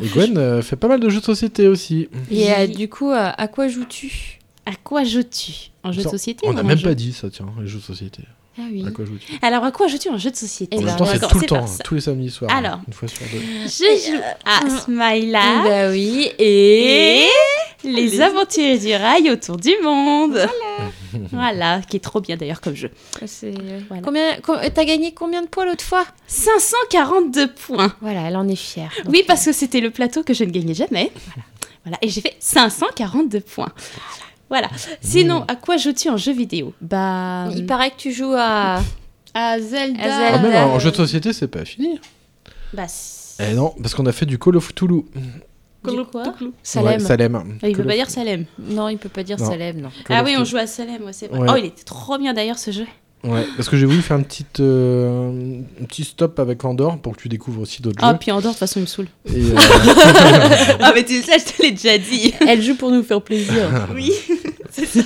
A: Et Gwen euh, fait pas mal de jeux de société aussi.
B: Et euh, du coup, euh, à quoi joues-tu
C: À quoi joues-tu En jeu de
A: Ça,
C: société
A: On
C: ou
A: n'a
C: en
A: même
C: jeu
A: pas dit ça, tiens, les jeux de société.
B: Ah oui.
A: À quoi joues-tu
C: Alors, à quoi joues-tu en jeu de société
A: En
C: Eh
A: même
C: ben,
A: temps, c'est
C: d'accord,
A: tout le temps,
C: par ça.
A: tous les samedis soirs.
C: Alors. Euh,
A: Une fois sur deux.
C: Je joue à Smila.
B: Bah oui, et...
C: et les aventuriers du rail autour du monde. Voilà. qui est trop bien d'ailleurs comme jeu.
B: C'est- euh, Combien com- T'as gagné combien de points l'autre fois
C: 542 points.
B: Voilà, elle en est fière. Donc,
C: Oui, parce que c'était le plateau que je ne gagnais jamais. Voilà. Voilà. Et j'ai fait 542 points. Voilà. Sinon, à quoi joues-tu en jeu vidéo Bah.
B: Il paraît que tu joues à...
C: À Zelda.
B: À
A: Ah,
B: Zelda.
A: même en jeu de société, c'est pas fini.
C: Bah, c'est-
A: Eh non, parce qu'on a fait du Call of Cthulhu.
C: Du quoi
A: Ouais, Salem.
C: Ah, il
A: Call
C: peut
A: of-
C: pas dire Salem.
B: Non, il peut pas dire
A: Non.
B: Salem, non.
A: Call
C: ah
A: of
C: oui, on
A: Duty.
C: joue à Salem, ouais, c'est vrai.
A: Ouais.
C: Oh, il était trop bien d'ailleurs ce jeu.
A: Ouais, parce que j'ai voulu faire une petite, euh, un petit stop avec Andorre pour que tu découvres aussi d'autres
C: Ah,
A: jeux.
C: puis en dehors, de toute façon, il me saoule.
A: Et, euh,
C: ah, mais tu sais, je te l'ai déjà dit.
B: Elle joue pour nous faire plaisir.
C: Oui, c'est ça.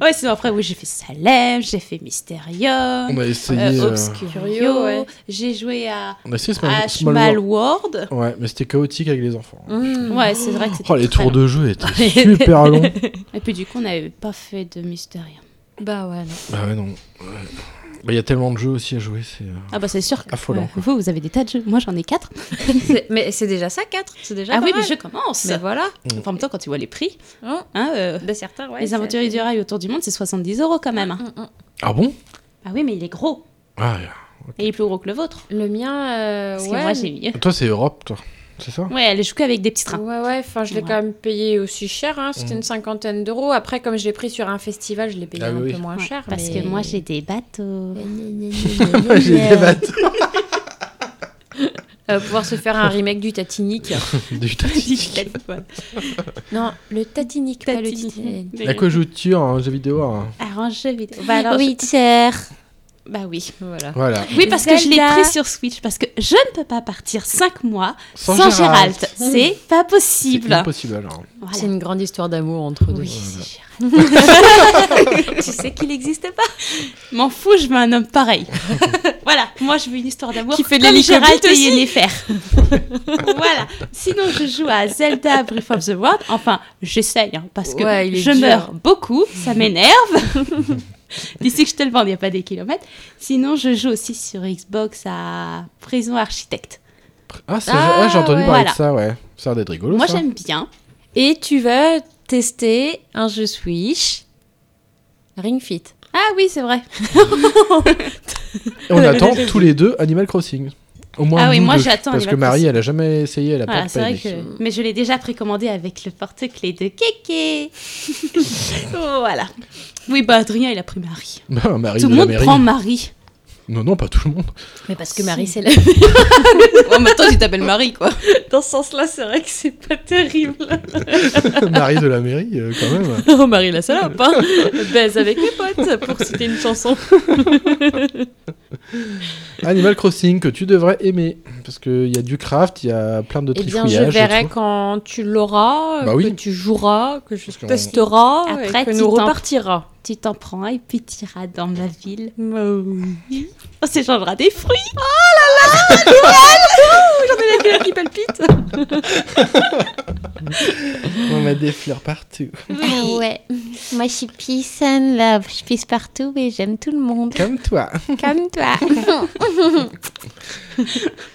C: ouais, sinon après, oui, j'ai fait Salem, j'ai fait Mysterium,
A: on a essayé.
C: euh,
A: euh,
C: Obscurio,
B: Curio, ouais.
C: j'ai joué à
A: on a essayé Small-
C: à
A: Small
C: Small
A: World.
C: World.
A: Ouais, mais c'était chaotique avec les enfants.
B: Hmm. Mm.
C: Ouais, c'est vrai que c'était
A: Oh, les
C: Mm. très
A: tours
C: long.
A: de jeu étaient super longs.
C: Et puis du coup, on n'avait pas fait de Mysterium.
B: Bah ouais, non.
A: Bah ouais, non. Ouais. Bah, Il y a tellement de jeux aussi à jouer, c'est euh,
C: Ah bah c'est sûr que
A: affolant.
C: euh, vous, vous avez des tas de jeux. Moi, j'en ai quatre.
B: C'est- Mais c'est déjà ça, 4 C'est déjà
C: Ah
B: pas
C: oui,
B: mal.
C: mais je commence.
B: Mais voilà.
C: Enfin, en même temps, quand tu vois les prix,
B: Hein
C: hein, euh,
B: Bah certains, ouais.
C: les
B: c'est-
C: aventuriers du rail autour du monde, c'est 70 euros quand même. hein.
B: Mm, mm.
A: Ah bon
C: Ah oui, mais il est gros.
A: Ah,
C: Et il est plus gros que le vôtre.
B: Le mien, euh,
C: Parce que
B: ouais.
C: moi, j'ai mieux.
A: toi c'est Europe, toi, c'est ça
C: Ouais, elle est jouée avec des petits trains.
B: Ouais, ouais, enfin, je l'ai
C: Ouais.
B: quand même payé aussi cher, hein, c'était
A: Mm.
B: une cinquantaine d'euros. Après, comme je l'ai pris sur un festival, je l'ai payé
A: Ah
B: un
A: oui,
B: peu
A: oui.
B: moins
C: Ouais,
B: cher.
C: parce
B: mais-
C: que moi, j'ai des bateaux.
A: J'ai des bateaux.
B: Euh, pouvoir se faire un remake du Tatinique.
A: Du Titanic.
B: non, le Tatinique, pas le Titanic.
A: À quoi joues-tu en jeu vidéo hein
C: Alors, en jeu vidéo. Bah, alors,
D: Witcher.
C: je- bah oui.
B: Voilà.
A: Voilà.
C: Oui, parce que je l'ai
D: Zelda.
C: pris sur Switch, parce que je ne peux pas partir 5 mois
A: Sans
C: sans,
A: Gérald.
C: Gérald. C'est pas possible.
A: C'est impossible alors.
C: Voilà.
B: C'est une grande histoire d'amour entre deux.
C: Oui, c'est Gérald. tu sais qu'il n'existe pas. M'en fous, je veux un homme pareil. voilà, moi je veux une histoire d'amour
B: Qui fait de
C: comme
B: l'hélicoptère
C: Gérald et
B: aussi.
C: Yennefer. voilà. Sinon, je joue à Zelda Breath of the Wild. Enfin, j'essaye, hein, parce que
B: Ouais, il est
C: je
B: dur.
C: meurs beaucoup, ça m'énerve. D'ici que je te le vende, il n'y a pas des kilomètres. Sinon, je joue aussi sur Xbox à Prison Architecte.
A: Ah, ça,
B: Ah,
A: ah, j'ai entendu
B: ouais.
A: parler
C: Voilà.
A: de ça, ouais. Ça a l'air d'être rigolo.
C: Moi,
A: ça.
C: j'aime bien.
B: Et tu vas tester un jeu Switch, Ring Fit.
C: Ah oui, c'est vrai.
A: Et on attend tous les deux Animal Crossing. Au moins
C: Ah oui,
A: nous
C: moi,
A: deux.
C: j'attends
A: Parce
C: Animal
A: que Marie,
C: Crossing.
A: elle a jamais essayé, elle a
C: Voilà,
A: pas
C: c'est
A: pas
C: vrai
A: aimé.
C: que. Mais je l'ai déjà précommandé avec le porte-clés de Kéké. Oh, voilà. Oui, bah Adrien, il a pris Marie.
A: Bah, Marie
C: Tout
A: de
C: le
A: la
C: monde
A: mairie.
C: prend Marie.
A: Non, non, pas tout le monde.
D: Mais parce que
C: Si.
D: Marie, c'est la.
C: en même temps, Oh, tu t'appelles Marie, quoi.
B: Dans ce sens-là, c'est vrai que c'est pas terrible.
A: Marie de la mairie, euh, quand même.
B: Oh, Marie la salope, hein Baise avec mes potes, pour citer une chanson.
A: Animal Crossing que tu devrais aimer parce qu'il y a du craft, il y a plein de
B: Eh bien,
A: trifouillages.
B: je
A: et
B: verrai
A: tout.
B: quand tu l'auras,
A: Bah
B: que
A: oui.
B: tu joueras, que je
A: qu'on-
B: testeras,
C: Après,
B: et que
C: tu
B: nous
C: t'en-
B: repartira.
C: Tu t'en prends un et puis tu iras dans ma ville. On s'échangera des fruits. Oh là là Noël Ouh, J'en ai la fièvre qui palpite.
A: On a des fleurs partout.
D: Ah ouais. Moi, je suis peace and love. Je pisse partout et j'aime tout le monde.
A: Comme toi.
D: Comme toi.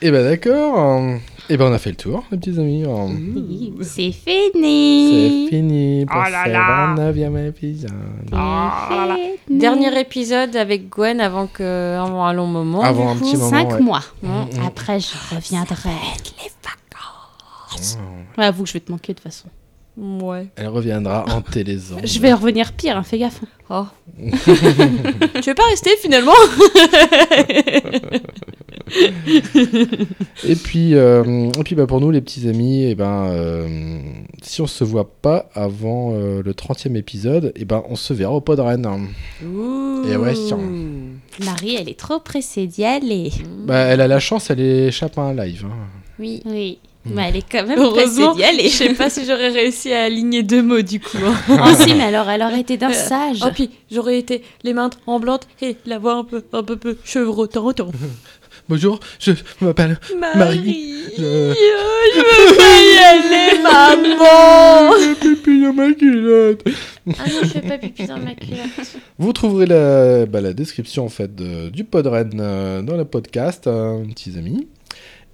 A: Et ben d'accord. euh, Et ben on a fait le tour, les petits amis. euh,
C: C'est fini.
A: C'est fini pour
C: Oh là là.
A: ce 29e épisode.
B: Dernier épisode avec Gwen avant, que, avant un long moment.
A: Avant
B: du
A: un
B: coup.
A: petit moment, Cinq ouais. mois.
B: Bon,
C: Mm, mm.
B: Après, je reviendrai.
A: Oh.
C: Ouais, avoue que je vais te manquer de toute façon.
B: Ouais.
A: Elle reviendra en téléson.
C: Je vais revenir pire, hein, fais gaffe.
B: Oh. tu veux pas rester finalement
A: Et puis, euh, et puis bah, pour nous, les petits amis, et ben, euh, si on se voit pas avant euh, le 30e épisode, et ben, on se verra au Pod Rennes. Et ouais, tiens.
C: Marie, elle est trop pressée d'y aller.
A: Bah, elle a la chance, elle échappe à un live. hein.
C: Oui.
A: Mm.
C: Mais elle est quand même pressée
B: Heureusement,
C: d'y aller.
B: je sais pas si j'aurais réussi à aligner deux mots du coup. hein.
C: Oh, si, mais alors elle aurait été d'un
B: Euh,
C: sage.
D: Ah.
B: Oh, puis j'aurais été les mains tremblantes et la voix un peu, un peu, peu chevrotante.
A: Bonjour, je m'appelle Marie. Je-
B: Je veux pas y aller, maman
A: Je fais pipi dans ma culotte.
B: Ah non, je fais pas pipi dans ma culotte.
A: Vous trouverez la, bah, la description en fait de- du Podren euh, dans le podcast, euh, petits amis.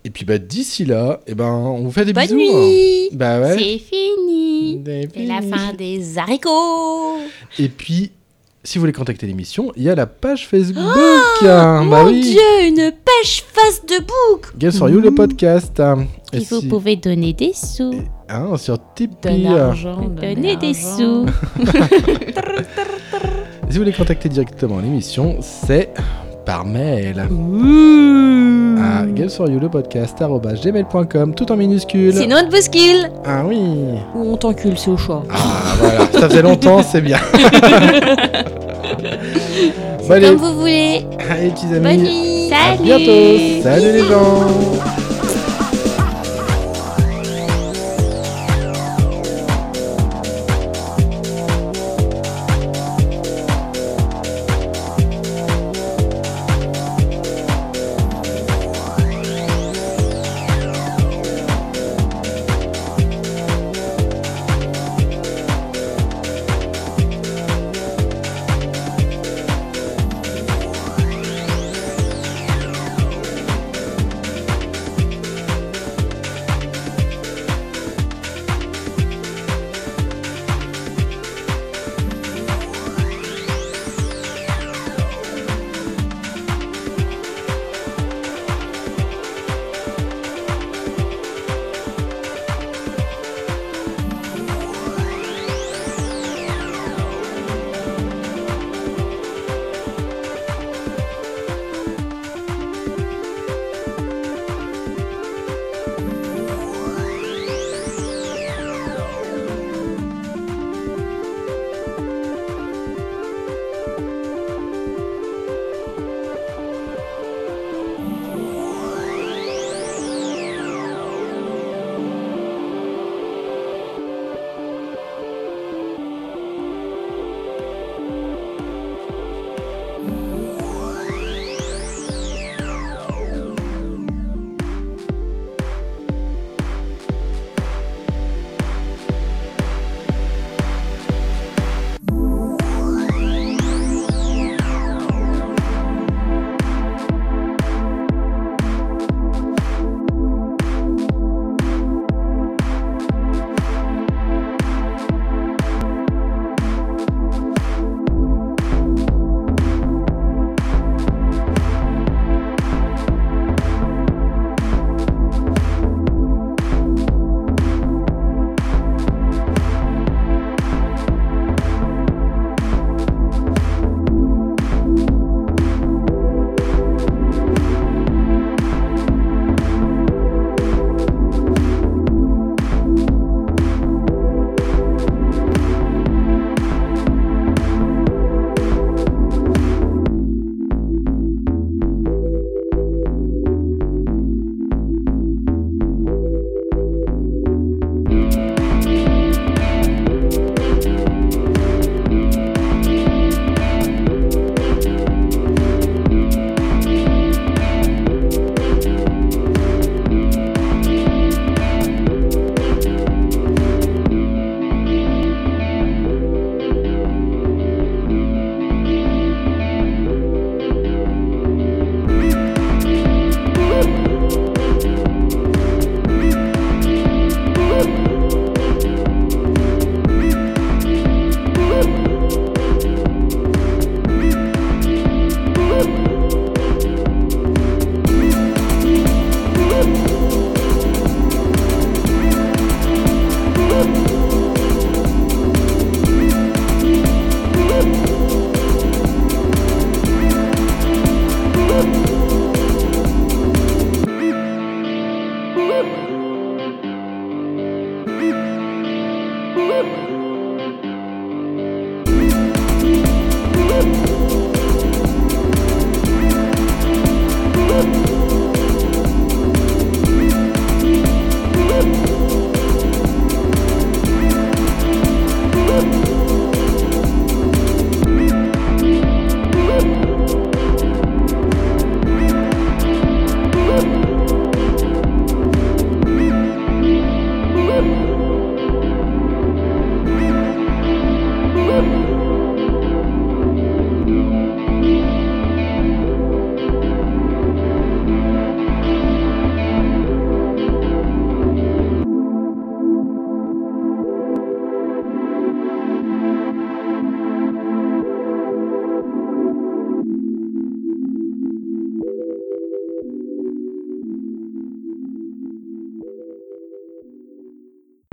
A: Et puis bah, d'ici là, et ben, on vous fait des
D: Bonne
A: bisous.
D: nuit.
A: Bah ouais. Mm.
D: C'est fini.
A: C'est
D: la fin des haricots.
A: Et puis, si vous voulez contacter l'émission, il y a la page Facebook.
B: Oh,
A: hein, bah oui.
C: une pêche face de bouc
A: Games for You, le podcast. hein. Et
C: Et vous
A: si-
C: pouvez donner des sous.
A: hein, sur Tipeee.
C: Donner
A: hein.
C: Donner des sous.
A: Si vous voulez contacter directement l'émission, c'est par mail. À Games for You, le podcast, arobase gmail.com, tout en minuscule.
D: Sinon, on te bouscule.
A: Ah oui.
B: Ou on t'encule, c'est au choix.
A: Ah, voilà, ça faisait longtemps, c'est bien. Bon, allez.
D: Comme vous voulez.
A: Allez, petits amis.
D: Bonne nuit.
A: À
D: Salut.
A: bientôt. Salut les gens.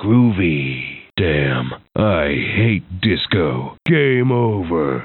L: groovy. Damn, I hate disco. Game over.